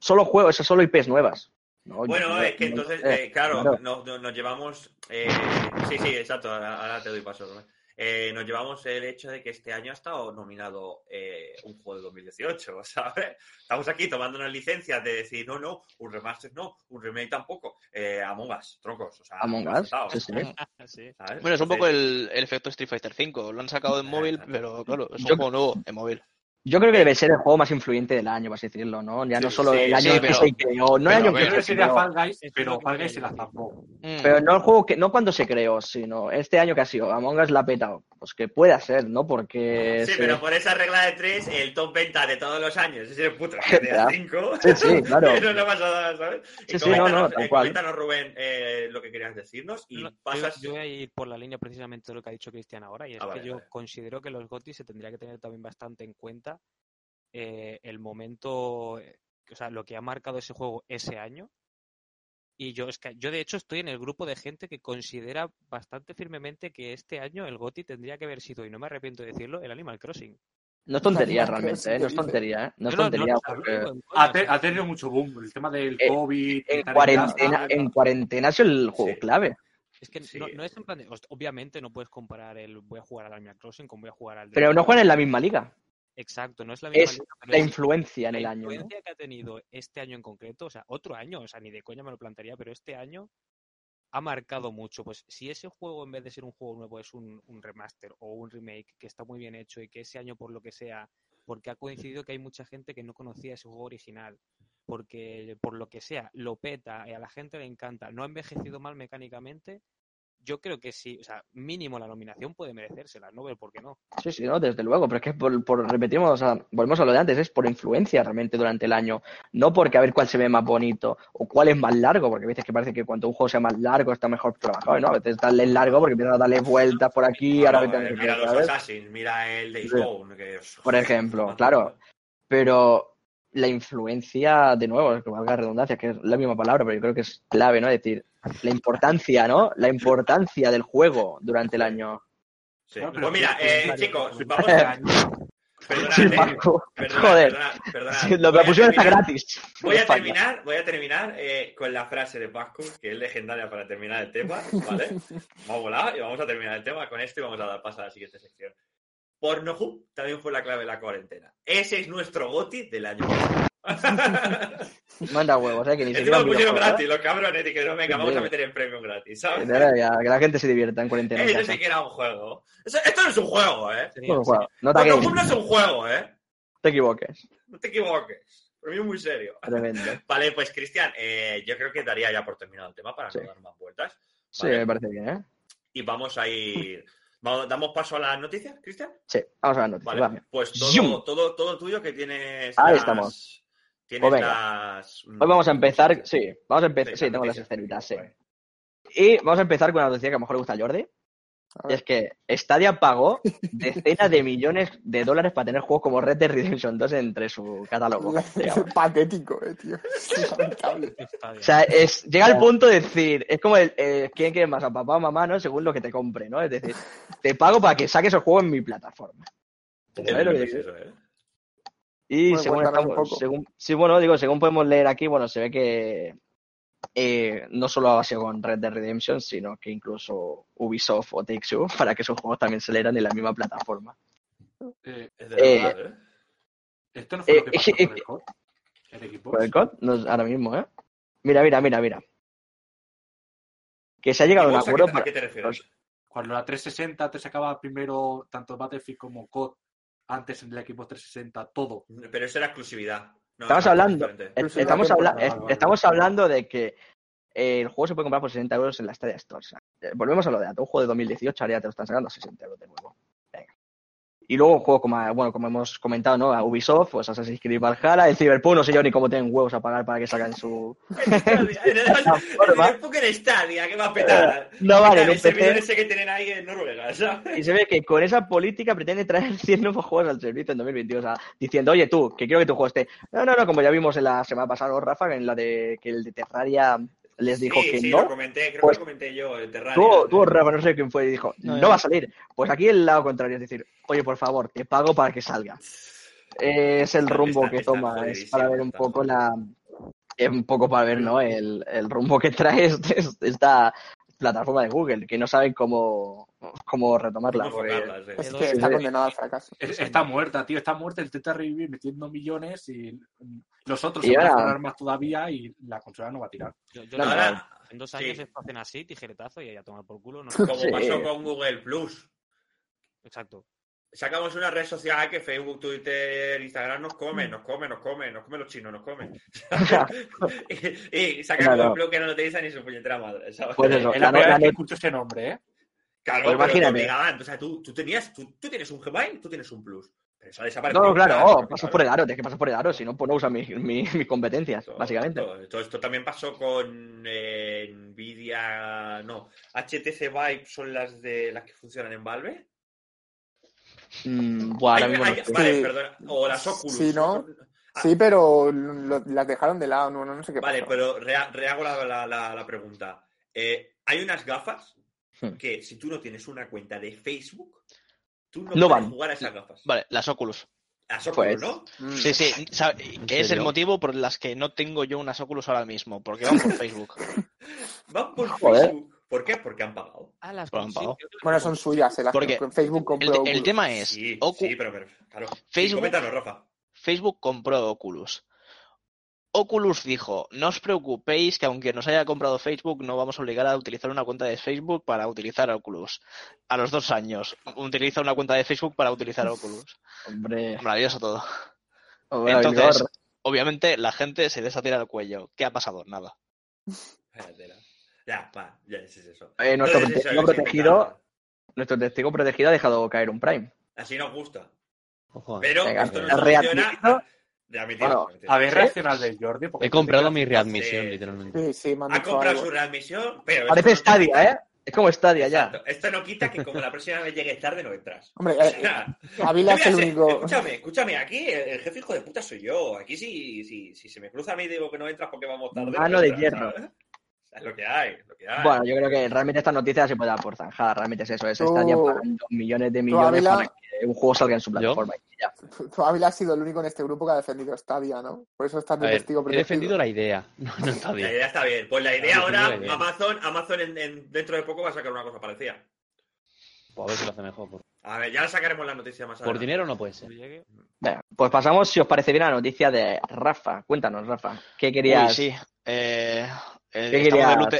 Speaker 2: solo juegos, eso solo IPs nuevas. No,
Speaker 1: Bueno,
Speaker 2: yo-
Speaker 1: es que
Speaker 2: no-
Speaker 1: entonces,
Speaker 2: eh,
Speaker 1: eh, claro,
Speaker 2: claro.
Speaker 1: Nos, nos- nos llevamos. eh, sí, sí, exacto. Ahora, ahora te doy paso. Rubén. eh, nos llevamos el hecho de que este año ha estado nominado eh, un juego de 2018, ¿sabes? Estamos aquí tomándonos licencias de decir, no, no, un remaster no, un remake tampoco. Eh, Among Us, troncos. O sea,
Speaker 2: Among
Speaker 1: hemos
Speaker 2: Us,
Speaker 1: estado,
Speaker 2: sí, sí.
Speaker 8: Sí.
Speaker 1: ¿sabes?
Speaker 4: Bueno, es un poco
Speaker 1: Entonces,
Speaker 4: el, el efecto Street Fighter V. Lo han sacado en móvil, pero claro, es un
Speaker 2: Yo-
Speaker 4: juego nuevo en móvil.
Speaker 2: Yo creo que debe ser el juego más influyente del año, vas a decirlo, ¿no? Ya no
Speaker 1: Sí,
Speaker 2: solo
Speaker 1: sí,
Speaker 2: el año
Speaker 4: sí,
Speaker 2: en que
Speaker 4: pero-
Speaker 2: se creó, no el
Speaker 4: pero
Speaker 2: año
Speaker 4: a
Speaker 2: en
Speaker 4: ver,
Speaker 2: que
Speaker 5: Yo
Speaker 2: se
Speaker 5: sería
Speaker 2: creó,
Speaker 5: Fall Guys,
Speaker 8: Eso es
Speaker 5: pero
Speaker 8: lo
Speaker 5: Fall
Speaker 8: que
Speaker 5: Guys se la
Speaker 8: quería decir.
Speaker 5: zampó.
Speaker 4: Mm.
Speaker 2: pero no el juego que, no cuando se creó, sino este año que ha sido, Among Us la ha petado. Pues que pueda ser, ¿no? Porque
Speaker 1: Sí,
Speaker 2: se-
Speaker 1: pero por esa regla de tres, el top venta de todos los años es el puto GTA
Speaker 2: Ya.
Speaker 1: 5.
Speaker 2: Sí, sí, claro.
Speaker 1: no le pasa nada, ¿sabes? Y
Speaker 2: Sí, sí, no, no,
Speaker 1: coméntanos,
Speaker 2: tal
Speaker 1: eh,
Speaker 2: cual.
Speaker 1: coméntanos, Rubén, eh, lo que querías decirnos y
Speaker 8: No, yo-
Speaker 1: pasas...
Speaker 8: yo, voy a ir por la línea precisamente de lo que ha dicho Cristian ahora, y es
Speaker 1: Ah,
Speaker 8: que
Speaker 1: vale,
Speaker 8: yo
Speaker 1: vale.
Speaker 8: considero que los GOTY se tendría que tener también bastante en cuenta eh, el momento, eh, o sea, lo que ha marcado ese juego ese año. Y yo, es que, yo, de hecho, estoy en el grupo de gente que considera bastante firmemente que este año el GOTY tendría que haber sido, y no me arrepiento de decirlo, el Animal Crossing.
Speaker 2: No es tontería
Speaker 3: Animal
Speaker 2: realmente, ¿eh?
Speaker 3: Crossing, ¿qué
Speaker 2: No es
Speaker 3: dices?
Speaker 2: tontería, ¿eh? No es
Speaker 8: No, no,
Speaker 2: tontería
Speaker 8: no, no
Speaker 2: porque...
Speaker 8: lo digo en coña,
Speaker 5: Ha,
Speaker 8: o
Speaker 5: te-
Speaker 8: sea,
Speaker 5: ha tenido mucho boom el tema del
Speaker 2: Eh,
Speaker 5: COVID,
Speaker 2: En
Speaker 5: estar
Speaker 2: cuarentena,
Speaker 5: casa,
Speaker 2: en cuarentena es el juego
Speaker 1: Sí.
Speaker 2: clave.
Speaker 8: Es que
Speaker 1: Sí.
Speaker 8: no, no es en plan de- host- Obviamente no puedes comparar el voy a jugar al Animal Crossing con voy a jugar al...
Speaker 2: Pero
Speaker 8: Dead
Speaker 2: no
Speaker 8: Space.
Speaker 2: juegan en la misma liga.
Speaker 8: Exacto, no es la misma
Speaker 2: Es
Speaker 8: liga, pero
Speaker 2: la
Speaker 8: sí
Speaker 2: influencia en
Speaker 8: la
Speaker 2: el año, ¿no?
Speaker 8: influencia que ha tenido este año en concreto, o sea, otro año, o sea, ni de coña me lo plantearía, pero este año ha marcado mucho. Pues si ese juego, en vez de ser un juego nuevo, es un, un remaster o un remake que está muy bien hecho y que ese año, por lo que sea, porque ha coincidido que hay mucha gente que no conocía ese juego original, porque por lo que sea, lo peta, eh, a la gente le encanta, no ha envejecido mal mecánicamente, yo creo que sí, o sea, mínimo la nominación puede merecérsela, no veo por qué no.
Speaker 2: Sí, sí, no, desde luego, pero es que por, por- repetimos, o sea, volvemos a lo de antes, es por influencia realmente durante el año, no porque a ver cuál se ve más bonito o cuál es más largo, porque a veces que parece que cuanto un juego sea más largo está mejor trabajado, ¿no? A veces darle largo porque empiezan a darle vueltas por aquí, ahora
Speaker 1: Vamos,
Speaker 2: vete a
Speaker 1: eh,
Speaker 2: no sé
Speaker 1: mira
Speaker 2: qué,
Speaker 1: los
Speaker 2: ¿sabes?
Speaker 1: Assassins, mira el Days
Speaker 2: Sí.
Speaker 1: Gone, que-
Speaker 2: Por ejemplo,
Speaker 1: Madre
Speaker 2: claro,
Speaker 1: mía.
Speaker 2: pero la influencia, de nuevo, que valga la redundancia, que es la misma palabra, pero yo creo que es clave, ¿no? Es decir, la importancia, ¿no? La importancia del juego durante el
Speaker 1: Sí.
Speaker 2: año.
Speaker 1: Sí.
Speaker 5: Claro, pero
Speaker 1: Pues mira,
Speaker 5: que- que-
Speaker 1: eh,
Speaker 5: que-
Speaker 1: chicos,
Speaker 5: que-
Speaker 1: vamos
Speaker 5: este
Speaker 1: a...
Speaker 5: año-
Speaker 1: Perdona,
Speaker 2: Sí,
Speaker 1: eh,
Speaker 2: Paco,
Speaker 1: perdona,
Speaker 2: joder,
Speaker 1: perdona, perdona.
Speaker 2: sí, lo,
Speaker 1: Voy
Speaker 2: la
Speaker 1: a
Speaker 2: pusieron está
Speaker 1: terminar-
Speaker 2: gratis.
Speaker 1: Voy a
Speaker 2: España.
Speaker 1: terminar, voy a terminar eh, con la frase de Pascu, que es legendaria para terminar el tema, ¿vale? Vamos a volar y vamos a terminar el tema con esto y vamos a dar paso a la siguiente sección. Pornohub también fue la clave de la cuarentena. Ese es nuestro goti del año.
Speaker 2: Manda huevos, ¿eh? Que ni
Speaker 1: Encima
Speaker 2: siquiera
Speaker 1: lo pusieron
Speaker 2: videojuegos,
Speaker 1: gratis, los cabrones, y que no, venga,
Speaker 2: Sí,
Speaker 1: vamos a
Speaker 2: sí.
Speaker 1: meter en premium gratis,
Speaker 2: ¿eh?
Speaker 1: ¿sabes?
Speaker 2: De verdad, ya, que la gente se divierta en cuarentena en
Speaker 1: Eso
Speaker 2: casa.
Speaker 1: sí que era un juego. Eso- esto no es un juego, ¿eh?
Speaker 8: Sería-
Speaker 2: No, no,
Speaker 8: sería-
Speaker 2: juego, no te
Speaker 1: Pornohub
Speaker 2: hagáis,
Speaker 1: no es un juego, ¿eh?
Speaker 2: te equivoques.
Speaker 1: No te equivoques. Premium muy serio.
Speaker 2: Tremendo.
Speaker 1: Vale, pues Cristian, eh, yo creo que daría ya por terminado el tema para
Speaker 2: Sí.
Speaker 1: no dar más vueltas.
Speaker 2: Sí,
Speaker 1: Vale.
Speaker 2: me parece bien, ¿eh?
Speaker 1: Y vamos a ir. vamos- ¿Damos paso a las noticias, Cristian?
Speaker 2: Sí, vamos a las noticias,
Speaker 1: Vale.
Speaker 2: vamos.
Speaker 1: Pues todo,
Speaker 2: Zoom.
Speaker 1: todo, todo tuyo que tienes.
Speaker 2: Ahí
Speaker 1: las-
Speaker 2: estamos.
Speaker 1: Tienes
Speaker 2: Pues venga.
Speaker 1: las.
Speaker 2: Hoy vamos a empezar,
Speaker 1: Sí,
Speaker 2: sí, vamos a empezar, sí,
Speaker 1: las
Speaker 2: tengo las
Speaker 1: noticias.
Speaker 2: escenitas, sí.
Speaker 1: Vale.
Speaker 2: Y vamos a empezar con una noticia que a lo mejor le gusta a Jordi.
Speaker 3: A
Speaker 2: Y
Speaker 3: ver.
Speaker 2: es que Stadia pagó decenas de millones de dólares para tener juegos como Red Dead Redemption 2 entre su catálogo. digamos.
Speaker 3: Patético, eh, tío. Es lamentable.
Speaker 8: Está bien.
Speaker 2: O sea, es, llega al punto de decir, es como el, eh, ¿quién quiere más a papá o mamá, no? Según lo que te compre, ¿no? Es decir, te pago para que saques el juego en mi plataforma.
Speaker 1: Qué
Speaker 2: ¿Sabes lo que
Speaker 1: duro es
Speaker 2: digo?
Speaker 1: eso, ¿eh?
Speaker 2: Y
Speaker 3: Bueno,
Speaker 2: según
Speaker 3: cuéntanos un
Speaker 2: estamos-
Speaker 3: poco.
Speaker 2: según, sí, bueno, digo, según podemos leer aquí, bueno, se ve que eh, no solo ha sido con Red Dead Redemption, sino que incluso Ubisoft o Take Two, para que sus juegos también se leeran en la misma plataforma.
Speaker 5: eh,
Speaker 1: Es de
Speaker 2: Eh,
Speaker 1: verdad, ¿eh?
Speaker 5: esto no fue lo que
Speaker 2: eh,
Speaker 5: pasó
Speaker 2: eh,
Speaker 5: con el COD. El equipo.
Speaker 2: ¿Por el COD? No, ahora mismo, ¿eh? Mira, mira, mira, mira. Que se ha llegado a un
Speaker 1: Xbox, ¿a, qué,
Speaker 2: acuerdo
Speaker 1: te- a
Speaker 2: para...
Speaker 1: qué te refieres?
Speaker 5: Cuando la 360 te sacaba primero tanto Battlefield como COD, antes en el equipo 360, todo.
Speaker 1: Pero eso era exclusividad. No,
Speaker 2: Estamos
Speaker 1: no,
Speaker 2: hablando-
Speaker 1: diferente.
Speaker 2: Eh,
Speaker 3: Incluso
Speaker 2: Estamos,
Speaker 3: la
Speaker 2: habla-
Speaker 5: temporada,
Speaker 2: eh,
Speaker 5: vale, vale.
Speaker 2: estamos hablando de que eh, el juego se puede comprar por 60 euros en la Stadia Store. O sea, eh, volvemos a lo de antes. Un juego de 2018 ahora ya te lo están sacando a 60 euros de nuevo. Venga. Y luego un juego como, a- bueno, como hemos comentado, ¿no? A Ubisoft, pues Assassin's Creed Valhalla, el Cyberpunk, no sé yo ni cómo tienen huevos a pagar para que salgan su...
Speaker 1: Ah, El Poker Stadia, que va a petar.
Speaker 2: No Eh, vale, en
Speaker 1: El
Speaker 2: un
Speaker 1: servidor
Speaker 2: PC.
Speaker 1: ese que tienen ahí en Noruega, ¿sabes?
Speaker 2: Y se ve que con esa política pretende traer 100 nuevos juegos al servicio en 2022. O sea, diciendo, oye tú, que quiero que tu juego esté. No, no, no, como ya vimos en la semana pasada, ¿no, Rafa? En la de que el de Terraria les dijo
Speaker 1: sí,
Speaker 2: que
Speaker 1: sí,
Speaker 2: no.
Speaker 1: lo comenté, creo
Speaker 2: Pues-
Speaker 1: que lo comenté yo, el Terraria.
Speaker 2: Tuvo, tuvo Rafa, no sé quién fue, y dijo,
Speaker 4: No,
Speaker 2: no,
Speaker 4: no.
Speaker 2: va a salir. Pues aquí el lado contrario, es decir, oye, por favor, te pago para que salga. Eh, es el
Speaker 1: Está-
Speaker 2: rumbo
Speaker 1: está-
Speaker 2: que
Speaker 1: está
Speaker 2: toma, es
Speaker 1: jodidísimo,
Speaker 2: para ver un
Speaker 1: está
Speaker 2: poco
Speaker 1: jodido.
Speaker 2: la... es un poco para ver, ¿no? El, el rumbo que trae este- esta plataforma de Google, que no saben cómo como retomarla. Pues,
Speaker 1: Hemos
Speaker 2: porque-
Speaker 1: tocado, sí.
Speaker 3: Es
Speaker 8: Pero
Speaker 3: que
Speaker 8: sí,
Speaker 3: está
Speaker 2: sí.
Speaker 3: condenado al fracaso.
Speaker 5: Es- E-, está muerta, tío, está muerta. Intenta revivir metiendo millones y mm, los otros
Speaker 2: Y
Speaker 5: se van a
Speaker 2: ahora-
Speaker 5: forrar más todavía y la consola no va a tirar.
Speaker 8: Yo, yo
Speaker 2: No,
Speaker 8: lo
Speaker 2: no,
Speaker 8: veo.
Speaker 2: no.
Speaker 1: Ahora,
Speaker 8: en dos años
Speaker 1: sí.
Speaker 8: esto hacen así, tijeretazo y ahí a tomar por culo. No
Speaker 1: como
Speaker 2: Sí.
Speaker 1: pasó con Google Plus,
Speaker 8: Exacto.
Speaker 1: sacamos una red social que Facebook, Twitter, Instagram nos
Speaker 2: Mm.
Speaker 1: comen, nos comen, nos comen, nos comen los chinos, nos comen. y, y sacan
Speaker 2: Claro.
Speaker 1: Google Plus que no lo utilizan ni su puñetera madre, ¿sabes?
Speaker 2: Pues eso,
Speaker 5: Es
Speaker 2: la no-
Speaker 5: la primera
Speaker 2: la
Speaker 5: vez que
Speaker 2: no-
Speaker 5: escucho ese nombre, ¿eh?
Speaker 1: Claro, pero
Speaker 2: Pues
Speaker 1: te
Speaker 2: imagínate.
Speaker 1: obligaban. O sea, tú, tú tenías, tú, tú tienes un Gmail, tú tienes un Plus. Pero eso ha
Speaker 2: No,
Speaker 1: desaparecido.
Speaker 2: no, claro, oh,
Speaker 1: porque,
Speaker 2: pasas
Speaker 1: claro,
Speaker 2: por el aro, tienes que pasar por el aro, si no, pues no usa mi- mi- mis competencias,
Speaker 1: esto-
Speaker 2: básicamente.
Speaker 1: Esto, esto- esto también pasó con eh, Nvidia. No, HTC Vive son las de las que funcionan en Valve.
Speaker 2: Mm, buah, ahora
Speaker 1: Ay,
Speaker 2: mismo no
Speaker 1: ay,
Speaker 2: estoy.
Speaker 1: Vale,
Speaker 3: Sí.
Speaker 1: perdona. O las Oculus.
Speaker 3: Sí, ¿no?
Speaker 1: Ah.
Speaker 3: Sí, pero lo- las dejaron de lado, no, no sé qué
Speaker 1: Vale,
Speaker 3: pasó.
Speaker 1: pero rea- rehago la, la- la- la pregunta. Eh, hay unas gafas
Speaker 2: Hmm.
Speaker 1: que si tú no tienes una cuenta de Facebook, tú no,
Speaker 2: No
Speaker 1: puedes
Speaker 2: van.
Speaker 1: jugar a esas gafas.
Speaker 4: Vale, las Oculus.
Speaker 1: Las Oculus,
Speaker 2: Pues-
Speaker 1: ¿no?
Speaker 3: Mm.
Speaker 4: Sí, sí, sa- que es el
Speaker 6: serio?
Speaker 4: motivo por las que no tengo yo unas Oculus ahora mismo, porque van por Facebook.
Speaker 1: Van por
Speaker 2: Joder.
Speaker 1: Facebook. ¿Por qué? Porque han pagado.
Speaker 8: Ah, las
Speaker 4: Pues han
Speaker 8: consigue.
Speaker 4: pagado.
Speaker 3: Bueno, son suyas, se las
Speaker 4: Porque
Speaker 3: que Facebook
Speaker 4: El,
Speaker 3: compró.
Speaker 4: el
Speaker 3: Oculus.
Speaker 4: tema es,
Speaker 1: Sí,
Speaker 4: Ocu-
Speaker 1: sí, pero, pero, claro. Sí,
Speaker 4: Facebook-
Speaker 1: coméntanos, Rafa.
Speaker 4: Facebook compró Oculus. Oculus dijo, no os preocupéis que aunque nos haya comprado Facebook, no vamos a obligar a utilizar una cuenta de Facebook para utilizar Oculus. A los dos años, utiliza una cuenta de Facebook para utilizar Oculus.
Speaker 2: Hombre,
Speaker 4: Maravilloso todo.
Speaker 2: hombre,
Speaker 4: Entonces,
Speaker 2: Benidorm.
Speaker 4: obviamente, la gente se les ha tirado al cuello. ¿Qué ha pasado? Nada.
Speaker 1: Espérate, Eh, la- Ya, pa, ya es eso.
Speaker 2: Eh, nuestro
Speaker 1: Entonces, eso,
Speaker 2: testigo
Speaker 1: es
Speaker 2: protegido,
Speaker 1: intentar-
Speaker 2: nuestro testigo protegido ha dejado caer un Prime.
Speaker 1: Así nos gusta.
Speaker 6: Ojo, eh.
Speaker 1: Pero
Speaker 2: Venga,
Speaker 1: esto no
Speaker 2: la
Speaker 1: soluciona.
Speaker 2: readmitido.
Speaker 1: Readmitido,
Speaker 2: Bueno,
Speaker 1: readmitido.
Speaker 5: A ver, reacciona al del Jordi. porque-
Speaker 6: He comprado mi readmisión,
Speaker 1: Sí.
Speaker 3: Sí,
Speaker 6: literalmente.
Speaker 3: sí, me han
Speaker 1: Ha
Speaker 3: dicho
Speaker 1: comprado
Speaker 3: algo.
Speaker 1: su readmisión, pero. esto
Speaker 2: Parece
Speaker 1: no te-
Speaker 2: Stadia, ¿eh? Es como Stadia ya.
Speaker 1: Exacto. Esto no quita que como la próxima vez llegues tarde no entras.
Speaker 3: Hombre,
Speaker 1: O
Speaker 3: eh,
Speaker 1: sea,
Speaker 3: Ávila es
Speaker 1: mira,
Speaker 3: el
Speaker 1: se-
Speaker 3: único.
Speaker 1: Escúchame, escúchame, aquí el, el jefe hijo de puta soy yo. Aquí si, si, si se me cruza a mí y digo que no entras porque vamos tarde. no
Speaker 2: Mano de
Speaker 1: entras,
Speaker 2: hierro.
Speaker 1: ¿sabes? ¿eh? O sea, Es lo que hay, es lo que hay.
Speaker 2: Bueno, yo creo que realmente esta noticia se puede dar por zanjada. Realmente es eso, es
Speaker 3: Tú-
Speaker 2: Stadia pagando millones de millones
Speaker 3: Ávila-
Speaker 2: para que un juego salga en su plataforma. y ya.
Speaker 3: Tú, tú, Ávila, has sido el único en este grupo que ha defendido Stadia, ¿no? Por eso estás
Speaker 6: A
Speaker 3: de
Speaker 6: ver,
Speaker 3: testigo
Speaker 6: he
Speaker 3: protegido.
Speaker 6: defendido la idea. No, no está
Speaker 1: La
Speaker 6: bien.
Speaker 1: idea está bien. Pues la idea
Speaker 6: Ah,
Speaker 1: ahora,
Speaker 6: la idea.
Speaker 1: Amazon, Amazon en- en- dentro de poco va a sacar una cosa parecida.
Speaker 6: Pues a ver si lo hace mejor. Por,
Speaker 1: A ver, ya sacaremos la noticia más
Speaker 6: por
Speaker 1: adelante.
Speaker 6: dinero no puede ser.
Speaker 8: Cuando llegue.
Speaker 2: Venga, pues pasamos, si os parece bien, a la noticia de Rafa. Cuéntanos, Rafa. ¿Qué querías?
Speaker 4: Uy, sí. Eh, eh,
Speaker 2: ¿Qué
Speaker 4: estamos, de
Speaker 2: querías?
Speaker 4: luto,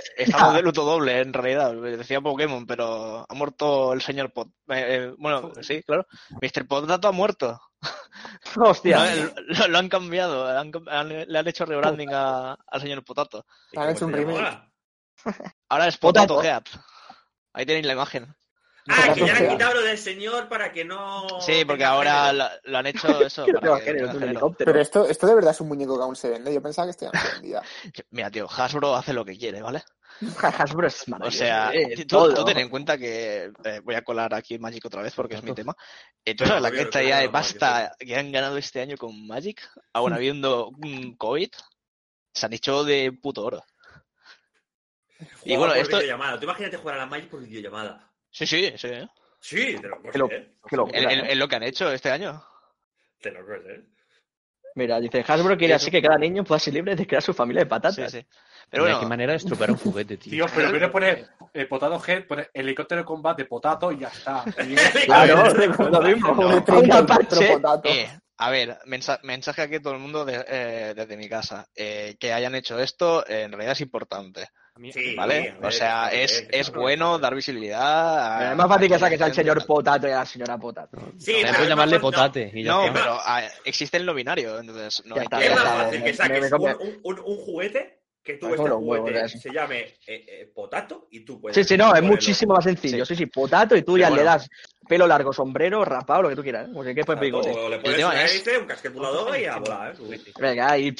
Speaker 4: estamos de luto doble, en realidad. Decía Pokémon, pero ha muerto el señor Pot. eh, eh, bueno, sí, claro. Mr. Potato ha muerto.
Speaker 2: Hostia.
Speaker 4: No, el- lo, lo han cambiado. han cam- han- le han hecho rebranding a- al señor Potato.
Speaker 1: ¿Y
Speaker 3: Han
Speaker 1: cómo
Speaker 3: hecho un
Speaker 1: se llama
Speaker 3: remake.
Speaker 1: ahora?
Speaker 4: Ahora es
Speaker 2: Potato.
Speaker 4: Potato, Head. Ahí tenéis la imagen.
Speaker 1: Ah, que ya le
Speaker 3: Potato.
Speaker 1: han quitado lo del señor para que no.
Speaker 4: Sí, porque
Speaker 1: tenga
Speaker 4: ahora
Speaker 1: género.
Speaker 4: la- lo han hecho eso.
Speaker 2: ¿Qué
Speaker 4: para
Speaker 2: te va a
Speaker 4: que
Speaker 2: querer?
Speaker 4: tenga
Speaker 2: Es un
Speaker 4: género.
Speaker 2: helicóptero.
Speaker 3: Pero esto, esto de verdad es un muñeco que aún se vende. Yo pensaba que esto ya no se vendía.
Speaker 4: Mira, tío, Hasbro hace lo que quiere, ¿vale?
Speaker 2: Hasbro es
Speaker 4: O
Speaker 2: maravilloso,
Speaker 4: sea,
Speaker 2: eh,
Speaker 4: tú,
Speaker 2: todo.
Speaker 4: tú ten en cuenta que eh, voy a colar aquí Magic otra vez porque es mi tema. Eh, ¿Tú sabes la
Speaker 1: Obvio,
Speaker 4: cantidad
Speaker 1: claro,
Speaker 4: de
Speaker 1: no,
Speaker 4: pasta que han ganado este año con Magic?
Speaker 2: Mm.
Speaker 4: Aún habiendo un COVID, se han hecho de puto oro. Y
Speaker 1: Jugaba
Speaker 4: bueno,
Speaker 1: por
Speaker 4: esto.
Speaker 1: videollamada. Tú imagínate jugar a la Magic por videollamada.
Speaker 4: Sí, sí, sí. ¿eh?
Speaker 1: Sí, te lo
Speaker 2: Qué lo-
Speaker 1: crees, ¿eh?
Speaker 2: Qué locura,
Speaker 4: Es es-
Speaker 2: eh.
Speaker 4: es lo que han hecho este año.
Speaker 1: Te lo crees, ¿eh?
Speaker 2: Mira, dice Hasbro quiere así que cada niño pueda ser libre de crear su familia de
Speaker 4: Sí,
Speaker 2: patatas.
Speaker 4: sí. Pero
Speaker 6: Pero
Speaker 4: bueno,
Speaker 6: qué manera de estropear un juguete, tío.
Speaker 5: Tío, pero en vez de poner eh, Potato Head, poner helicóptero de combate Potato y ya está. Y-
Speaker 2: Claro,
Speaker 1: Helicóptero de
Speaker 2: es lo mismo.
Speaker 3: este De
Speaker 2: Un
Speaker 3: trinca al
Speaker 2: parche.
Speaker 3: potato.
Speaker 4: Eh, a ver, mensa- mensaje aquí a todo el mundo de- eh, desde mi casa. Eh, que hayan hecho esto eh, en realidad es importante,
Speaker 8: A mí,
Speaker 1: Sí,
Speaker 4: ¿vale?
Speaker 1: a ver,
Speaker 4: o sea,
Speaker 1: está bien,
Speaker 4: es,
Speaker 1: está
Speaker 4: es
Speaker 1: bien.
Speaker 4: bueno dar visibilidad. a-
Speaker 2: Mira, Es más fácil
Speaker 4: a
Speaker 2: que saques al
Speaker 4: gente,
Speaker 2: señor
Speaker 4: tal.
Speaker 2: Potato y a la señora Potato.
Speaker 1: Sí,
Speaker 6: También
Speaker 1: pero
Speaker 6: puedes
Speaker 1: es
Speaker 6: llamarle
Speaker 1: más fácil-
Speaker 6: potate y ya
Speaker 4: No,
Speaker 6: está.
Speaker 4: pero ah, existe el no binario, entonces no
Speaker 2: Ya
Speaker 4: hay
Speaker 2: está,
Speaker 4: que-
Speaker 1: Es
Speaker 2: ya
Speaker 1: más
Speaker 2: está.
Speaker 1: fácil que
Speaker 2: me- me Ah,
Speaker 1: saques un,
Speaker 2: copia.
Speaker 1: un- un- un juguete que tú
Speaker 2: Me
Speaker 1: este
Speaker 2: como los huevos,
Speaker 1: juguete
Speaker 2: eso.
Speaker 1: se llame eh, eh, potato y tú puedes.
Speaker 2: Sí, sí, no, es
Speaker 1: ponerlo.
Speaker 2: muchísimo más sencillo. Sí, sí, Potato y tú
Speaker 4: Pero
Speaker 2: ya le
Speaker 4: bueno.
Speaker 2: das pelo largo, sombrero, rapado, lo que tú quieras. ¿eh? Porque qué pues
Speaker 1: Exacto,
Speaker 2: bigote.
Speaker 1: O le
Speaker 4: El
Speaker 1: pones
Speaker 4: tema
Speaker 1: una
Speaker 4: es-
Speaker 1: hélice, un casquete volador y a volar, ¿eh?
Speaker 2: Venga, y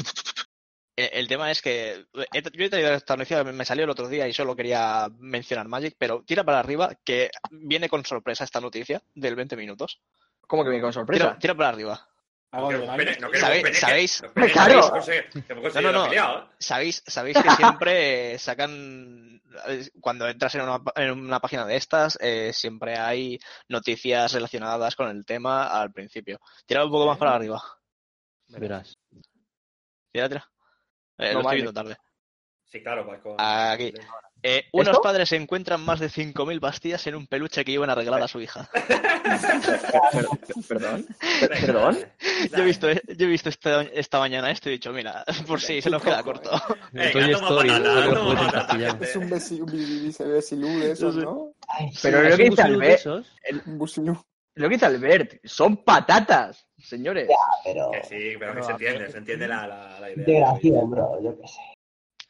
Speaker 4: El, el tema es que he- yo he traído esta noticia, me salió el otro día y solo quería mencionar Magic, pero tira para arriba que viene con sorpresa esta noticia del 20 minutos.
Speaker 2: como que me con sorpresa.
Speaker 4: Tira, tira para arriba.
Speaker 5: Hago de
Speaker 1: No queremos
Speaker 5: Magic.
Speaker 1: pene- no queremos
Speaker 4: ¿Sabéis-
Speaker 1: pene-
Speaker 4: sabéis-
Speaker 1: no queremos
Speaker 2: Claro.
Speaker 1: pene- conseguir- que hemos conseguido
Speaker 4: no.
Speaker 1: afiliado, ¿eh?
Speaker 4: ¿Sabéis, sabéis que siempre eh, sacan, eh, cuando entras en una, pa- en una página de estas, eh, siempre hay noticias relacionadas con el tema al principio. Tira un poco más para arriba.
Speaker 6: Verás.
Speaker 4: Tira, tira. Eh,
Speaker 2: No vale.
Speaker 4: lo estoy viendo tarde.
Speaker 1: Sí, claro, pues con-
Speaker 4: Aquí. Eh, unos
Speaker 2: ¿Esto?
Speaker 4: padres encuentran más de 5.000 pastillas en un peluche que iban a regalar a su hija.
Speaker 2: Perdón. Perdón.
Speaker 4: Yo he visto, e, yo he visto esta, esta mañana esto y he dicho, mira, por si se nos queda corto.
Speaker 1: Venga,
Speaker 6: Toy
Speaker 1: toma
Speaker 6: Story,
Speaker 1: patata,
Speaker 6: uno de los
Speaker 1: toma
Speaker 6: juguetes
Speaker 1: patata,
Speaker 6: castellanos.
Speaker 1: gente.
Speaker 3: Es un besi- un bi- bi- bi- besilú de esos,
Speaker 4: Sí, sí.
Speaker 3: ¿no?
Speaker 7: Ay, sí.
Speaker 2: Pero lo
Speaker 6: Sí,
Speaker 2: que
Speaker 6: son
Speaker 2: dice
Speaker 6: gusanos de
Speaker 2: Albert,
Speaker 6: esos.
Speaker 3: Un busilú.
Speaker 2: lo que dice Albert, son patatas, señores.
Speaker 7: pero.
Speaker 1: Que sí, pero que
Speaker 8: No,
Speaker 1: se
Speaker 8: a
Speaker 1: entiende,
Speaker 8: ver.
Speaker 1: se entiende la, la, la idea.
Speaker 7: Integración, bro, yo qué sé.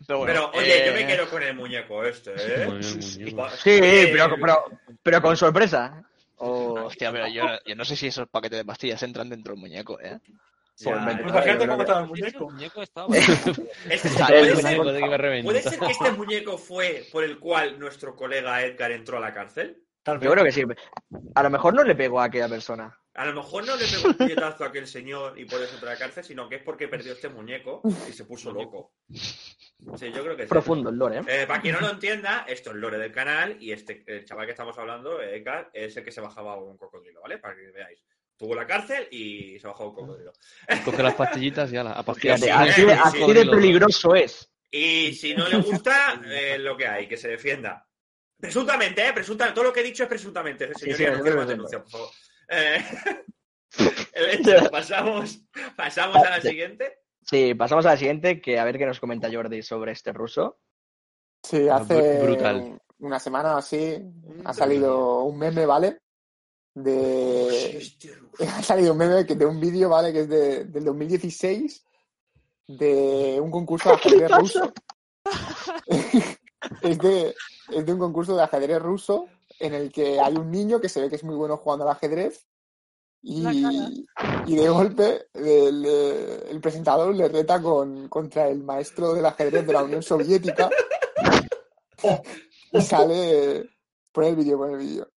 Speaker 4: Pero, bueno,
Speaker 1: Pero, oye, yo
Speaker 4: eh,
Speaker 1: me quedo con el muñeco este, ¿eh?
Speaker 6: Muy bien, muy bien.
Speaker 1: Pa-
Speaker 2: Sí,
Speaker 1: Oye,
Speaker 2: pero, pero, pero con sorpresa.
Speaker 4: oh, hostia, pero yo, yo no sé si esos paquetes de pastillas entran dentro del muñeco, ¿eh.
Speaker 1: ya,
Speaker 2: Solvente.
Speaker 1: ya.
Speaker 5: Imagínate
Speaker 2: yo
Speaker 5: cómo
Speaker 2: creo
Speaker 5: estaba el
Speaker 8: De hecho, el
Speaker 5: muñeco.
Speaker 8: muñeco estaba bastante bien.
Speaker 1: Este-
Speaker 2: El
Speaker 1: puede, ser,
Speaker 6: muñeco de que me reventa.
Speaker 1: puede ser que este muñeco fue por el cual nuestro colega Edgar entró a la cárcel?
Speaker 5: Tal vez.
Speaker 2: Yo creo que sí. A lo mejor no le pegó a aquella persona.
Speaker 1: A lo mejor no le pegó un puñetazo a aquel señor y por eso entró a la cárcel, sino que es porque perdió este muñeco y se puso loco. Sí, yo creo que sí.
Speaker 2: Profundo el lore, ¿eh?
Speaker 1: Eh, para quien no lo entienda, esto es lore del canal y este el chaval que estamos hablando, eh, Edgar, es el que se bajaba un cocodrilo, ¿vale? Para que veáis. Tuvo la cárcel y se bajó un cocodrilo.
Speaker 6: Coge las pastillitas y ala, a pastillas.
Speaker 2: Fíjate,
Speaker 1: sí,
Speaker 2: así
Speaker 1: sí,
Speaker 2: de,
Speaker 1: sí,
Speaker 2: así
Speaker 1: sí,
Speaker 2: de
Speaker 6: sí.
Speaker 2: peligroso es.
Speaker 1: Y si no le gusta, eh, lo que hay, que se defienda. Presuntamente, ¿eh? Presuntamente. Todo lo que he dicho es presuntamente. Señoría,
Speaker 2: sí,
Speaker 1: no
Speaker 2: es
Speaker 1: quiero más
Speaker 2: presunto.
Speaker 1: denuncia, por favor. Eh, el hecho, Eh, pasamos, pasamos a la siguiente.
Speaker 2: Sí, pasamos a la siguiente, que a ver qué nos comenta Jordi sobre este ruso.
Speaker 3: Sí, hace
Speaker 6: br- brutal.
Speaker 3: un- una semana o así ha salido un meme, ¿vale? De... Ha salido un meme que, de un vídeo, ¿vale? Que es de, del 2016 de un concurso de ajedrez ruso. es, de, es de un concurso de ajedrez ruso en el que hay un niño que se ve que es muy bueno jugando al ajedrez y, y de golpe el, eh, el presentador le reta con, contra el maestro del ajedrez de la Unión Soviética y sale... Pon el vídeo, pon el vídeo.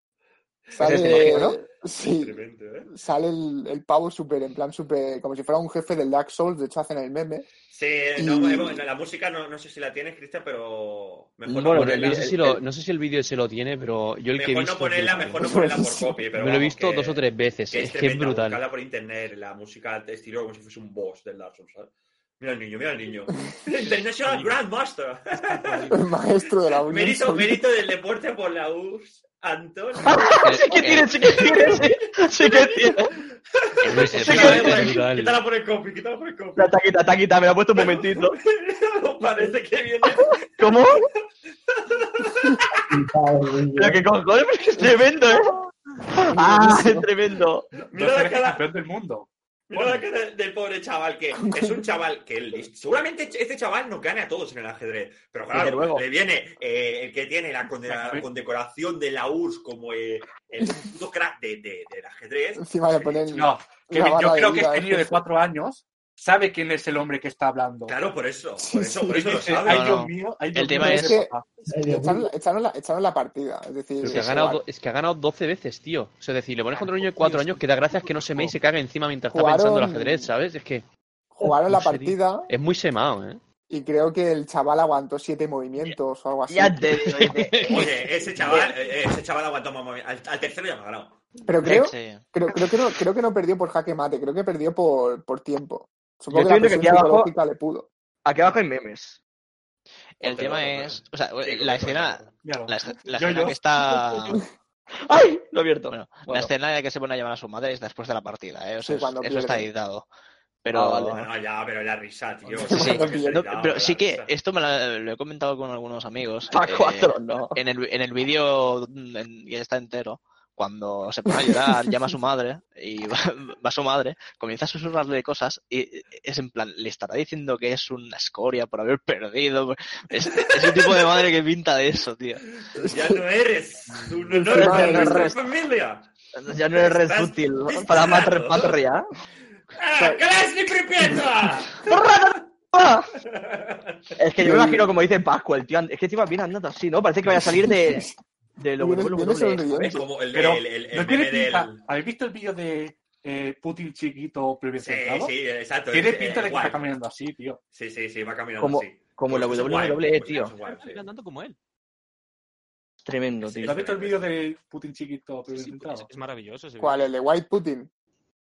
Speaker 3: Sale,
Speaker 2: este ¿no?
Speaker 3: sí,
Speaker 1: Tremendo, ¿eh?
Speaker 3: sale el, el pavo súper, en plan súper, como si fuera un jefe del Dark Souls, de hecho hacen el meme.
Speaker 1: Sí, no,
Speaker 3: Y-
Speaker 1: hemos- la música no, no sé si la tienes, Cristian, pero mejor
Speaker 2: Bueno,
Speaker 1: no
Speaker 6: Bueno,
Speaker 1: ponerla.
Speaker 6: no
Speaker 2: el-
Speaker 6: sé, si
Speaker 2: el-
Speaker 6: lo-
Speaker 2: el-
Speaker 6: no sé si el vídeo se lo tiene, pero yo el que he
Speaker 1: Mejor
Speaker 6: visto.
Speaker 1: no
Speaker 6: es
Speaker 1: ponerla,
Speaker 6: brutal.
Speaker 1: mejor no ponerla por copy. Pero
Speaker 6: Me lo
Speaker 1: vamos,
Speaker 6: he visto
Speaker 1: que-
Speaker 6: dos o tres veces.
Speaker 1: Que es
Speaker 6: Es que es
Speaker 1: tremenda,
Speaker 6: brutal.
Speaker 1: buscarla por internet, la música de estilo como si fuese un boss del Dark Souls, ¿sabes? Mira el niño, mira el niño. International Grandmaster.
Speaker 3: El maestro de la Unión
Speaker 1: Mérito,
Speaker 3: Soviética.
Speaker 1: mérito del deporte por la URSS, Antonio.
Speaker 2: Sí que tiene, sí que tiene, sí, sí que tiene.
Speaker 6: Es, es
Speaker 2: Sí,
Speaker 1: Quítala por
Speaker 6: brutal.
Speaker 1: el-
Speaker 6: es brutal.
Speaker 1: quítala por el copy, quítala por el copy.
Speaker 2: Taquita, taquita, me la he puesto un momentito.
Speaker 1: No, Parece que viene.
Speaker 2: ¿Cómo? Pero
Speaker 7: Ay,
Speaker 2: que cojones, porque es tremendo, ¿eh? Ah, es tremendo.
Speaker 1: Mira la
Speaker 5: Dos veces
Speaker 1: cara,
Speaker 5: campeón del mundo.
Speaker 1: mira la cara del pobre chaval que es un chaval que el- seguramente este chaval nos gane a todos en el ajedrez. Pero
Speaker 2: Desde
Speaker 1: claro,
Speaker 2: luego.
Speaker 1: le viene eh, el que tiene la, condena- condecoración de la URSS como eh, el puto crack de, de- del ajedrez.
Speaker 3: Encima le ponen la
Speaker 5: No, Kevin, yo
Speaker 3: barra de
Speaker 5: creo que
Speaker 3: vida,
Speaker 5: este niño
Speaker 3: ¿eh?
Speaker 5: de cuatro años sabe quién es el hombre que está hablando.
Speaker 1: Claro, por eso, por eso, por
Speaker 5: Y
Speaker 1: eso lo
Speaker 5: dice,
Speaker 1: sabe.
Speaker 5: ay,
Speaker 4: No,
Speaker 5: Dios
Speaker 4: no.
Speaker 5: mío, ay,
Speaker 4: El
Speaker 5: Dios
Speaker 4: tema
Speaker 5: mío,
Speaker 4: es-
Speaker 5: mi papá".
Speaker 3: Echaron, echaron la, echaron la partida, es decir,
Speaker 6: Pero que ha
Speaker 3: se
Speaker 6: ganado,
Speaker 3: van.
Speaker 6: do- es que ha ganado 12 veces, tío. O sea, es decir, le pones contra un niño de 4 años que da gracias que no se me y se caga encima mientras está pensando el
Speaker 3: Jugaron-
Speaker 6: ajedrez, ¿sabes? Es que
Speaker 3: jugaron la
Speaker 6: en serio.
Speaker 3: partida
Speaker 6: es muy semado, ¿eh?
Speaker 3: y creo que el chaval aguantó siete movimientos o algo así.
Speaker 2: Ya te digo, dice,
Speaker 1: Oye, ese chaval, eh, ese chaval aguantó más movi- al, al tercero ya me ha ganado.
Speaker 3: Pero creo,
Speaker 4: Sí.
Speaker 3: creo, creo, que no, creo que no perdió por jaque mate, creo que perdió por, por tiempo. Supongo
Speaker 2: Yo
Speaker 3: que la
Speaker 2: estoy viendo que
Speaker 3: presión
Speaker 2: aquí abajo-
Speaker 3: psicológica le pudo.
Speaker 2: aquí abajo hay memes.
Speaker 4: El
Speaker 1: Cógelo,
Speaker 4: tema
Speaker 1: cógelo.
Speaker 4: es. O sea,
Speaker 1: Sí,
Speaker 4: la
Speaker 1: cógelo,
Speaker 4: escena.
Speaker 1: cógelo.
Speaker 5: Míralo.
Speaker 4: La, escena- la
Speaker 5: Yo,
Speaker 4: escena
Speaker 5: yo.
Speaker 4: que está.
Speaker 2: ¡Ay! Lo he abierto.
Speaker 4: Bueno, la
Speaker 2: Bueno.
Speaker 4: escena en la que se pone a llamar a su madre es después de la partida, ¿eh? O sea,
Speaker 3: Sí, cuando
Speaker 4: es- eso está
Speaker 3: pierde.
Speaker 4: editado. Pero,
Speaker 2: Ah, vale.
Speaker 1: Bueno, ya, pero la risa, tío.
Speaker 3: Sí,
Speaker 1: eso
Speaker 4: sí.
Speaker 1: no, que se
Speaker 4: no,
Speaker 1: le da,
Speaker 4: pero
Speaker 1: la
Speaker 4: sí que
Speaker 1: risa.
Speaker 4: esto me la- lo he comentado con algunos amigos.
Speaker 2: Pa'
Speaker 4: eh,
Speaker 2: cuatro, no.
Speaker 4: en el, en el vídeo mm, en- que está entero, cuando se pone a llorar, llama a su madre y va, va su madre, comienza a susurrarle cosas y e, es en plan, le estará diciendo que es una escoria por haber perdido. Es, es el tipo de madre que pinta de eso, tío.
Speaker 1: Ya no eres un honor
Speaker 2: No,
Speaker 1: para
Speaker 2: no,
Speaker 1: nuestra
Speaker 2: res-
Speaker 1: familia.
Speaker 2: Ya no eres
Speaker 1: Estás
Speaker 2: útil
Speaker 1: destinado.
Speaker 2: para matar patria.
Speaker 1: ¡Ah, Krasny Pripyata!
Speaker 2: ¡Ah! Es que yo me imagino como dice Pascua, el tío. and- Es que encima viene andando así, ¿no? Parece que vaya a salir de. De lo E,
Speaker 3: Viene- viene sonriendo.
Speaker 1: Es como el,
Speaker 5: Pero
Speaker 1: el, el, eh, el
Speaker 5: no tiene
Speaker 1: meme
Speaker 5: pinta.
Speaker 1: del...
Speaker 5: ¿Habéis visto el vídeo de eh, Putin chiquito previo
Speaker 1: Sí,
Speaker 5: sentado?
Speaker 1: sí, exacto.
Speaker 5: Tiene
Speaker 1: es, eh,
Speaker 5: pinta de que
Speaker 1: guay.
Speaker 5: está caminando así, tío.
Speaker 1: Sí, sí, sí, va caminando
Speaker 2: Como-
Speaker 1: así.
Speaker 2: como la
Speaker 1: Pues es
Speaker 2: WWE,
Speaker 1: guay, pues
Speaker 2: tío.
Speaker 1: es guay, sí.
Speaker 8: andando como él.
Speaker 2: Tremendo,
Speaker 1: Sí,
Speaker 2: tío.
Speaker 5: ¿No has visto el vídeo de Putin chiquito
Speaker 8: Sí,
Speaker 5: previo
Speaker 1: pues,
Speaker 8: sí,
Speaker 5: sentado?
Speaker 8: es, es maravilloso ese
Speaker 3: ¿Cuál?
Speaker 8: vídeo.
Speaker 3: ¿El de White Putin?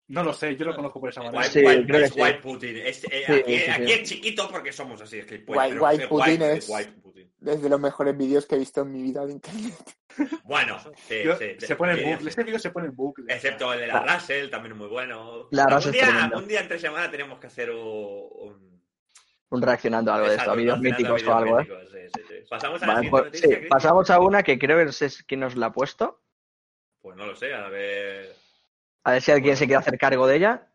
Speaker 5: No lo sé, yo lo conozco por esa manera.
Speaker 1: White,
Speaker 2: Sí,
Speaker 1: white-
Speaker 2: creo
Speaker 1: es
Speaker 2: que sí.
Speaker 1: white Putin. Es, eh,
Speaker 2: Sí,
Speaker 1: aquí,
Speaker 2: sí, sí.
Speaker 1: aquí es chiquito porque somos así, es que
Speaker 3: White- white Putin es-
Speaker 1: White Putin.
Speaker 3: Es de los mejores vídeos que he visto en mi vida de internet.
Speaker 1: Bueno, sí,
Speaker 5: Yo-
Speaker 1: sí,
Speaker 5: se pone en
Speaker 1: sí,
Speaker 5: bucle. Este vídeo se pone en bucle.
Speaker 1: Excepto el de la Russell, también muy bueno.
Speaker 2: Ah. La
Speaker 1: Algún
Speaker 2: Russell es
Speaker 1: día,
Speaker 2: tremenda.
Speaker 1: algún día entre semana tenemos que hacer un- un...
Speaker 2: Un reaccionando a algo de esto,
Speaker 1: Exacto,
Speaker 2: a vídeos
Speaker 1: relacionando
Speaker 2: míticos o
Speaker 1: a
Speaker 2: algo, ¿eh?
Speaker 1: videos míticos, sí, sí, sí. Pasamos a la
Speaker 2: Vale,
Speaker 1: siguiente
Speaker 2: pues,
Speaker 1: noticia,
Speaker 2: sí,
Speaker 1: Cristian.
Speaker 2: pasamos a una que creo que es quién nos la ha puesto.
Speaker 1: Pues no lo sé, a ver.
Speaker 2: A ver si alguien se quiere hacer cargo de ella.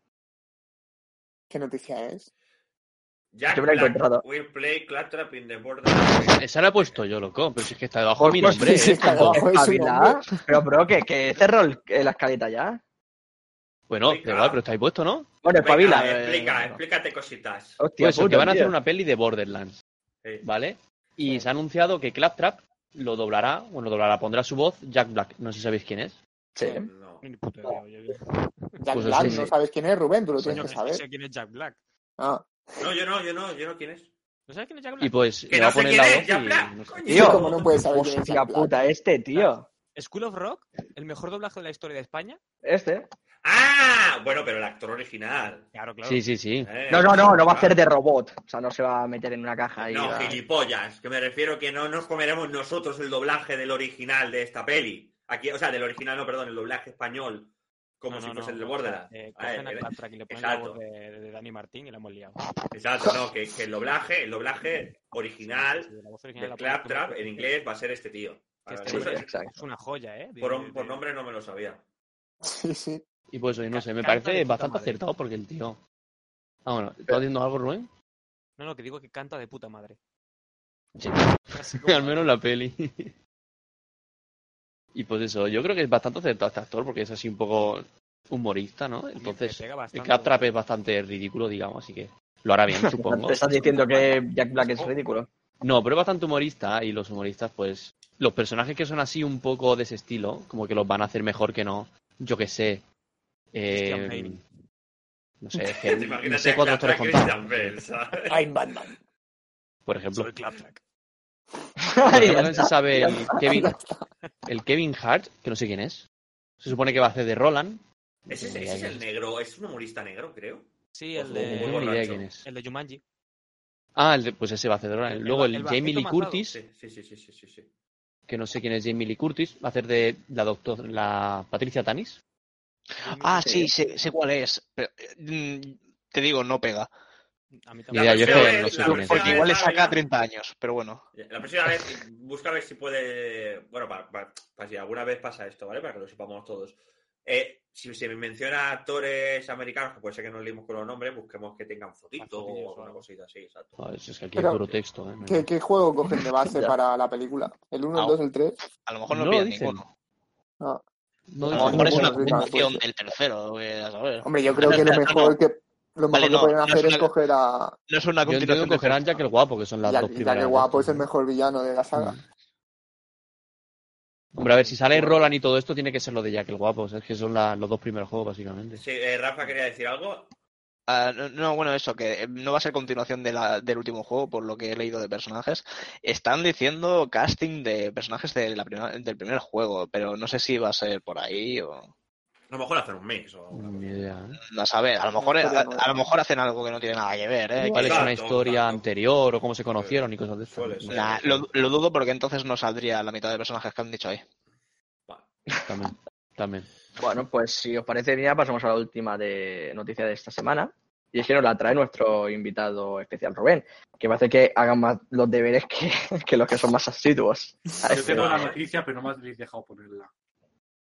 Speaker 3: ¿Qué noticia es?
Speaker 1: Jack
Speaker 2: Yo me la he
Speaker 1: Black
Speaker 2: encontrado.
Speaker 1: will play Claptrap in the Borderlands.
Speaker 6: Esa la he puesto yo, loco, pero si es que está debajo de mi
Speaker 2: Pues,
Speaker 3: sí,
Speaker 6: nombre.
Speaker 3: sí,
Speaker 6: ¿eh?
Speaker 3: está debajo de su
Speaker 2: Espabila.
Speaker 3: nombre.
Speaker 2: Pero, bro, que, que cerró el- eh, la escaleta ya.
Speaker 6: Bueno,
Speaker 1: Venga.
Speaker 6: da igual, pero estáis puesto, ¿no?
Speaker 1: Venga,
Speaker 2: Bueno, espabila.
Speaker 1: eh, explica,
Speaker 2: eh,
Speaker 1: explícate cositas.
Speaker 2: Hostia,
Speaker 6: Pues eso,
Speaker 2: puta,
Speaker 6: que van a hacer
Speaker 2: tío.
Speaker 6: una peli de Borderlands,
Speaker 1: Sí.
Speaker 6: ¿vale? Y se ha anunciado que Claptrap lo doblará, bueno, lo doblará, pondrá su voz Jack Black. No sé si sabéis quién es.
Speaker 3: ¿Eh?
Speaker 2: Sí.
Speaker 1: No.
Speaker 8: Ni puta idea, oye, yo-
Speaker 3: Jack
Speaker 6: Pues
Speaker 3: Black,
Speaker 6: sí,
Speaker 3: no
Speaker 6: sí.
Speaker 3: sabes quién es, Rubén, tú lo
Speaker 8: Coño,
Speaker 3: tienes
Speaker 8: que
Speaker 3: que
Speaker 8: es que sé
Speaker 3: saber.
Speaker 8: quién es Jack Black.
Speaker 3: Ah,
Speaker 1: No, yo no, yo no, yo no quién es.
Speaker 8: ¿No sabes quién es Jack
Speaker 6: Y
Speaker 8: Black?
Speaker 6: pues
Speaker 1: Que
Speaker 6: le va
Speaker 1: no
Speaker 6: a
Speaker 1: sé
Speaker 6: poner
Speaker 1: quién
Speaker 6: la
Speaker 1: es,
Speaker 6: voz.
Speaker 1: Jack
Speaker 6: y-
Speaker 1: Black,
Speaker 6: no sé.
Speaker 1: coño.
Speaker 3: tío,
Speaker 2: Tío.
Speaker 3: como no puedes saber quién es
Speaker 2: Hostia
Speaker 3: Jack Black.
Speaker 2: puta, este, tío.
Speaker 8: ¿School of Rock? ¿El mejor doblaje de la historia de España?
Speaker 2: Este.
Speaker 1: Ah, bueno, pero el actor original.
Speaker 8: Claro, claro.
Speaker 6: Sí, sí, sí.
Speaker 1: Eh,
Speaker 2: No, no, no, no va a hacer de robot. O sea, no se va a meter en una caja y.
Speaker 1: No,
Speaker 2: va-
Speaker 1: gilipollas. Que me refiero que no nos comeremos nosotros el doblaje del original de esta peli. Aquí, o sea, del original, no, perdón, el doblaje español. Como
Speaker 8: No,
Speaker 1: si
Speaker 8: no,
Speaker 1: fuese
Speaker 8: no,
Speaker 1: el de
Speaker 8: o sea,
Speaker 1: Borderlands.
Speaker 8: eh,
Speaker 1: A ver,
Speaker 8: cogen a
Speaker 1: que-
Speaker 8: Claptrap y le ponen la
Speaker 1: exacto.
Speaker 8: voz de, de Dani Martín y la hemos liado.
Speaker 1: Exacto, no, que, que el doblaje, el doblaje original
Speaker 8: Sí, la voz original
Speaker 1: de
Speaker 8: la ponen
Speaker 1: Claptrap
Speaker 8: como-
Speaker 1: en inglés va a ser este tío.
Speaker 8: Que
Speaker 1: Ahora,
Speaker 8: este
Speaker 2: Sí,
Speaker 1: eso
Speaker 8: hombre-
Speaker 1: es-
Speaker 2: exacto.
Speaker 8: Es una joya, ¿eh? De-
Speaker 1: por,
Speaker 8: de-
Speaker 1: por nombre no me lo sabía.
Speaker 3: Sí, sí.
Speaker 6: Y pues, oye, no sé, me
Speaker 8: Canta de
Speaker 6: parece
Speaker 8: puta
Speaker 6: bastante
Speaker 8: madre.
Speaker 6: acertado porque el tío. Ah, bueno, ¿estás haciendo algo, Rubén?
Speaker 8: No, no, que digo que canta de puta madre.
Speaker 6: Sí.
Speaker 8: Así como-
Speaker 6: Al menos la peli. y pues eso, yo creo que es bastante acertado este actor porque es así un poco humorista, ¿no?
Speaker 8: Hombre,
Speaker 6: Entonces,
Speaker 8: que pega
Speaker 6: el
Speaker 8: bastante,
Speaker 6: Claptrap es bastante ridículo, digamos, así que lo hará bien, supongo.
Speaker 2: Te estás diciendo que Jack Black
Speaker 1: Oh.
Speaker 2: es ridículo.
Speaker 6: No, pero es bastante humorista y los humoristas, pues, los personajes que son así un poco de ese estilo, como que los van a hacer mejor que no, yo que sé. eh,
Speaker 8: Christian Bale.
Speaker 6: no sé, es que
Speaker 1: Te
Speaker 6: no
Speaker 1: imaginas
Speaker 6: sé
Speaker 1: a
Speaker 6: cuatro
Speaker 1: Claptrap
Speaker 6: actores contados,
Speaker 1: Christian Bale, ¿sabes?
Speaker 3: I'm Batman.
Speaker 6: por ejemplo.
Speaker 8: Soy Claptrap.
Speaker 6: Por
Speaker 2: Y ya
Speaker 6: ejemplo,
Speaker 2: está.
Speaker 6: se sabe el Kevin, el Kevin Hart, que no sé quién es. Se supone que va a hacer de Roland. No
Speaker 1: Ese, es-
Speaker 6: tengo ni
Speaker 1: ese
Speaker 6: idea
Speaker 1: es
Speaker 6: quién
Speaker 1: el negro, es un humorista negro, creo.
Speaker 8: Sí, el
Speaker 6: No
Speaker 1: Muy
Speaker 6: tengo ni
Speaker 8: de,
Speaker 1: borracho.
Speaker 6: idea quién es.
Speaker 8: el de Jumanji.
Speaker 6: Ah, el de- pues ese va a hacer de Roland.
Speaker 8: El-
Speaker 6: Luego
Speaker 8: el-
Speaker 6: el,
Speaker 8: el
Speaker 6: Jamie
Speaker 8: bajito
Speaker 6: Lee
Speaker 8: mazado.
Speaker 6: Curtis,
Speaker 1: Sí, sí, sí, sí, sí, sí, sí.
Speaker 6: que no sé quién es Jamie Lee Curtis, va a hacer de la doctor, la Patricia Tanis.
Speaker 4: Ah, sí, sé, sé cuál es. pero, eh, mm, te digo, no pega.
Speaker 8: A mí
Speaker 6: Ni
Speaker 8: también.
Speaker 6: idea, yo es
Speaker 1: próxima
Speaker 6: que
Speaker 1: vez,
Speaker 6: no sé
Speaker 1: la
Speaker 6: quién
Speaker 1: próxima
Speaker 6: es.
Speaker 4: Porque
Speaker 1: vez.
Speaker 4: igual le
Speaker 1: va,
Speaker 4: saca
Speaker 1: venga.
Speaker 4: 30 años, pero bueno.
Speaker 1: La próxima vez busca a ver si puede. Bueno, para, para- para si alguna vez pasa esto, ¿vale? Para que lo sepamos todos. Eh, si se menciona actores americanos, que puede ser que no leímos con los nombres, busquemos que tengan fotito
Speaker 8: Las fotillos o
Speaker 1: o alguna
Speaker 8: algo.
Speaker 1: cosita así, exacto.
Speaker 6: Joder, si es que aquí
Speaker 3: Pero-
Speaker 6: es puro texto, ¿eh?
Speaker 3: ¿Qué, qué juego cogen de base
Speaker 2: Ya.
Speaker 3: para la película? ¿El 1, el
Speaker 4: Ah,
Speaker 3: 2, el 3?
Speaker 4: A lo mejor
Speaker 6: No
Speaker 4: no,
Speaker 6: lo
Speaker 4: pilla
Speaker 6: dicen.
Speaker 4: ninguno.
Speaker 3: No.
Speaker 6: No, dice
Speaker 4: A lo
Speaker 3: no,
Speaker 6: nada.
Speaker 4: mejor es una
Speaker 3: bueno, sí, claro,
Speaker 4: continuación
Speaker 6: Pues,
Speaker 3: puede ser.
Speaker 4: del tercero, voy a saber.
Speaker 3: Hombre, yo creo que lo
Speaker 4: No, no,
Speaker 3: mejor que, lo mejor
Speaker 4: Vale,
Speaker 3: que
Speaker 4: no,
Speaker 3: pueden
Speaker 4: no
Speaker 3: hacer
Speaker 4: es
Speaker 3: es
Speaker 4: una-
Speaker 3: coger a
Speaker 4: No es una
Speaker 6: Yo entiendo
Speaker 4: continuación
Speaker 6: que
Speaker 4: del
Speaker 6: cogerán
Speaker 4: tercero.
Speaker 6: Jack el Guapo, que son las
Speaker 3: Jack,
Speaker 6: dos
Speaker 3: Jack
Speaker 6: primeras.
Speaker 3: el
Speaker 6: de
Speaker 3: Guapo, es
Speaker 6: esto.
Speaker 3: el mejor villano de la
Speaker 2: Mm.
Speaker 3: saga.
Speaker 6: Hombre, a ver, si sale Roland y todo esto, tiene que ser lo de Jack el Guapo. o sea, es que son la- los dos primeros juegos, básicamente.
Speaker 1: Sí, eh, Rafa quería decir algo.
Speaker 4: Ah, no, no, bueno, eso, que eh, no va a ser continuación de la- del último juego, por lo que he leído de personajes. Están diciendo casting de personajes de la prima- del primer juego, pero no sé si va a ser por ahí o...
Speaker 1: A lo mejor hacer un mix o alguna
Speaker 6: Ni
Speaker 1: cosa.
Speaker 6: idea, ¿eh?
Speaker 4: No saber, a lo mejor,
Speaker 3: Una
Speaker 4: a,
Speaker 3: historia nueva.
Speaker 4: a lo mejor hacen algo que no tiene nada que ver, ¿eh?
Speaker 6: ¿Cuál es
Speaker 1: Exacto,
Speaker 6: una historia
Speaker 1: exacto.
Speaker 6: anterior o cómo se conocieron y cosas de eso?
Speaker 1: Suele ser.
Speaker 4: Nah,
Speaker 1: sí,
Speaker 4: lo, lo dudo porque entonces no saldría la mitad de personajes que han dicho ahí.
Speaker 1: Va.
Speaker 6: También, también.
Speaker 2: Bueno, pues si os parece bien, ya pasamos a la última de noticia de esta semana. Y es que nos la trae nuestro invitado especial, Rubén, que parece que hagan más los deberes que, que los que son más asiduos. a
Speaker 5: Yo
Speaker 2: este.
Speaker 5: tengo
Speaker 1: Vale.
Speaker 5: una noticia, pero no me habéis dejado ponerla.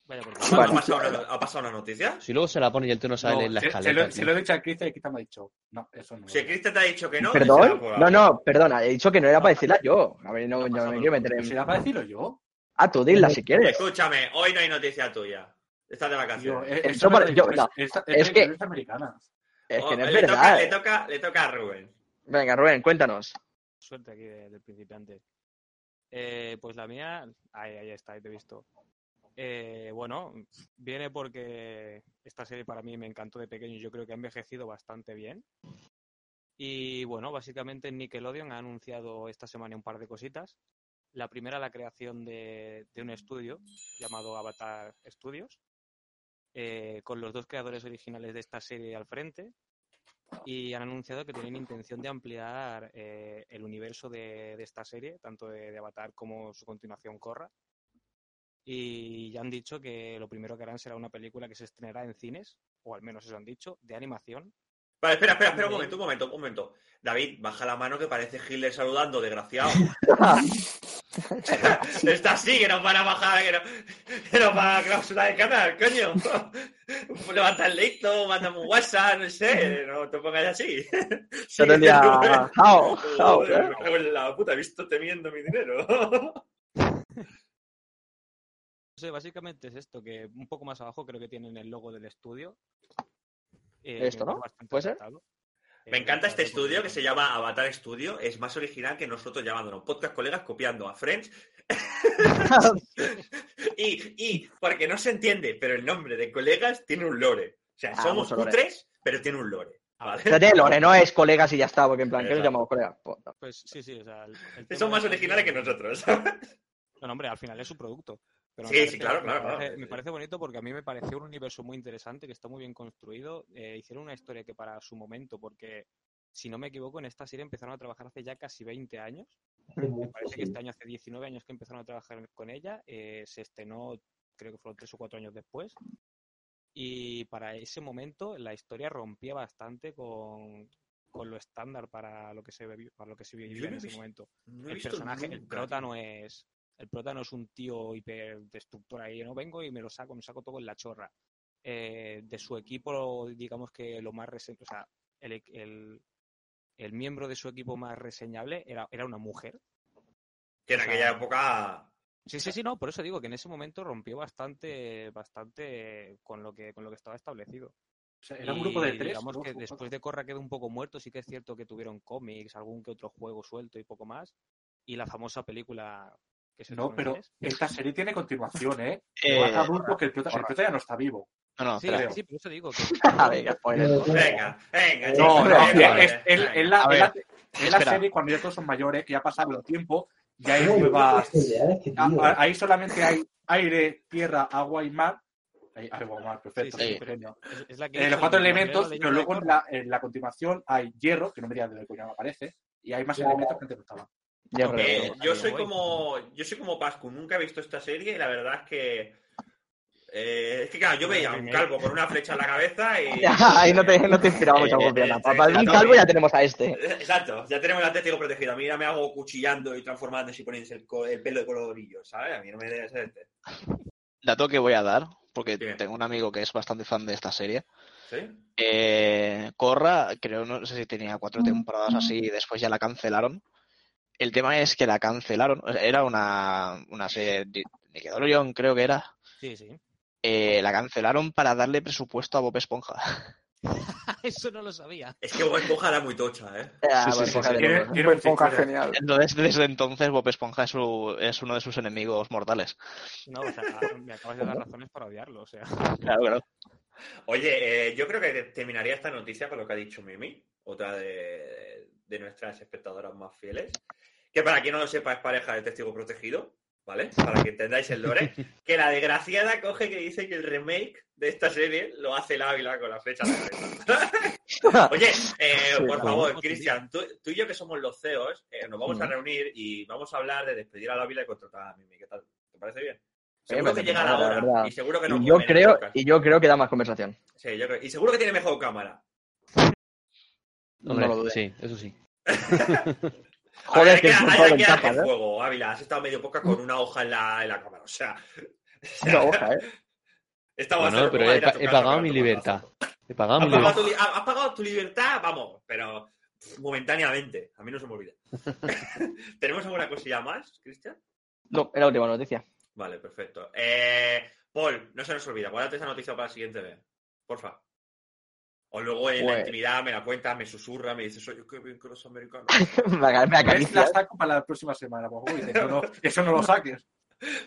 Speaker 8: Vaya por
Speaker 1: ¿Ha,
Speaker 8: favor.
Speaker 2: Vale.
Speaker 1: pasado una, ¿Ha pasado una noticia?
Speaker 6: Si luego se la pone y el tío no sale en la
Speaker 5: se,
Speaker 6: escaleta.
Speaker 5: se lo,
Speaker 6: tío.
Speaker 5: se lo he dicho a Cristian y Cristian me ha dicho. No, eso no.
Speaker 1: Si Cristian te ha dicho que no. pues,
Speaker 2: ¿Perdón?
Speaker 1: será por
Speaker 2: No,
Speaker 1: algo.
Speaker 2: no, perdona, he dicho que no era para decirla yo. A ver, no,
Speaker 1: No
Speaker 2: yo
Speaker 1: pasa
Speaker 2: me
Speaker 1: nada.
Speaker 2: quiero meter
Speaker 5: ¿Se
Speaker 2: en...
Speaker 5: da para decirlo yo?
Speaker 2: Ah, tú dila si quieres.
Speaker 1: Escúchame, hoy no hay noticia tuya. Estás de
Speaker 5: Yo,
Speaker 1: vacaciones.
Speaker 5: eh,
Speaker 2: El
Speaker 5: eso me
Speaker 2: Chopper-
Speaker 5: lo he
Speaker 2: yo-
Speaker 5: dicho,
Speaker 2: no,
Speaker 5: es, es-
Speaker 2: es
Speaker 5: es
Speaker 2: que-
Speaker 5: de las americanas.
Speaker 2: Es
Speaker 1: Oh,
Speaker 2: que no es
Speaker 1: le, toca,
Speaker 2: verdad. eh.
Speaker 1: le, toca, le toca a Rubén.
Speaker 2: Venga, Rubén, cuéntanos.
Speaker 8: Suerte aquí de- del principiante. Eh, pues la mía, ahí, ahí está, ahí te he visto. Eh, bueno, viene porque esta serie para mí me encantó de pequeño y yo creo que ha envejecido bastante bien. Y bueno, básicamente Nickelodeon ha anunciado esta semana un par de cositas. La primera, la creación de, de un estudio llamado Avatar Studios, eh, con los dos creadores originales de esta serie al frente, y han anunciado que tienen intención de ampliar eh, el universo de, de esta serie, tanto de, de Avatar como su continuación Corra. Y ya han dicho que lo primero que harán será una película que se estrenará en cines, o al menos eso han dicho, de animación.
Speaker 1: Vale, espera, espera, espera un momento, un momento, un momento. David, baja la mano que parece Hitler saludando, desgraciado.
Speaker 2: Ah,
Speaker 1: Está así, que nos van a bajar, que, no, que nos van a clausurar el canal, coño. Levanta el licto, mándame un WhatsApp, no sé, no te pongas así.
Speaker 2: Yo tendría. Jao, jao,
Speaker 1: Joder,
Speaker 2: ¿eh?
Speaker 1: me cago en la puta, he visto temiendo mi dinero.
Speaker 8: No sé, básicamente es esto, que un poco más abajo creo que tienen el logo del estudio. Eh, que
Speaker 2: Esto,
Speaker 8: me
Speaker 2: ¿no?
Speaker 8: parece bastante
Speaker 2: ¿Puede ser?
Speaker 8: acertado.
Speaker 1: Me
Speaker 8: Eh,
Speaker 1: encanta este
Speaker 8: claro,
Speaker 1: estudio que se
Speaker 8: porque-
Speaker 1: llama Avatar Studio. Es más original que nosotros llamándonos podcast colegas copiando a Friends. y, y, porque no se entiende, pero el nombre de colegas tiene un lore. O sea,
Speaker 2: Ah,
Speaker 1: somos
Speaker 2: mucho lore.
Speaker 1: cutres, pero tiene un lore.
Speaker 8: Ah,
Speaker 1: ¿vale?
Speaker 2: Espérate, Lore, no es colegas y ya está, porque en plan, ¿qué nos
Speaker 1: Exacto.
Speaker 2: llamamos colegas? Puta.
Speaker 8: Pues sí, sí, o sea... el- el
Speaker 1: Son
Speaker 8: tema
Speaker 1: más
Speaker 8: de-
Speaker 1: originales que nosotros.
Speaker 8: No, no, hombre, al final es su producto. Pero
Speaker 1: Sí, sí, claro, claro,
Speaker 8: Me parece,
Speaker 1: claro.
Speaker 8: me parece bonito porque a mí me pareció un universo muy interesante, que está muy bien construido. Eh, hicieron una historia que para su momento, porque si no me equivoco, en esta serie empezaron a trabajar hace ya casi 20 años.
Speaker 7: Hace
Speaker 8: Me
Speaker 7: mucho,
Speaker 8: parece que
Speaker 7: sí.
Speaker 8: este año hace 19 años que empezaron a trabajar con ella. eh, se estrenó, creo que fueron 3 o 4 años después. Y para ese momento la historia rompía bastante con, con lo estándar para lo que se, bebi- para lo que se
Speaker 1: no
Speaker 8: vivía
Speaker 1: he
Speaker 8: en ese
Speaker 1: visto
Speaker 8: momento
Speaker 1: No he
Speaker 8: el
Speaker 1: visto
Speaker 8: personaje, el
Speaker 1: nunca,
Speaker 8: prota
Speaker 1: tío.
Speaker 8: no es. El prota no es un tío hiperdestructor ahí, no vengo y me lo saco, me saco todo en la chorra. Eh, de su equipo, digamos que lo más rese- o sea, el, el- el miembro de su equipo más reseñable era, era una mujer.
Speaker 1: Que en
Speaker 8: o sea,
Speaker 1: aquella época.
Speaker 8: Sí, sí, sí, no, por eso digo que en ese momento rompió bastante, bastante con lo que, con lo que estaba establecido.
Speaker 5: O sea, era un
Speaker 8: Y
Speaker 5: grupo de tres.
Speaker 8: Digamos
Speaker 5: dos
Speaker 8: que
Speaker 5: o cuatro.
Speaker 8: después de Corra quedó un poco muerto, sí que es cierto que tuvieron cómics, algún que otro juego suelto y poco más. Y la famosa película que se
Speaker 5: No,
Speaker 8: estrenó en
Speaker 5: pero
Speaker 8: cines.
Speaker 5: esta serie tiene continuación, ¿eh?
Speaker 6: Eh,
Speaker 5: Te vas a Bruno que el prota, el prota ya no está vivo.
Speaker 6: No, no,
Speaker 8: Sí,
Speaker 6: espera.
Speaker 5: creo.
Speaker 8: sí, sí, por eso digo que
Speaker 2: Venga, spoiler.
Speaker 7: Pero, pero,
Speaker 1: Venga, venga, chicos,
Speaker 7: No,
Speaker 5: Eh, No, no,
Speaker 1: venga,
Speaker 5: es,
Speaker 1: venga, venga.
Speaker 5: es- es la,
Speaker 6: A
Speaker 5: es la-
Speaker 6: ver,
Speaker 5: es la
Speaker 6: espera.
Speaker 5: serie cuando ya todos son mayores, que ya ha pasado el tiempo, ya hay Ah,
Speaker 7: ¿cómo dices
Speaker 5: nuevas.
Speaker 7: genial, este
Speaker 5: a-
Speaker 7: tío?
Speaker 5: a- Ahí solamente hay aire, tierra, agua y mar. Ahí- ah, agua y mar, perfecto,
Speaker 8: Sí, sí,
Speaker 5: soy un
Speaker 8: pero-
Speaker 5: genio.
Speaker 8: es, es la que
Speaker 5: Eh,
Speaker 8: hizo
Speaker 5: los cuatro
Speaker 8: la primera
Speaker 5: elementos,
Speaker 8: leyenda
Speaker 5: pero
Speaker 8: de
Speaker 5: luego en
Speaker 8: Korra.
Speaker 5: la, en la continuación hay hierro, que no me digas de dónde coño aparece, y hay más
Speaker 7: Claro.
Speaker 5: elementos que antes no estaban.
Speaker 2: Ya
Speaker 8: No,
Speaker 1: Eh,
Speaker 2: recuerdo.
Speaker 8: pero-
Speaker 1: yo
Speaker 8: ahí
Speaker 1: soy
Speaker 8: voy.
Speaker 1: como yo soy como Pascu, nunca he visto esta serie y la verdad es que eh, es que claro, yo veía a un calvo con una flecha en la cabeza y
Speaker 2: Ahí no te, no te inspiraba mucha
Speaker 1: Eh, eh,
Speaker 2: confianza.
Speaker 1: eh,
Speaker 2: Para un
Speaker 1: exacto.
Speaker 2: calvo ya tenemos a este.
Speaker 1: Exacto, ya tenemos el anteojo protegido. A mí ya me hago cuchillando y transformándose y poniéndose el, co- el pelo de colorillo, ¿sabes? A mí no me debe ser este.
Speaker 6: Dato que voy a dar, porque
Speaker 1: Dime.
Speaker 6: tengo un amigo que es bastante fan de esta serie.
Speaker 1: ¿Sí?
Speaker 6: Eh, Corra, creo, no sé si tenía cuatro temporadas así y después ya la cancelaron. El tema es que la cancelaron. o sea, Era una, una serie de Nickelodeon, creo que era.
Speaker 8: Sí, sí.
Speaker 6: Eh, la cancelaron para darle presupuesto a Bob Esponja.
Speaker 8: Ah, Eso no lo sabía.
Speaker 1: Es que Bob Esponja era muy tocha, ¿eh?
Speaker 2: Ah,
Speaker 6: sí,
Speaker 2: bueno,
Speaker 6: sí,
Speaker 2: coja
Speaker 6: sí.
Speaker 2: de
Speaker 5: Tiene-
Speaker 2: locos, ¿eh?
Speaker 5: tiene
Speaker 3: Bob
Speaker 5: un
Speaker 3: Esponja es
Speaker 5: chico ya.
Speaker 3: genial.
Speaker 6: Entonces, desde entonces, Bob Esponja es, su- es uno de sus enemigos mortales.
Speaker 8: No, o sea, me acabas de dar razones para odiarlo, o sea.
Speaker 6: Claro, claro.
Speaker 1: Oye, eh, yo creo que terminaría esta noticia con lo que ha dicho Mimi, otra de, de nuestras espectadoras más fieles, que para quien no lo sepa es pareja de testigo protegido, ¿vale? Para que entendáis el lore, que la desgraciada coge que dice que el remake de esta serie lo hace el Ávila con la flecha de la cabeza. Oye, eh, por favor, Cristian, tú, tú y yo que somos los CEOs, eh, nos vamos a reunir y vamos a hablar de despedir al Ávila y contratar a Mimi, ¿qué tal? ¿Te parece bien? Seguro
Speaker 2: Eh, me
Speaker 1: que llega
Speaker 2: parece
Speaker 1: la
Speaker 2: nada, la
Speaker 1: hora
Speaker 2: verdad.
Speaker 1: y seguro que nos este
Speaker 2: Y yo,
Speaker 1: comen el
Speaker 2: creo,
Speaker 1: podcast.
Speaker 2: y yo creo que da más conversación.
Speaker 1: Sí, yo creo- Y seguro que tiene mejor cámara.
Speaker 2: No lo dudes.
Speaker 6: Sí, eso sí.
Speaker 1: Joder,
Speaker 2: Joder,
Speaker 1: hay que,
Speaker 2: que el
Speaker 1: hay,
Speaker 2: punto
Speaker 1: hay que
Speaker 2: ventaja,
Speaker 1: darle
Speaker 2: ¿eh?
Speaker 1: juego, Ávila. Has estado medio poca con una hoja en la, en la cámara. O sea,
Speaker 2: Una hoja, ¿eh?
Speaker 1: estamos
Speaker 6: Bueno, pero he, pa- he pagado mi libertad. He pagado
Speaker 1: Has
Speaker 6: mi
Speaker 1: pagado,
Speaker 6: libertad.
Speaker 1: tu, li- has pagado tu libertad, vamos, pero pff, momentáneamente. A mí no se me olvida. ¿Tenemos alguna cosilla más, Cristian?
Speaker 2: No, era la última noticia.
Speaker 1: Vale, perfecto. Eh, Paul, no se nos olvida. Guárdate esa noticia para la siguiente vez. Porfa. O luego en la
Speaker 2: Pues-
Speaker 1: intimidad me la cuenta, me susurra, me dice, soy yo que bien que los americanos.
Speaker 2: me aga- me
Speaker 5: ¿Ves? La
Speaker 2: acaricia.
Speaker 5: saco para la próxima semana, pues, uy, eso, no, eso no lo saques.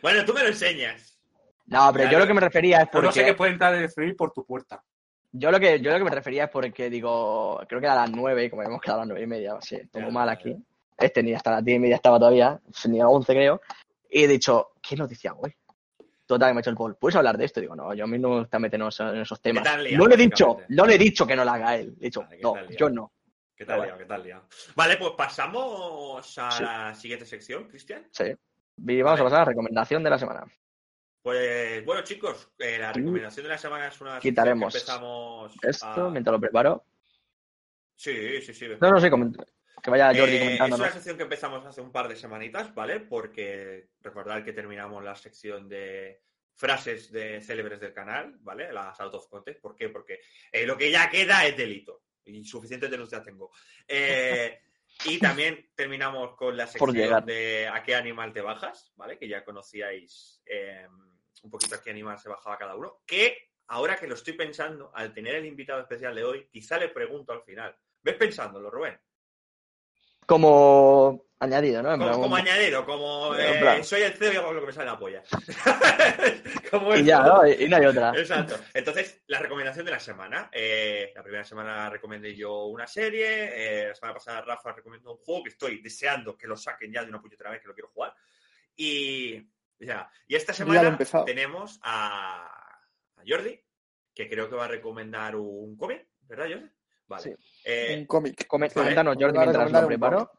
Speaker 1: Bueno, tú me lo enseñas.
Speaker 2: No, pero yo lo que me refería es
Speaker 5: Yo no sé
Speaker 2: porque...
Speaker 5: que puede entrar el FBI por tu puerta.
Speaker 2: Yo lo que, yo lo que me refería es porque digo, creo que era a las nueve, como hemos quedado a las nueve y media, sí, tomo
Speaker 1: Ya,
Speaker 2: mal
Speaker 1: ya.
Speaker 2: aquí. Este ni hasta las diez y media estaba todavía, ni a once creo. Y he dicho, ¿qué noticia, güey? Total, me ha hecho el Paul. ¿Puedes hablar de esto? Digo, no, yo a mí no me gusta meternos en esos temas.
Speaker 1: ¿Qué tal liado,
Speaker 2: no le he dicho,
Speaker 1: básicamente?
Speaker 2: no le he dicho que no la haga él. Le he dicho,
Speaker 1: Vale, ¿qué
Speaker 2: no,
Speaker 1: tal liado?
Speaker 2: yo no.
Speaker 1: ¿Qué tal
Speaker 2: Vale.
Speaker 1: liado? ¿Qué tal liado? Vale, pues pasamos a
Speaker 2: Sí.
Speaker 1: la siguiente sección, Cristian.
Speaker 2: Sí. Y vamos a pasar a la recomendación de la semana.
Speaker 1: Pues bueno, chicos, eh, la
Speaker 2: Tú
Speaker 1: recomendación de la semana es una sección
Speaker 2: quitaremos
Speaker 1: que empezamos
Speaker 2: Esto,
Speaker 1: a-
Speaker 2: mientras lo preparo.
Speaker 1: Sí, sí, sí.
Speaker 2: No, no sé, coment- que vaya Jordi
Speaker 1: Eh, Es una
Speaker 2: comentándonos.
Speaker 1: sección que empezamos hace un par de semanitas, ¿vale? Porque recordad que terminamos la sección de frases de célebres del canal, ¿vale? Las out of context. ¿Por qué? Porque eh, lo que ya queda es delito. Y suficientes denuncias tengo. Eh, y también terminamos con la
Speaker 2: Por llegar.
Speaker 1: sección de a qué animal te bajas, ¿vale? Que ya conocíais eh, un poquito a qué animal se bajaba cada uno. Que ahora que lo estoy pensando, al tener el invitado especial de hoy, quizá le pregunto al final. ¿Ves pensándolo, Rubén?
Speaker 2: Como añadido, ¿no? En
Speaker 1: Como,
Speaker 2: plan,
Speaker 1: como añadido, como
Speaker 2: En
Speaker 1: eh,
Speaker 2: plan.
Speaker 1: soy el CEO y hago lo que me sale la polla. como
Speaker 2: y
Speaker 1: eso.
Speaker 2: ya, ¿no? Y, y no hay otra.
Speaker 1: Exacto. Entonces, la recomendación de la semana. Eh, la primera semana recomendé yo una serie. eh, la semana pasada Rafa recomendó un juego que estoy deseando que lo saquen ya de una puñetera vez que lo quiero jugar. Y, ya. y esta
Speaker 3: Ya lo he
Speaker 1: semana
Speaker 3: empezado.
Speaker 1: tenemos a, a Jordi, que creo que va a recomendar un cómic, ¿verdad, Jordi? Vale.
Speaker 2: Sí.
Speaker 1: Eh,
Speaker 3: Un cómic.
Speaker 2: Come-
Speaker 1: Vale.
Speaker 2: Coméntanos, Jordi,
Speaker 3: Voy a
Speaker 2: mientras
Speaker 3: recomendar
Speaker 2: lo
Speaker 3: un
Speaker 2: preparo.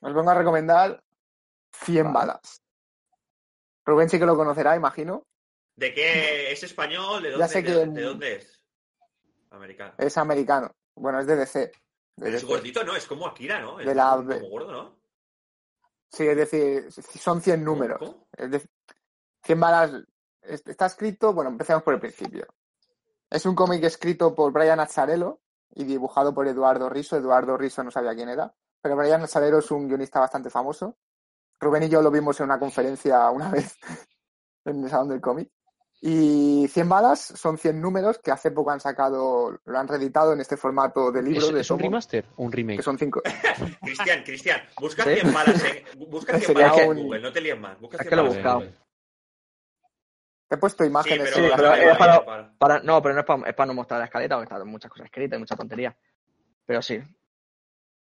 Speaker 3: Os vengo a recomendar 100
Speaker 2: Vale.
Speaker 3: balas. Rubén sí que lo conocerá, imagino.
Speaker 1: ¿De qué es español? ¿De
Speaker 3: Ya
Speaker 1: dónde,
Speaker 3: sé
Speaker 1: de,
Speaker 3: que- Eh,
Speaker 1: dónde- de dónde es? Americano.
Speaker 3: Es americano. Bueno, es de DC. De
Speaker 1: Pero es
Speaker 3: DC.
Speaker 1: gordito, ¿no? Es como Akira, ¿no? Es
Speaker 3: De la-
Speaker 1: como, como gordo, ¿no?
Speaker 3: Sí, es decir, son 100 números.
Speaker 1: ¿Cómo?
Speaker 3: Es decir, 100 balas. es- Está escrito, bueno, empecemos por el principio. Es un cómic escrito por Brian Azzarello y dibujado por Eduardo Riso. Eduardo Riso no sabía quién era, pero Brian Azzarello es un guionista bastante famoso. Rubén y yo lo vimos en una conferencia una vez en el salón del cómic. Y 100 balas son 100 números que hace poco han sacado, lo han reeditado en este formato de libro
Speaker 6: ¿Es,
Speaker 3: de
Speaker 6: es un
Speaker 3: tomo,
Speaker 6: remaster o un remake?
Speaker 3: que son 5.
Speaker 1: Cristian, Cristian, busca
Speaker 2: ¿Sí?
Speaker 1: 100 balas en, busca 100
Speaker 3: ¿Eh? Sería
Speaker 1: balas en
Speaker 3: un-
Speaker 1: Google, no te líes más. Busca
Speaker 2: Es
Speaker 1: 100
Speaker 2: que lo he
Speaker 1: balas en
Speaker 2: buscado.
Speaker 1: Google.
Speaker 3: He puesto
Speaker 1: Sí,
Speaker 3: imágenes.
Speaker 1: pero,
Speaker 2: Sí,
Speaker 3: en
Speaker 1: no
Speaker 3: la
Speaker 2: pero
Speaker 1: te
Speaker 2: he
Speaker 1: va
Speaker 3: sala.
Speaker 2: dejado-
Speaker 1: bien, para.
Speaker 2: Para, no, pero no es para no mostrar la escaleta, porque está muchas cosas escritas y mucha tontería. Pero sí,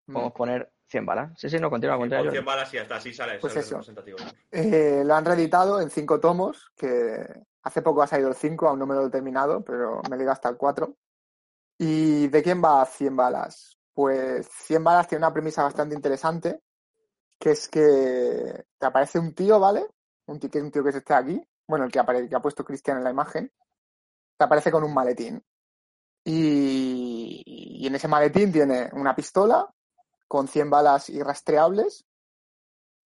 Speaker 3: Mm.
Speaker 2: podemos poner 100 balas. Sí, sí, no, continúa,
Speaker 1: Sí,
Speaker 2: continúa,
Speaker 1: pon
Speaker 2: Jordi.
Speaker 1: 100 balas y hasta así sale.
Speaker 3: Pues
Speaker 1: sale
Speaker 3: eso.
Speaker 1: representativo.
Speaker 3: Eh, lo han reeditado en cinco tomos, que hace poco ha salido el 5, aún no me lo he terminado, pero me llega hasta el 4. ¿Y de quién va 100 balas? Pues 100 balas tiene una premisa bastante interesante, que es que te aparece un tío, ¿vale? Un tío, que- un tío que se está aquí, bueno, el que, apare- que ha puesto Cristian en la imagen, te aparece con un maletín. Y, y en ese maletín tiene una pistola con 100 balas irrastreables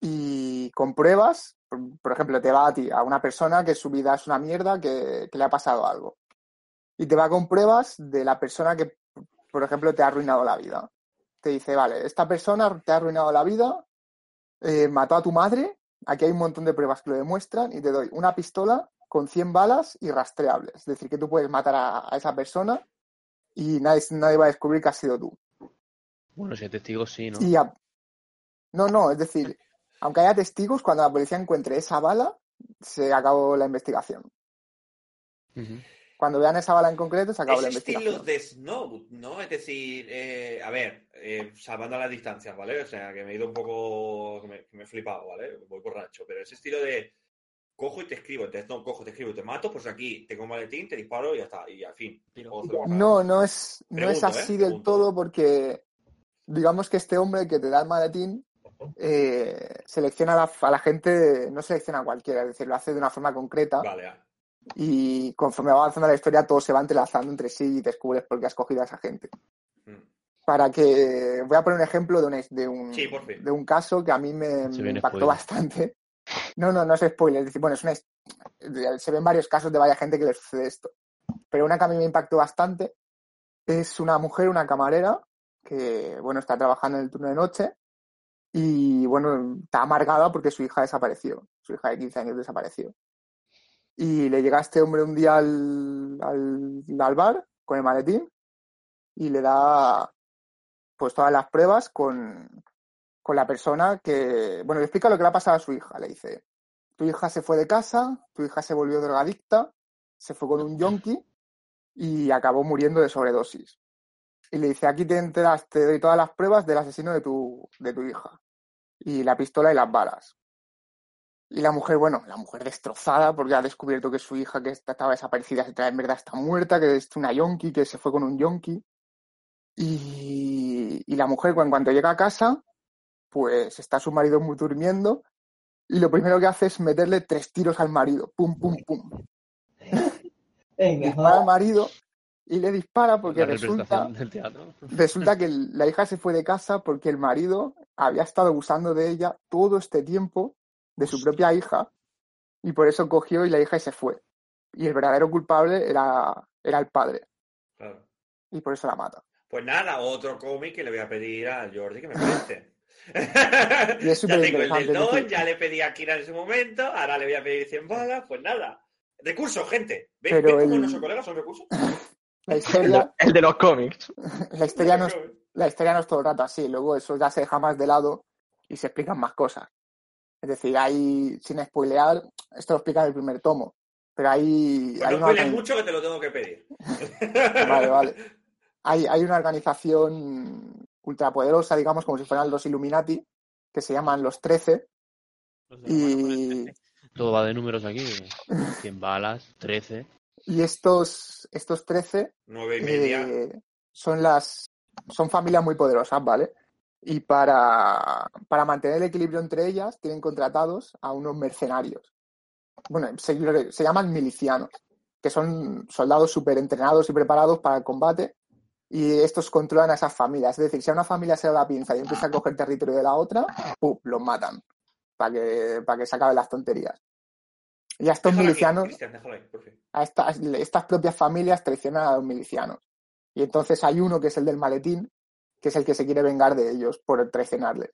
Speaker 3: y con pruebas, por, por ejemplo, te va a ti, a una persona que su vida es una mierda, que, que le ha pasado algo. Y te va con pruebas de la persona que, por ejemplo, te ha arruinado la vida. Te dice, vale, esta persona te ha arruinado la vida, eh, mató a tu madre, aquí hay un montón de pruebas que lo demuestran, y te doy una pistola con 100 balas y rastreables. Es decir, que tú puedes matar a, a esa persona y nadie, nadie va a descubrir que has sido tú.
Speaker 6: Bueno, si hay testigos, sí, ¿no?
Speaker 3: Y a- No, no, es decir, aunque haya testigos, cuando la policía encuentre esa bala, se acabó la investigación.
Speaker 6: Ujú.
Speaker 3: Cuando vean esa bala en concreto, se acabó
Speaker 1: Es
Speaker 3: la
Speaker 1: estilo
Speaker 3: investigación.
Speaker 1: de Snow, ¿no? Es decir, eh, a ver, eh, salvando las distancias, ¿vale? O sea, que me he ido un poco, que me, que me he flipado, ¿vale? Voy borracho, pero ese estilo de cojo y te escribo, entonces no, cojo, te escribo, te mato, pues aquí tengo un maletín, te disparo y ya está, y al fin.
Speaker 8: Tiro.
Speaker 1: Puedo hacer cosas.
Speaker 3: No, no es, no
Speaker 1: Pregunto,
Speaker 3: es así
Speaker 1: ¿eh?
Speaker 3: del
Speaker 1: Pregunto.
Speaker 3: todo porque digamos que este hombre que te da el maletín eh, selecciona a la, a la gente, no selecciona a cualquiera, es decir, lo hace de una forma concreta
Speaker 1: Vale, ah,
Speaker 3: y conforme va avanzando la historia todo se va entrelazando entre sí y descubres por qué has cogido a esa gente.
Speaker 1: mm.
Speaker 3: para que voy a poner un ejemplo de un, de un,
Speaker 1: Sí, por fin.
Speaker 3: de un caso que a mí me, me
Speaker 6: Se viene
Speaker 3: em, impactó
Speaker 6: spoiler.
Speaker 3: bastante. No, no, no es spoiler. es decir, bueno, es una, his- se ven varios casos de varias gente que les sucede esto. Pero una que a mí me impactó bastante es una mujer, una camarera, que, bueno, está trabajando en el turno de noche y, bueno, está amargada porque su hija desapareció. Su hija de 15 años desapareció. Y le llega este hombre un día al, al, al bar con el maletín y le da pues todas las pruebas con, con la persona que, bueno, le explica lo que le ha pasado a su hija, le dice, tu hija se fue de casa, tu hija se volvió drogadicta, se fue con un yonki y acabó muriendo de sobredosis. Y le dice, aquí te enteras, te doy todas las pruebas del asesino de tu, de tu hija, y la pistola y las balas. Y la mujer, bueno, la mujer destrozada porque ha descubierto que su hija que está- estaba desaparecida en verdad está muerta, que es una yonki, que se fue con un yonki. Y, y la mujer, cu- en cuanto llega a casa, pues está su marido mu- durmiendo y lo primero que hace es meterle tres tiros al marido. Pum, pum, pum.
Speaker 7: Venga,
Speaker 3: Dispara al
Speaker 7: joder.
Speaker 3: marido y le dispara porque
Speaker 6: la
Speaker 3: resulta
Speaker 6: representación del teatro.
Speaker 3: Resulta que el- la hija se fue de casa porque el marido había estado abusando de ella todo este tiempo, de su propia hija, y por eso cogió y la hija se fue. Y el verdadero culpable era, era el padre,
Speaker 1: Claro.
Speaker 3: y por eso la mata.
Speaker 1: Pues nada, otro cómic que le voy a pedir a Jordi que me preste.
Speaker 3: Y es
Speaker 1: ya tengo el
Speaker 3: superinteresante,
Speaker 1: del
Speaker 3: es
Speaker 1: Don,
Speaker 3: decir-
Speaker 1: ya le pedí a Kira en su momento, ahora le voy a pedir 100 bolas, pues nada. Recursos, gente. ¿Veis,
Speaker 3: Pero
Speaker 1: veis cómo
Speaker 3: el-
Speaker 1: nuestros colegas son recursos?
Speaker 3: La
Speaker 2: El de,
Speaker 3: historia,
Speaker 2: el de los cómics.
Speaker 3: la, historia este no es, la historia no es todo el rato así, luego eso ya se deja más de lado y se explican más cosas. Es decir, ahí, sin spoilear, esto lo explica en el primer tomo, pero ahí...
Speaker 1: Pues
Speaker 3: hay
Speaker 1: no
Speaker 3: una
Speaker 1: spoiles
Speaker 3: organi-
Speaker 1: mucho que te lo tengo que pedir.
Speaker 3: Vale, vale. hay, hay una organización ultrapoderosa, digamos, como si fueran los Illuminati, que se llaman los 13,
Speaker 8: Los de la mano con el
Speaker 3: y,
Speaker 8: trece.
Speaker 6: Todo va de números aquí. 100 balas, 13.
Speaker 3: y estos, estos 13
Speaker 1: Nueve y media.
Speaker 3: eh, son las son familias muy poderosas, ¿vale? Y para, para mantener el equilibrio entre ellas, tienen contratados a unos mercenarios. Bueno, se, se llaman milicianos, que son soldados súper entrenados y preparados para el combate. Y estos controlan a esas familias. Es decir, si a una familia se da la pinza y empieza a coger territorio de la otra, ¡pum! los matan. Para que, para que se acaben las tonterías. Y a
Speaker 1: Déjalo
Speaker 3: estos
Speaker 1: aquí,
Speaker 3: milicianos
Speaker 1: Cristian, déjalo ahí, por fin.
Speaker 3: a estas, estas propias familias traicionan a los milicianos. Y entonces hay uno que es el del maletín, que es el que se quiere vengar de ellos por traicionarles.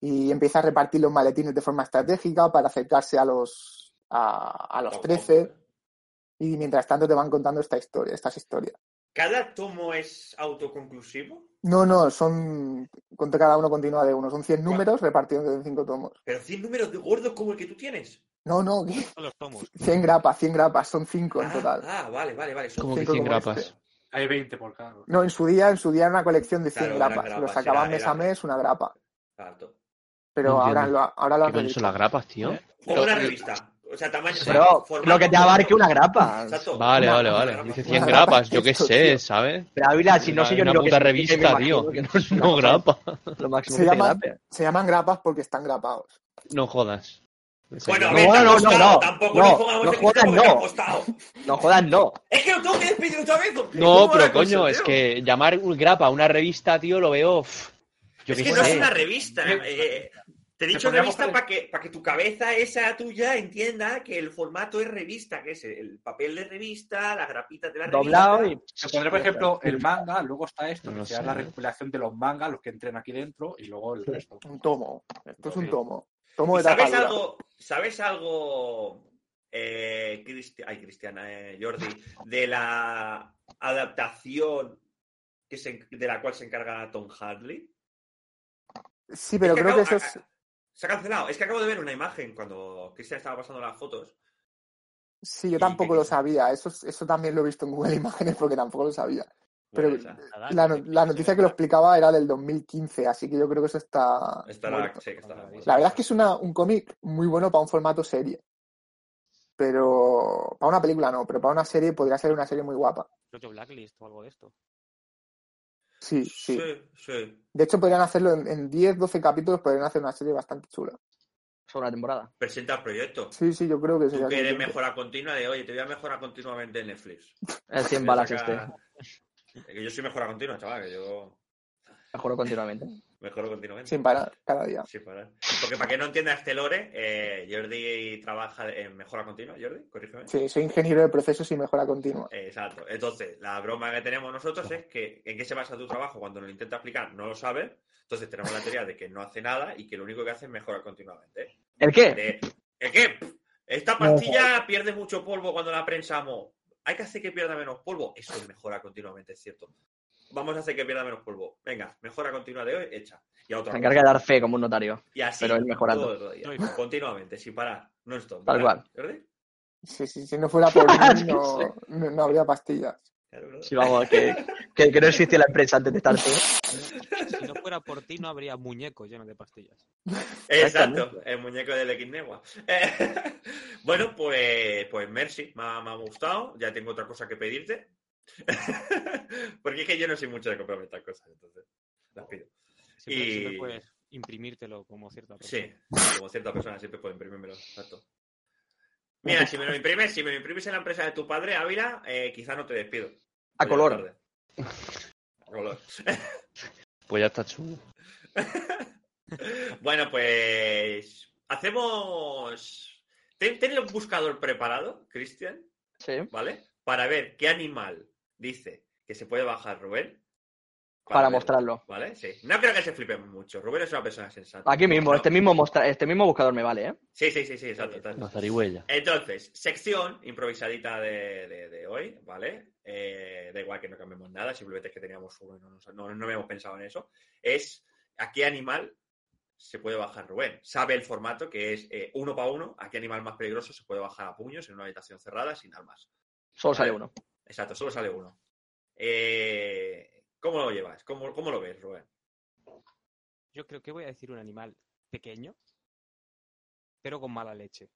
Speaker 3: Y empieza a repartir los maletines de forma estratégica para acercarse a los, a, a los 13. Y mientras tanto te van contando esta historia, estas historias.
Speaker 1: ¿Cada tomo es autoconclusivo?
Speaker 3: No, no, son. Contra cada uno continúa de uno. Son 100 números repartidos en 5 tomos.
Speaker 1: Pero 100 números de gordos como el que tú tienes.
Speaker 3: No, no,
Speaker 8: Son los tomos.
Speaker 3: 100 grapas, 100 grapas, son 5 en
Speaker 1: Ah,
Speaker 3: total.
Speaker 1: Ah, vale, vale, vale. Son
Speaker 6: Como que
Speaker 3: Cinco
Speaker 6: 100
Speaker 3: como este.
Speaker 6: grapas.
Speaker 5: Hay 20 por cada.
Speaker 3: No, en su día, en su día era una colección de 100
Speaker 1: Claro, eran
Speaker 3: grapas. Los
Speaker 1: grapas,
Speaker 3: sacaban
Speaker 1: era-
Speaker 3: mes
Speaker 1: era-
Speaker 3: a mes, una grapa.
Speaker 1: Exacto.
Speaker 3: Pero
Speaker 6: No
Speaker 3: ahora
Speaker 6: entiendo.
Speaker 3: lo, ahora lo
Speaker 6: ¿Qué
Speaker 3: han
Speaker 6: coño son
Speaker 3: reeditado.
Speaker 6: las grapas, tío?
Speaker 1: Como una revista. O sea, tamaño. o sea,
Speaker 2: Pero
Speaker 1: formato
Speaker 2: lo que te abarque
Speaker 1: completo.
Speaker 2: una grapa.
Speaker 1: Exacto.
Speaker 6: Vale,
Speaker 3: Una-
Speaker 6: vale,
Speaker 1: una
Speaker 6: vale.
Speaker 1: grapa.
Speaker 6: Dice
Speaker 1: Una
Speaker 6: 100
Speaker 3: grapa
Speaker 6: grapas, yo qué
Speaker 3: texto,
Speaker 6: sé,
Speaker 3: tío.
Speaker 6: ¿sabes?
Speaker 2: Pero Ávila, si no
Speaker 6: Una,
Speaker 2: sé yo
Speaker 6: una
Speaker 2: ni lo que
Speaker 6: puta
Speaker 2: significa, me
Speaker 6: revista, tío.
Speaker 2: imagino
Speaker 6: Que no,
Speaker 2: que es una
Speaker 6: no
Speaker 2: cosa-
Speaker 6: grapa.
Speaker 2: Lo máximo
Speaker 3: Se
Speaker 2: que te
Speaker 3: llama-
Speaker 2: grapa.
Speaker 3: Se llaman grapas porque están grapados.
Speaker 6: No jodas.
Speaker 1: Bueno, a
Speaker 2: No,
Speaker 1: ver,
Speaker 2: no,
Speaker 1: tampoco,
Speaker 2: no, no,
Speaker 1: tampoco
Speaker 2: no,
Speaker 1: nos pongamos
Speaker 2: no
Speaker 1: en Cristian porque
Speaker 2: jodas,
Speaker 1: te ha
Speaker 2: no.
Speaker 1: costado.
Speaker 2: No jodas, no.
Speaker 1: Es que lo tengo que despedir otra vez. hombre.
Speaker 6: No,
Speaker 1: ¿Cómo va
Speaker 6: pero
Speaker 1: la cosa,
Speaker 6: coño, es
Speaker 1: tío?
Speaker 6: que llamar un grapa a una revista, tío, lo veo. uf, yo
Speaker 1: Es
Speaker 6: qué
Speaker 1: que
Speaker 6: sé.
Speaker 1: no es una revista. eh, eh, te he
Speaker 5: Te
Speaker 1: dicho
Speaker 5: podríamos
Speaker 1: revista
Speaker 5: hacer-
Speaker 1: para que, para que tu cabeza, esa tuya, entienda que el formato es revista, que es el papel de revista, las grapitas de la
Speaker 2: Doblado
Speaker 1: revista.
Speaker 2: y.
Speaker 5: Se pondrá, por ejemplo, el manga, luego está esto,
Speaker 6: No
Speaker 5: que
Speaker 6: lo
Speaker 5: será
Speaker 6: sé.
Speaker 5: la recopilación de los mangas, los que entren aquí dentro, y luego el resto.
Speaker 3: Un tomo. Esto es un
Speaker 1: Ok.
Speaker 3: tomo. Tomo
Speaker 1: ¿Y
Speaker 3: de
Speaker 1: sabes
Speaker 3: tapa dura.
Speaker 1: algo? ¿Sabes algo? eh, Cristi- ay, Cristiana, eh, Jordi, de la adaptación que se- de la cual se encarga Tom Hartley.
Speaker 3: Sí, pero
Speaker 1: Es que
Speaker 3: creo que eso
Speaker 1: acabo-
Speaker 3: es.
Speaker 1: a- a- se ha cancelado. Es que acabo de ver una imagen cuando Cristian estaba pasando las fotos.
Speaker 3: Sí, yo
Speaker 1: y
Speaker 3: tampoco
Speaker 1: que-
Speaker 3: lo sabía. Eso, es- eso también lo he visto en Google Imágenes porque tampoco lo sabía. Pero
Speaker 1: Bueno, esa-
Speaker 8: Nada,
Speaker 3: la,
Speaker 8: que
Speaker 3: no-
Speaker 8: te
Speaker 3: la
Speaker 8: pillas
Speaker 3: noticia
Speaker 8: en
Speaker 3: que lo
Speaker 8: el-
Speaker 3: explicaba era del 2015, así que yo creo que eso está.
Speaker 1: estará-
Speaker 3: muerto.
Speaker 1: sí, que estará
Speaker 8: La
Speaker 1: muerta.
Speaker 3: La verdad es que es una- un cómic muy bueno para un formato serie. Pero. Para una película no, pero para una serie podría ser una serie muy guapa.
Speaker 8: Creo que Blacklist o algo de esto.
Speaker 3: Sí, sí.
Speaker 1: Sí, sí.
Speaker 3: De hecho, podrían hacerlo en, en 10, 12 capítulos, podrían hacer una serie bastante chula.
Speaker 2: Sobre la temporada.
Speaker 1: Presenta el proyecto.
Speaker 3: Sí, sí, yo creo que
Speaker 1: Tú
Speaker 3: sería.
Speaker 1: que eres
Speaker 3: suficiente.
Speaker 1: mejora continua de, oye, te voy a mejorar continuamente en Netflix.
Speaker 2: El 100
Speaker 1: Voy a
Speaker 2: balas
Speaker 1: sacar-
Speaker 2: este.
Speaker 1: Que Yo soy mejora continua, chaval, que yo
Speaker 2: Mejoro continuamente.
Speaker 1: mejoro continuamente.
Speaker 3: Sin parar, cada día.
Speaker 1: Sí, para. Porque para que no entienda este lore, eh, Jordi trabaja en mejora continua, Jordi, corrígeme.
Speaker 3: Sí, soy ingeniero de procesos y mejora continua.
Speaker 1: Eh, Exacto. Entonces, la broma que tenemos nosotros es que en qué se basa tu trabajo cuando nos lo intenta explicar, no lo sabe. Entonces tenemos la teoría de que no hace nada y que lo único que hace es mejorar continuamente.
Speaker 2: ¿El qué?
Speaker 1: De, ¿de qué? Pff, Esta pastilla pierde mucho polvo cuando la prensamos. Hay que hacer que pierda menos polvo. Eso es mejora continuamente, es cierto. Vamos a hacer que pierda menos polvo. Venga, mejora continua de hoy, hecha. Y a otra cosa.
Speaker 2: Se encarga de dar fe como un notario.
Speaker 1: Y así
Speaker 2: Pero él mejorando.
Speaker 1: todo el día, continuamente, sin parar, no stop.
Speaker 2: Tal
Speaker 1: ¿verdad,
Speaker 2: cual.
Speaker 1: Jordi?
Speaker 2: Ah,
Speaker 3: Sí, sí, si no fuera por mí,
Speaker 2: Sí,
Speaker 3: no, no- no habría pastillas.
Speaker 1: Claro, claro.
Speaker 2: Sí, vamos, que, que, que no existía la empresa antes de estar tú.
Speaker 8: Si no fuera por ti, no habría muñecos llenos de pastillas.
Speaker 1: Exacto, el muñeco del Equinegua. Eh, bueno, pues, pues Mercy, me ha, me ha gustado. Ya tengo otra cosa que pedirte. Porque es que yo no soy mucho de comprarme estas cosas, entonces las pido.
Speaker 8: Siempre,
Speaker 1: Y-
Speaker 8: siempre puedes imprimírtelo como cierta persona.
Speaker 1: Sí, como cierta persona siempre puede imprimírmelo. Exacto. Mira, si me lo imprimes, si me lo imprimes en la empresa de tu padre, Ávila, eh, quizá no te despido.
Speaker 2: A
Speaker 1: Oye,
Speaker 2: color.
Speaker 1: tarde. A color.
Speaker 6: Pues ya está chulo.
Speaker 1: Bueno, pues hacemos. Ten, ten el buscador preparado, Cristian,
Speaker 2: Sí.
Speaker 1: ¿vale? Para ver qué animal dice que se puede bajar Rubén.
Speaker 2: Para
Speaker 1: verlo,
Speaker 2: mostrarlo.
Speaker 1: ¿Vale? Sí. No creo que se flipe mucho. Rubén es una persona sensata.
Speaker 2: Aquí mismo,
Speaker 1: No.
Speaker 2: este mismo mostra- este mismo buscador me vale, ¿eh?
Speaker 1: Sí, sí, sí, sí, exacto. exacto.
Speaker 6: La zarigüeya.
Speaker 1: Entonces, sección improvisadita de, de- de hoy, ¿vale? Eh, da igual que no cambiemos nada, simplemente es que teníamos uno y no, nos- no, no habíamos pensado en eso. Es a qué animal se puede bajar Rubén. Sabe el formato que es eh, uno para uno, a qué animal más peligroso se puede bajar a puños en una habitación cerrada sin armas.
Speaker 2: Solo sale
Speaker 1: Vale.
Speaker 2: uno.
Speaker 1: Exacto, solo sale uno. Eh, ¿Cómo lo llevas? ¿Cómo, ¿Cómo lo ves, Rubén?
Speaker 8: Yo creo que voy a decir un animal pequeño, pero con mala leche.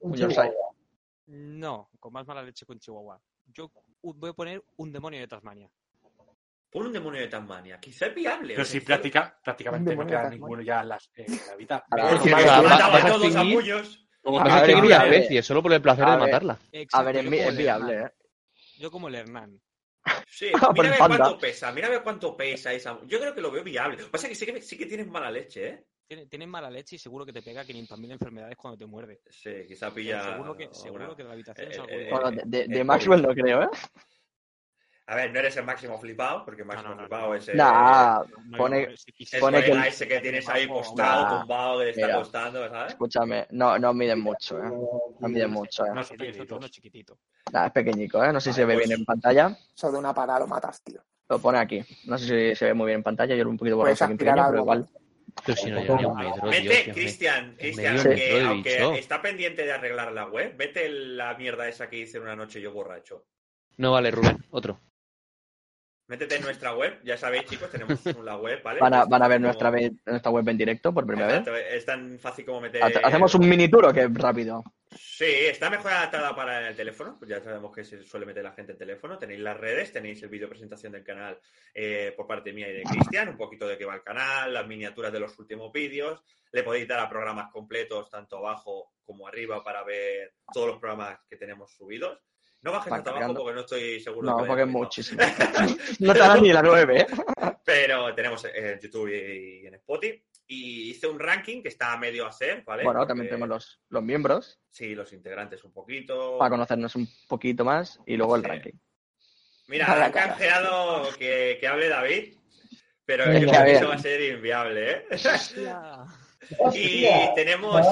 Speaker 7: Un
Speaker 2: Yo
Speaker 7: chihuahua.
Speaker 2: sé.
Speaker 8: No, con más mala leche que un chihuahua. Yo u- voy a poner un demonio de Tasmania.
Speaker 1: Pon un demonio de Tasmania, quizá es viable.
Speaker 5: Pero
Speaker 1: o sea,
Speaker 5: si
Speaker 1: quizá-
Speaker 5: práctica, prácticamente no
Speaker 3: demonio
Speaker 5: queda
Speaker 3: de
Speaker 5: ninguno ya en las- eh, en la vida.
Speaker 2: Ahora,
Speaker 1: Porque
Speaker 2: ahora,
Speaker 1: se
Speaker 2: ahora,
Speaker 1: mataba
Speaker 6: vas a
Speaker 1: a todos a
Speaker 6: seguir-
Speaker 1: puños.
Speaker 5: Luego
Speaker 2: A
Speaker 6: Vas a
Speaker 2: ver,
Speaker 5: también-
Speaker 6: seguir
Speaker 2: mira,
Speaker 6: a
Speaker 2: eh,
Speaker 6: Bessie solo por el placer
Speaker 2: a
Speaker 6: de
Speaker 2: ver.
Speaker 6: matarla.
Speaker 2: A
Speaker 8: Exacto,
Speaker 2: ver,
Speaker 8: yo
Speaker 2: es, mi-
Speaker 8: como
Speaker 2: es
Speaker 8: el
Speaker 2: viable,
Speaker 8: Hernán.
Speaker 2: ¿eh?
Speaker 8: Yo como el Hernán.
Speaker 1: Sí,
Speaker 2: Ah, por
Speaker 1: mira
Speaker 2: el
Speaker 1: a ver
Speaker 2: panda.
Speaker 1: cuánto pesa, mira a ver cuánto pesa esa. Yo creo que lo veo viable. Pasa que sí que, sí que tienes mala leche, ¿eh?
Speaker 8: Tiene- Tienes mala leche y seguro que te pega 500.000 enfermedades cuando te muerde.
Speaker 1: Sí, quizá
Speaker 8: Pero
Speaker 1: pilla.
Speaker 8: seguro que,
Speaker 1: alguna.
Speaker 8: seguro que de la habitación
Speaker 1: Eh,
Speaker 8: salgo
Speaker 1: eh,
Speaker 8: yo.
Speaker 2: Bueno, de, de- de
Speaker 1: eh,
Speaker 2: Maxwell
Speaker 1: Bobby.
Speaker 2: no creo, ¿eh?
Speaker 1: A ver, no eres el máximo flipado, porque el máximo
Speaker 8: no, no,
Speaker 1: flipado
Speaker 8: no.
Speaker 1: es. eh,
Speaker 2: Nah,
Speaker 8: No, no,
Speaker 2: pone-
Speaker 8: no, si
Speaker 1: es
Speaker 8: quisiera-
Speaker 2: pone que
Speaker 1: colega
Speaker 2: el-
Speaker 1: ese que tienes ahí
Speaker 8: Guau, guau,
Speaker 1: postado,
Speaker 2: guau.
Speaker 1: tumbado, que le está
Speaker 2: Mira.
Speaker 1: costando, ¿sabes?
Speaker 2: escúchame, no, no miden mucho, ¿eh? No miden mucho, ¿eh?
Speaker 5: No,
Speaker 8: He
Speaker 5: son
Speaker 8: dicho que
Speaker 5: pequeñitos.
Speaker 8: uno chiquitito.
Speaker 2: Nah, es pequeñico, ¿eh? No sé
Speaker 1: Vale,
Speaker 2: si se ve
Speaker 1: pues-
Speaker 2: bien en pantalla.
Speaker 3: Eso de una parada lo matas, tío.
Speaker 2: Lo pone aquí. No sé si se ve muy bien en pantalla. Yo era un poquito
Speaker 3: Puedes
Speaker 2: borroso aquí en
Speaker 3: aspirar
Speaker 2: pequeño,
Speaker 3: a
Speaker 2: pero
Speaker 3: algo
Speaker 2: igual.
Speaker 3: más.
Speaker 6: Pero si no llegaría a un metro, tío.
Speaker 1: Vete,
Speaker 6: si es que-
Speaker 1: Cristian, Cristian,
Speaker 6: medio
Speaker 1: que
Speaker 6: metro de
Speaker 1: aunque
Speaker 6: bicho.
Speaker 1: está pendiente de arreglar la web, vete la mierda esa que hice una noche yo borracho.
Speaker 6: No vale, Rubén, otro.
Speaker 1: Métete en nuestra web, ya sabéis, chicos, tenemos una web, ¿vale?
Speaker 2: Van a, van a ver
Speaker 1: Como-
Speaker 2: nuestra, ve- nuestra web en directo por primera vez.
Speaker 1: Exacto, es tan fácil como meter.
Speaker 2: Ha- Hacemos un mini tour o qué rápido.
Speaker 1: Sí, está mejor adaptada para el teléfono, pues ya sabemos que se suele meter la gente el teléfono. Tenéis las redes, tenéis el vídeo presentación del canal eh, por parte mía y de Cristian, un poquito de qué va el canal, las miniaturas de los últimos vídeos. Le podéis dar a programas completos, tanto abajo como arriba, para ver todos los programas que tenemos subidos. No bajes
Speaker 2: Van
Speaker 1: hasta abajo
Speaker 2: cargando.
Speaker 1: porque no estoy seguro de
Speaker 2: No,
Speaker 1: que
Speaker 2: porque es
Speaker 1: hayas subido.
Speaker 2: muchísimo. No te harán ni la 9, ¿eh?
Speaker 1: Pero tenemos en YouTube y en Spotify. Y hice un ranking que está a medio hacer, ¿vale?
Speaker 2: Bueno,
Speaker 1: Porque-
Speaker 2: también tenemos los, los miembros
Speaker 1: Sí, los integrantes un poquito.
Speaker 2: para conocernos un poquito más y luego el
Speaker 1: Sí.
Speaker 2: ranking.
Speaker 1: Mira,
Speaker 3: Para
Speaker 1: han
Speaker 3: cara.
Speaker 1: canjeado que, que hable David, pero
Speaker 2: Venga,
Speaker 1: yo creo que
Speaker 2: bien.
Speaker 1: eso va a ser inviable, ¿eh? Y
Speaker 7: Hostia.
Speaker 1: tenemos,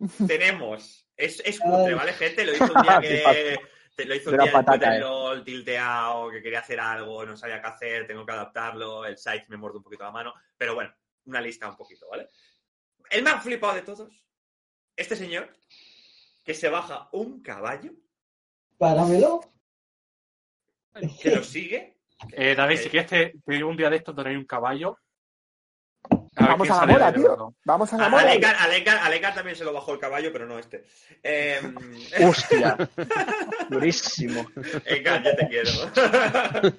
Speaker 1: tenemos, es, es cutre, ¿vale, gente? Lo hizo un día que, te- lo hizo un
Speaker 2: De una
Speaker 1: día después
Speaker 2: patata,
Speaker 1: del
Speaker 2: eh.
Speaker 1: LOL tilteado, que quería hacer algo, no sabía qué hacer, tengo que adaptarlo, el site me muerde un poquito la mano, pero bueno, una lista un poquito, ¿vale? El más flipado de todos, este señor, que se baja un caballo,
Speaker 7: Páramelo.
Speaker 1: que lo sigue,
Speaker 5: Eh, David,
Speaker 1: Ok.
Speaker 5: si quieres, te, te digo un día de estos, daré un caballo. ver
Speaker 3: Vamos
Speaker 5: quién
Speaker 3: a la
Speaker 5: sale
Speaker 3: mola,
Speaker 5: del
Speaker 3: tío.
Speaker 5: horno.
Speaker 3: Vamos a
Speaker 1: A
Speaker 3: la mola.
Speaker 1: Alekar, Alekar- Alekar también se lo bajó el caballo, pero no este. Eh,
Speaker 2: ¡Hostia! Durísimo.
Speaker 1: Ekar, yo te quiero.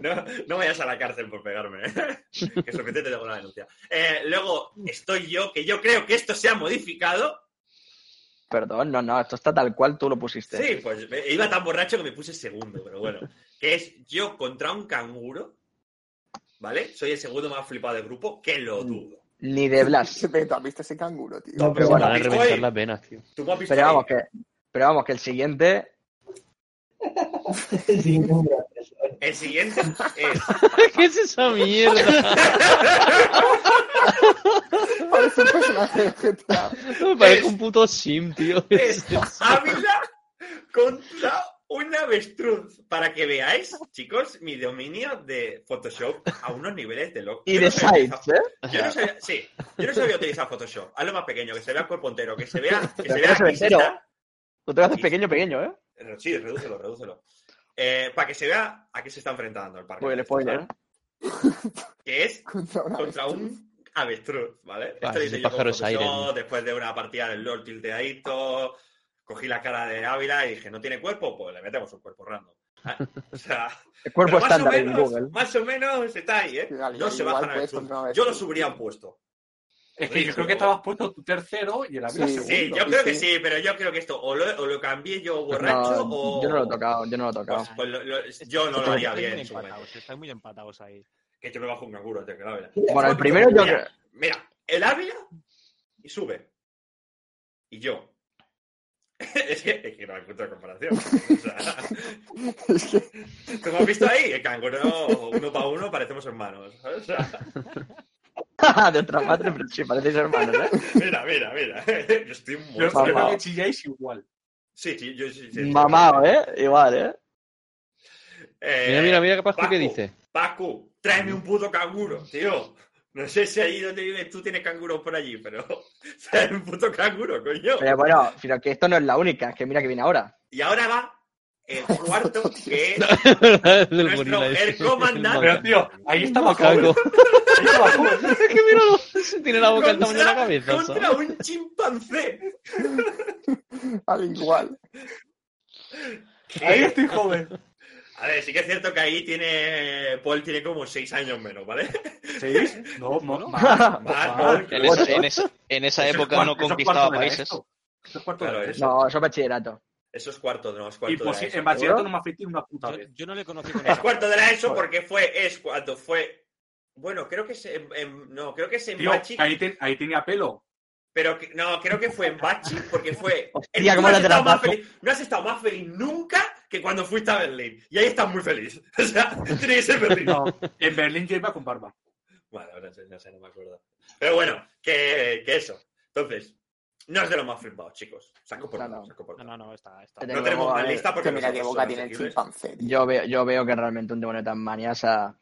Speaker 1: no, no vayas a la cárcel por pegarme. ¿eh? que suficiente tengo con la denuncia. Eh, luego estoy yo, que yo creo que esto se ha modificado.
Speaker 2: Perdón, no, no, esto está tal cual tú lo pusiste.
Speaker 1: Sí, pues me- iba tan borracho que me puse segundo, pero bueno. Que es yo contra un canguro. ¿Vale? Soy el segundo más flipado del grupo, que lo
Speaker 2: Mm.
Speaker 1: dudo.
Speaker 2: Ni de Blas.
Speaker 3: Se ve, ¿tú has visto ese canguro, tío?
Speaker 7: No,
Speaker 2: Pero
Speaker 7: pero
Speaker 6: Me
Speaker 2: bueno,
Speaker 6: van a
Speaker 1: Bitcoin.
Speaker 6: reventar las venas, tío.
Speaker 1: ¿Tú me has visto
Speaker 2: Pero
Speaker 1: ahí?
Speaker 2: vamos, que, pero vamos, que el siguiente.
Speaker 7: Sí, no, gracias.
Speaker 1: El siguiente es.
Speaker 6: ¿Qué es esa mierda?
Speaker 3: Parece un personaje de GTA.
Speaker 6: Me parece un puto sim, tío.
Speaker 1: es Ávila contra un avestruz. Para que veáis, chicos, mi dominio de Photoshop a unos niveles de loco.
Speaker 2: Y de Sides, ¿eh?
Speaker 1: Yo no sabía, sí, yo no sabía utilizar Photoshop. Hazlo más pequeño, que se vea el cuerpo entero, que se vea, que se
Speaker 2: Pero
Speaker 1: vea
Speaker 2: se ve
Speaker 1: aquí, se
Speaker 2: entero.
Speaker 1: está-
Speaker 2: Tú te lo haces pequeño, pequeño, ¿eh?
Speaker 1: Sí, redúcelo, redúcelo. eh, para que se vea a qué se está enfrentando el parque.
Speaker 2: Spoiler, spoiler.
Speaker 1: Que es
Speaker 3: Contra, una
Speaker 1: contra
Speaker 3: avestruz.
Speaker 1: un avestruz, ¿vale?
Speaker 6: Ah,
Speaker 1: Esto lo
Speaker 6: es
Speaker 1: hice yo
Speaker 6: un
Speaker 1: como
Speaker 6: pájaro siren.
Speaker 1: profesor, después de una partida del LOL tilteadito, cogí la cara de Ávila y dije, ¿no tiene cuerpo? Pues le metemos un cuerpo random. Ah, O sea,
Speaker 2: El cuerpo
Speaker 1: pero más, o
Speaker 2: estándar en Google.
Speaker 1: menos, más o menos está ahí, ¿eh?
Speaker 3: Sí, dale,
Speaker 1: no se
Speaker 3: igual
Speaker 1: bajan
Speaker 3: puedes
Speaker 1: avestruz.
Speaker 3: contra un avestruz.
Speaker 1: Yo lo subiría a un puesto.
Speaker 5: Es que yo
Speaker 1: Ridículo.
Speaker 5: creo que te has puesto tu tercero y el Ávila
Speaker 3: Sí,
Speaker 1: Sí,
Speaker 5: segundo.
Speaker 1: yo creo que
Speaker 3: sí.
Speaker 1: sí, pero yo creo que esto o lo, o lo cambié yo borracho
Speaker 2: No,
Speaker 1: o...
Speaker 2: yo no lo he tocado, yo no lo he tocado.
Speaker 1: Pues, pues lo- lo- yo no lo
Speaker 2: Estáis
Speaker 1: haría
Speaker 8: estáis
Speaker 1: bien.
Speaker 8: Muy
Speaker 1: en su momento.
Speaker 8: empatados, estáis muy empatados ahí.
Speaker 1: Que yo me bajo un canguro, tío, que la verdad.
Speaker 2: Bueno, el primero yo creo.
Speaker 1: Mira, mira, el Ávila y sube. Y yo. es, que, es que no encuentro comparación. O sea,
Speaker 3: Es que-
Speaker 1: como has visto ahí, el canguro uno para uno parecemos hermanos. O sea,
Speaker 2: Ah, de otra madre, pero sí, parecéis hermanos, ¿eh?
Speaker 1: mira, mira, mira. yo estoy un
Speaker 5: Yo, yo
Speaker 1: monstruo.
Speaker 5: creo
Speaker 2: Mamao.
Speaker 5: que chilláis igual.
Speaker 1: Sí, sí, yo sí. sí, sí.
Speaker 2: Mamao, ¿eh? Igual, ¿eh?
Speaker 1: Eh,
Speaker 6: Mira, mira, mira, capaz
Speaker 1: Paco.
Speaker 6: que dice.
Speaker 1: Paco, tráeme un puto canguro, tío. No sé si ahí donde vives tú tienes canguros por allí, pero tráeme un puto canguro, coño.
Speaker 2: Pero bueno, pero que esto no es la única, es que mira que viene ahora.
Speaker 1: Y ahora va el cuarto, que es
Speaker 6: Del
Speaker 1: nuestro
Speaker 6: gorila ese.
Speaker 1: el comandante.
Speaker 5: Pero, tío, ahí estaba joven.
Speaker 6: Cago.
Speaker 5: Ahí estaba joven.
Speaker 6: Es que míralo. Tiene la boca al tamaño de la cabeza.
Speaker 1: contra
Speaker 6: ¿sabes?
Speaker 1: un chimpancé.
Speaker 3: al igual.
Speaker 5: Ahí estoy joven.
Speaker 1: A ver, sí que es cierto que ahí tiene. Paul tiene como seis años menos, ¿vale?
Speaker 5: ¿Seis? No, mo-
Speaker 8: ¿No?
Speaker 5: más.
Speaker 1: Más,
Speaker 5: más.
Speaker 1: Paul.
Speaker 6: En esa, en esa- en esa
Speaker 1: Eso es
Speaker 6: época
Speaker 1: cuarto-
Speaker 6: no
Speaker 1: eso es
Speaker 6: conquistaba
Speaker 5: cuarto de la
Speaker 6: países.
Speaker 5: ESO. Eso es cuarto de
Speaker 1: Claro,
Speaker 5: la
Speaker 1: es.
Speaker 5: ESO.
Speaker 2: No, eso es bachillerato.
Speaker 1: Eso es cuarto, no, es
Speaker 5: Y
Speaker 1: cuarto
Speaker 5: pues,
Speaker 1: de la
Speaker 5: en
Speaker 1: ESO.
Speaker 5: bachillerato no me afecté una puta
Speaker 8: Yo,
Speaker 5: vez.
Speaker 8: yo no le conocí con
Speaker 1: Es
Speaker 8: esa-
Speaker 1: cuarto de la ESO porque fue. Es cuando fue. Bueno, creo que es en, en- no, creo que es en
Speaker 5: Tío,
Speaker 1: Bachi,
Speaker 5: ahí, te- ahí tenía pelo.
Speaker 1: pero que- no, creo que fue en Bachi porque fue.
Speaker 2: Hostia,
Speaker 1: tú
Speaker 2: cómo
Speaker 1: no has
Speaker 2: la te la
Speaker 1: estado más
Speaker 2: bajo.
Speaker 1: feliz- no has estado más feliz nunca que cuando fuiste a Berlín. Y ahí estás muy feliz. O sea, tienes que ser feliz.
Speaker 5: No, en Berlín yo iba con barba.
Speaker 1: Bueno, ahora sí, no sé, no me acuerdo. Pero bueno, que, que eso. Entonces, no es de lo más flipado, chicos. Saco por
Speaker 2: No,
Speaker 1: nada,
Speaker 2: no.
Speaker 1: saco por
Speaker 8: No,
Speaker 1: nada.
Speaker 8: no, no, está, está.
Speaker 1: No tenemos
Speaker 2: a
Speaker 1: una
Speaker 2: ver,
Speaker 1: lista Ah, porque
Speaker 3: Que mira qué
Speaker 1: nosotros
Speaker 3: boca
Speaker 1: somos
Speaker 3: tiene el
Speaker 1: asequibles.
Speaker 3: chimpancé. tío.
Speaker 2: Yo veo, yo veo que realmente un demonio tan maniasa.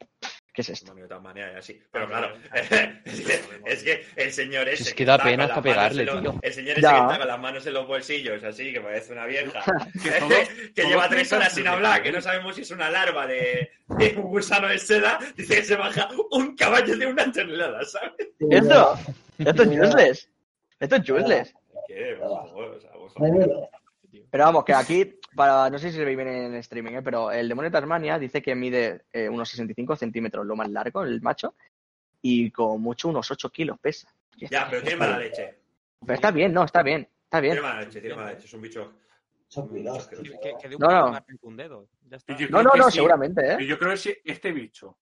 Speaker 2: ¿Qué es esto?
Speaker 1: Una minuta manía y así. Pero
Speaker 8: Ah,
Speaker 1: claro,
Speaker 8: vale.
Speaker 1: es, que, es que el señor ese.
Speaker 6: Es que da
Speaker 1: está con
Speaker 6: pena
Speaker 1: las
Speaker 6: hasta
Speaker 1: manos
Speaker 6: pegarle,
Speaker 1: en los-
Speaker 6: tío.
Speaker 1: El señor ese
Speaker 2: Ya.
Speaker 1: que está con las manos en los bolsillos, así que parece una vieja.
Speaker 5: Que todos-
Speaker 1: que
Speaker 5: todos
Speaker 1: lleva tres
Speaker 5: piensan
Speaker 1: horas sin
Speaker 5: que-
Speaker 1: hablar, que no sabemos si es una larva de, de un gusano de seda. Dice que se baja un caballo de una tonelada, ¿sabes?
Speaker 2: ¿Esto? ¿Esto es useless? ¿Esto es useless?
Speaker 1: Que, por favor, o sea, por favor.
Speaker 7: Tráemelo.
Speaker 2: Pero vamos, que aquí, para no sé si se ve bien en el streaming, ¿eh? pero el demonio de Tasmania dice que mide eh, unos 65 centímetros, lo más largo, el macho, y con mucho unos 8 kilos pesa. Y
Speaker 1: Ya,
Speaker 2: está-
Speaker 1: pero tiene
Speaker 2: está
Speaker 1: mala
Speaker 2: bien.
Speaker 6: ¿Eh?
Speaker 1: leche.
Speaker 2: Pero está bien, no, está bien, está bien.
Speaker 1: Tiene mala leche, tiene mala leche. Es un bicho.
Speaker 7: Son cuidados,
Speaker 8: Que,
Speaker 7: tío.
Speaker 8: que, que de un
Speaker 2: No, no.
Speaker 8: más que un dedo. Ya está.
Speaker 5: Y yo-
Speaker 2: No,
Speaker 5: creo
Speaker 2: no,
Speaker 5: que
Speaker 2: no,
Speaker 5: sí.
Speaker 2: seguramente, ¿eh?
Speaker 5: Y yo creo que si este bicho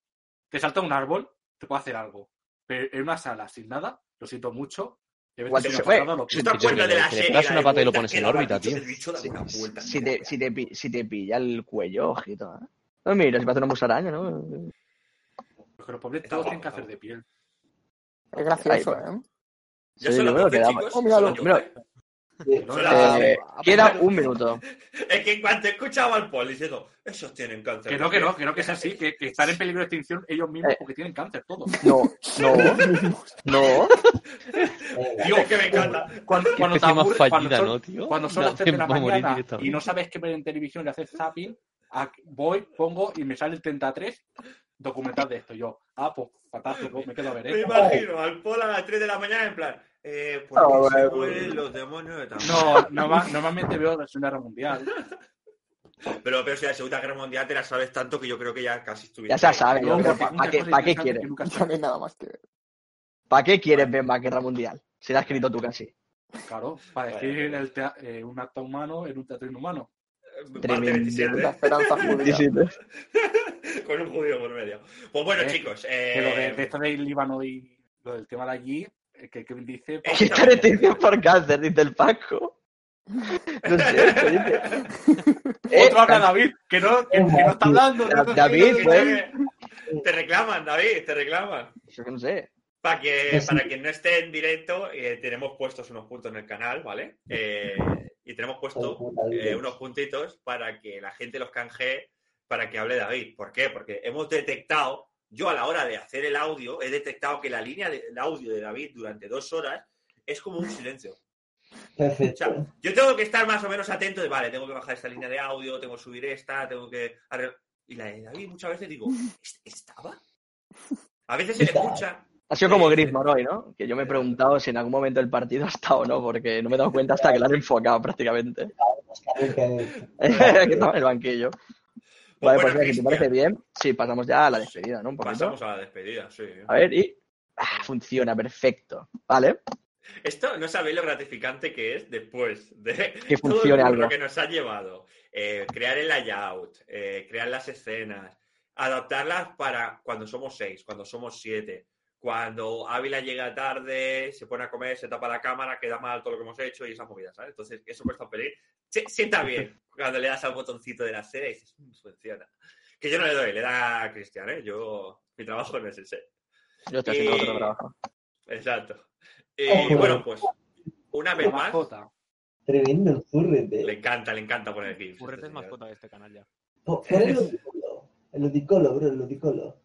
Speaker 5: te salta un árbol, te puede hacer algo. Pero en una sala sin nada, lo siento mucho. debes
Speaker 2: Igual
Speaker 5: ser
Speaker 2: se
Speaker 5: una
Speaker 2: fue.
Speaker 5: patada, lo
Speaker 1: ¿Se está
Speaker 6: bicho
Speaker 1: cuenta
Speaker 6: que
Speaker 1: de
Speaker 6: le-
Speaker 1: la
Speaker 6: que le
Speaker 1: serie?
Speaker 6: pegas
Speaker 1: la
Speaker 6: una
Speaker 1: de
Speaker 6: pata y lo
Speaker 1: vueltas
Speaker 6: pones
Speaker 1: que
Speaker 6: en
Speaker 1: daba el
Speaker 6: órbita,
Speaker 1: bicho?
Speaker 6: tío.
Speaker 1: El bicho daba
Speaker 2: Si,
Speaker 1: una vuelta,
Speaker 2: si
Speaker 1: tío.
Speaker 2: te, si, te, pi- si te pilla el cuello, ojito. ¿eh? No, mira, se parece una musaraña, ¿no?
Speaker 5: Pero pobre,
Speaker 1: Está
Speaker 5: todos
Speaker 1: guapo,
Speaker 5: tienen que
Speaker 1: está
Speaker 5: hacer de piel.
Speaker 3: Es gracioso, ¿eh?
Speaker 1: Ya
Speaker 2: Sí,
Speaker 1: son
Speaker 2: yo
Speaker 1: las
Speaker 2: creo que
Speaker 1: 12,
Speaker 2: da-
Speaker 1: chicos. Ah,
Speaker 3: Oh, míralo.
Speaker 1: son las 12.
Speaker 2: Mira,
Speaker 5: No,
Speaker 1: Son
Speaker 5: no,
Speaker 1: las
Speaker 2: eh,
Speaker 1: 12.
Speaker 2: queda un minuto.
Speaker 1: Es que en cuanto escuchaba al poli diciendo, esos tienen cáncer.
Speaker 5: Que no, que no, que no, que es así, que, que están en peligro de extinción ellos mismos porque tienen cáncer todos.
Speaker 2: No, no, no.
Speaker 5: Tío,
Speaker 1: Es que me encanta.
Speaker 5: Cuando,
Speaker 6: Qué
Speaker 5: cuando te
Speaker 6: especie este más
Speaker 5: aburre- cuando
Speaker 6: fallida,
Speaker 5: son-
Speaker 6: ¿no, tío?
Speaker 5: cuando son
Speaker 6: Da
Speaker 5: las 3 de la
Speaker 6: tiempo a morir
Speaker 5: mañana y
Speaker 6: directamente.
Speaker 5: no sabes qué ver en televisión y haces zapping, a- voy, pongo y me sale el 33 documental de esto. Yo, ah, pues fantástico, me quedo a ver
Speaker 1: Me
Speaker 5: esto.
Speaker 1: imagino al poli a las 3 de la mañana en plan, eh, ¿por
Speaker 2: Ah,
Speaker 1: qué se
Speaker 2: bueno.
Speaker 1: mueren los demonios de Tamar?
Speaker 5: No, norma- normalmente veo la Segunda Guerra Mundial.
Speaker 1: Pero, pero si la Segunda Guerra Mundial te la sabes tanto que yo creo que ya casi estuviste.
Speaker 2: Ya se la
Speaker 1: ahí.
Speaker 2: sabe.
Speaker 5: No,
Speaker 2: yo creo.
Speaker 5: porque
Speaker 2: ¿Para
Speaker 5: una
Speaker 2: qué,
Speaker 5: cosa
Speaker 2: pa' qué
Speaker 5: interesante
Speaker 2: quieres?
Speaker 5: que nunca
Speaker 3: Ya no hay nada más que ver.
Speaker 2: ¿Para qué quieres ver más guerra mundial? Se la ha escrito tú casi.
Speaker 5: sabes, Claro, para
Speaker 1: Vale,
Speaker 5: decir
Speaker 1: vale.
Speaker 5: el tea- eh, un acto humano en un teatro inhumano.
Speaker 1: Parte
Speaker 2: Tremendo.
Speaker 1: 27.
Speaker 3: La esperanza judía.
Speaker 1: Con un judío por medio. Pues bueno,
Speaker 5: Eh,
Speaker 1: chicos.
Speaker 5: Pero de, de
Speaker 1: Eh,
Speaker 5: esto del Líbano y lo del tema de allí, eh, que Kevin dice, pues,
Speaker 2: ¿Qué características por cáncer? Dice el Paco. No sé, ¿qué dice? Eh,
Speaker 5: otro habla David, que no, que, que no está hablando. no está
Speaker 2: David,
Speaker 5: hablando,
Speaker 2: pues.
Speaker 1: te reclaman, David, te reclaman.
Speaker 2: Yo no sé.
Speaker 1: Para, que, para quien no esté en directo, eh, tenemos puestos unos puntos en el canal, ¿vale? Eh, y tenemos puesto eh, unos puntitos para que la gente los canjee para que hable David. ¿Por qué? Porque hemos detectado, yo a la hora de hacer el audio, he detectado que la línea del audio de David durante dos horas es como un silencio. O sea,
Speaker 7: Perfecto.
Speaker 1: yo tengo que estar más o menos atento de, vale, tengo que bajar esta línea de audio, tengo que subir esta, tengo que... arreglar- Y la de David muchas veces digo, "¿Est- ¿estaba? A veces se le
Speaker 7: Estaba.
Speaker 1: escucha.
Speaker 2: Ha sido como Griezmann hoy, ¿no? Que yo me he preguntado si en algún momento del partido ha estado o no, porque no me he dado cuenta hasta que la han enfocado prácticamente.
Speaker 7: Oscar, que-
Speaker 2: que estaba en el banquillo. Vale,
Speaker 1: Bueno,
Speaker 2: pues mira, si te
Speaker 1: Cristian,
Speaker 2: parece bien, sí, pasamos ya a la despedida, ¿no? Un poquito.
Speaker 1: Pasamos a la despedida, sí.
Speaker 2: A ver, y. ah, funciona, perfecto. Vale.
Speaker 1: Esto no sabéis lo gratificante que es después de
Speaker 2: Que
Speaker 1: todo
Speaker 2: funcione
Speaker 1: lo
Speaker 2: algo.
Speaker 1: que nos ha llevado. Eh, crear el layout, eh, crear las escenas, adaptarlas para cuando somos seis, cuando somos siete, cuando Ávila llega tarde, se pone a comer, se tapa la cámara, queda mal todo lo que hemos hecho y esas movidas, ¿sabes? Entonces, eso cuesta pedir. Se, sienta bien cuando le das al botoncito de la serie y dices, "Mm, funciona. Que yo no le doy, le da a Cristian, ¿eh? Yo, mi trabajo no es ese.
Speaker 2: Yo estoy haciendo
Speaker 1: Y-
Speaker 2: otro trabajo.
Speaker 1: Exacto. Y bueno, pues, una vez más.
Speaker 5: Mascota.
Speaker 7: Tremendo el zurrete.
Speaker 1: Le encanta, le encanta poner gifs. este
Speaker 8: Furrete es
Speaker 1: señor.
Speaker 8: mascota de este canal ya.
Speaker 7: Po- Pon el ludicolo. El ludicolo, bro, el ludicolo.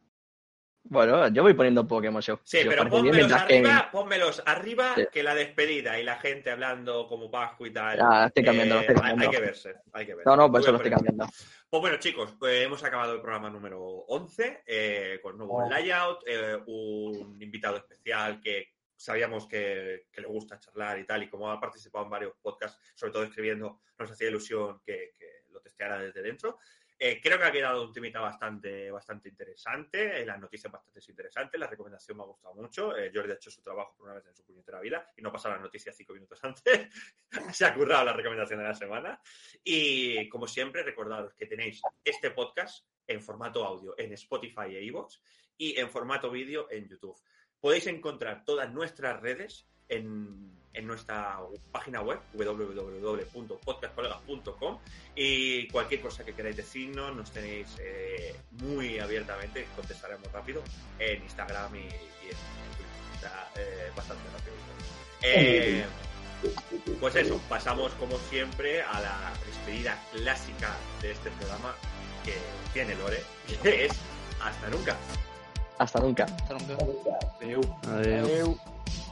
Speaker 2: Bueno, yo voy poniendo Pokémon si os,
Speaker 1: Sí,
Speaker 2: si os
Speaker 1: pero
Speaker 2: parece bien,
Speaker 1: pónmelos
Speaker 2: mientras que.
Speaker 1: arriba, pónmelos arriba
Speaker 2: Sí.
Speaker 1: que la despedida y la gente hablando como Pascu y tal.
Speaker 2: Ah, estoy cambiando,
Speaker 1: Eh,
Speaker 2: lo estoy
Speaker 1: hay-
Speaker 2: cambiando.
Speaker 1: Hay que verse, hay que verse.
Speaker 2: No, no, por
Speaker 1: Muy
Speaker 2: eso lo
Speaker 1: bien,
Speaker 2: estoy cambiando.
Speaker 1: Pues bueno, chicos, pues hemos acabado el programa número 11 eh, con nuevo
Speaker 7: Oh.
Speaker 1: layout, eh, un invitado especial que sabíamos que, que le gusta charlar y tal, y como ha participado en varios podcasts, sobre todo escribiendo, nos hacía ilusión que, que lo testeara desde dentro. Eh, creo que ha quedado un temita bastante, bastante interesante, eh, las noticias bastante interesantes, la recomendación me ha gustado mucho. Eh, Jordi ha hecho su trabajo por una vez en su puñetera vida y no pasa las noticias cinco minutos antes. Se ha currado la recomendación de la semana. Y como siempre, recordaros que tenéis este podcast en formato audio en Spotify e iVoox y en formato vídeo en YouTube. Podéis encontrar todas nuestras redes en, en nuestra página web www.podcastcolegas.com y cualquier cosa que queráis decirnos nos tenéis eh, muy abiertamente, contestaremos rápido en Instagram y, y en Twitter. O sea, eh, bastante rápido. Eh, pues eso, pasamos como siempre a la despedida clásica de este programa que tiene Lore, que es hasta nunca.
Speaker 2: Hasta nunca.
Speaker 4: Hasta nunca.
Speaker 7: Vale, ya.
Speaker 6: Adiós.
Speaker 5: Adeu.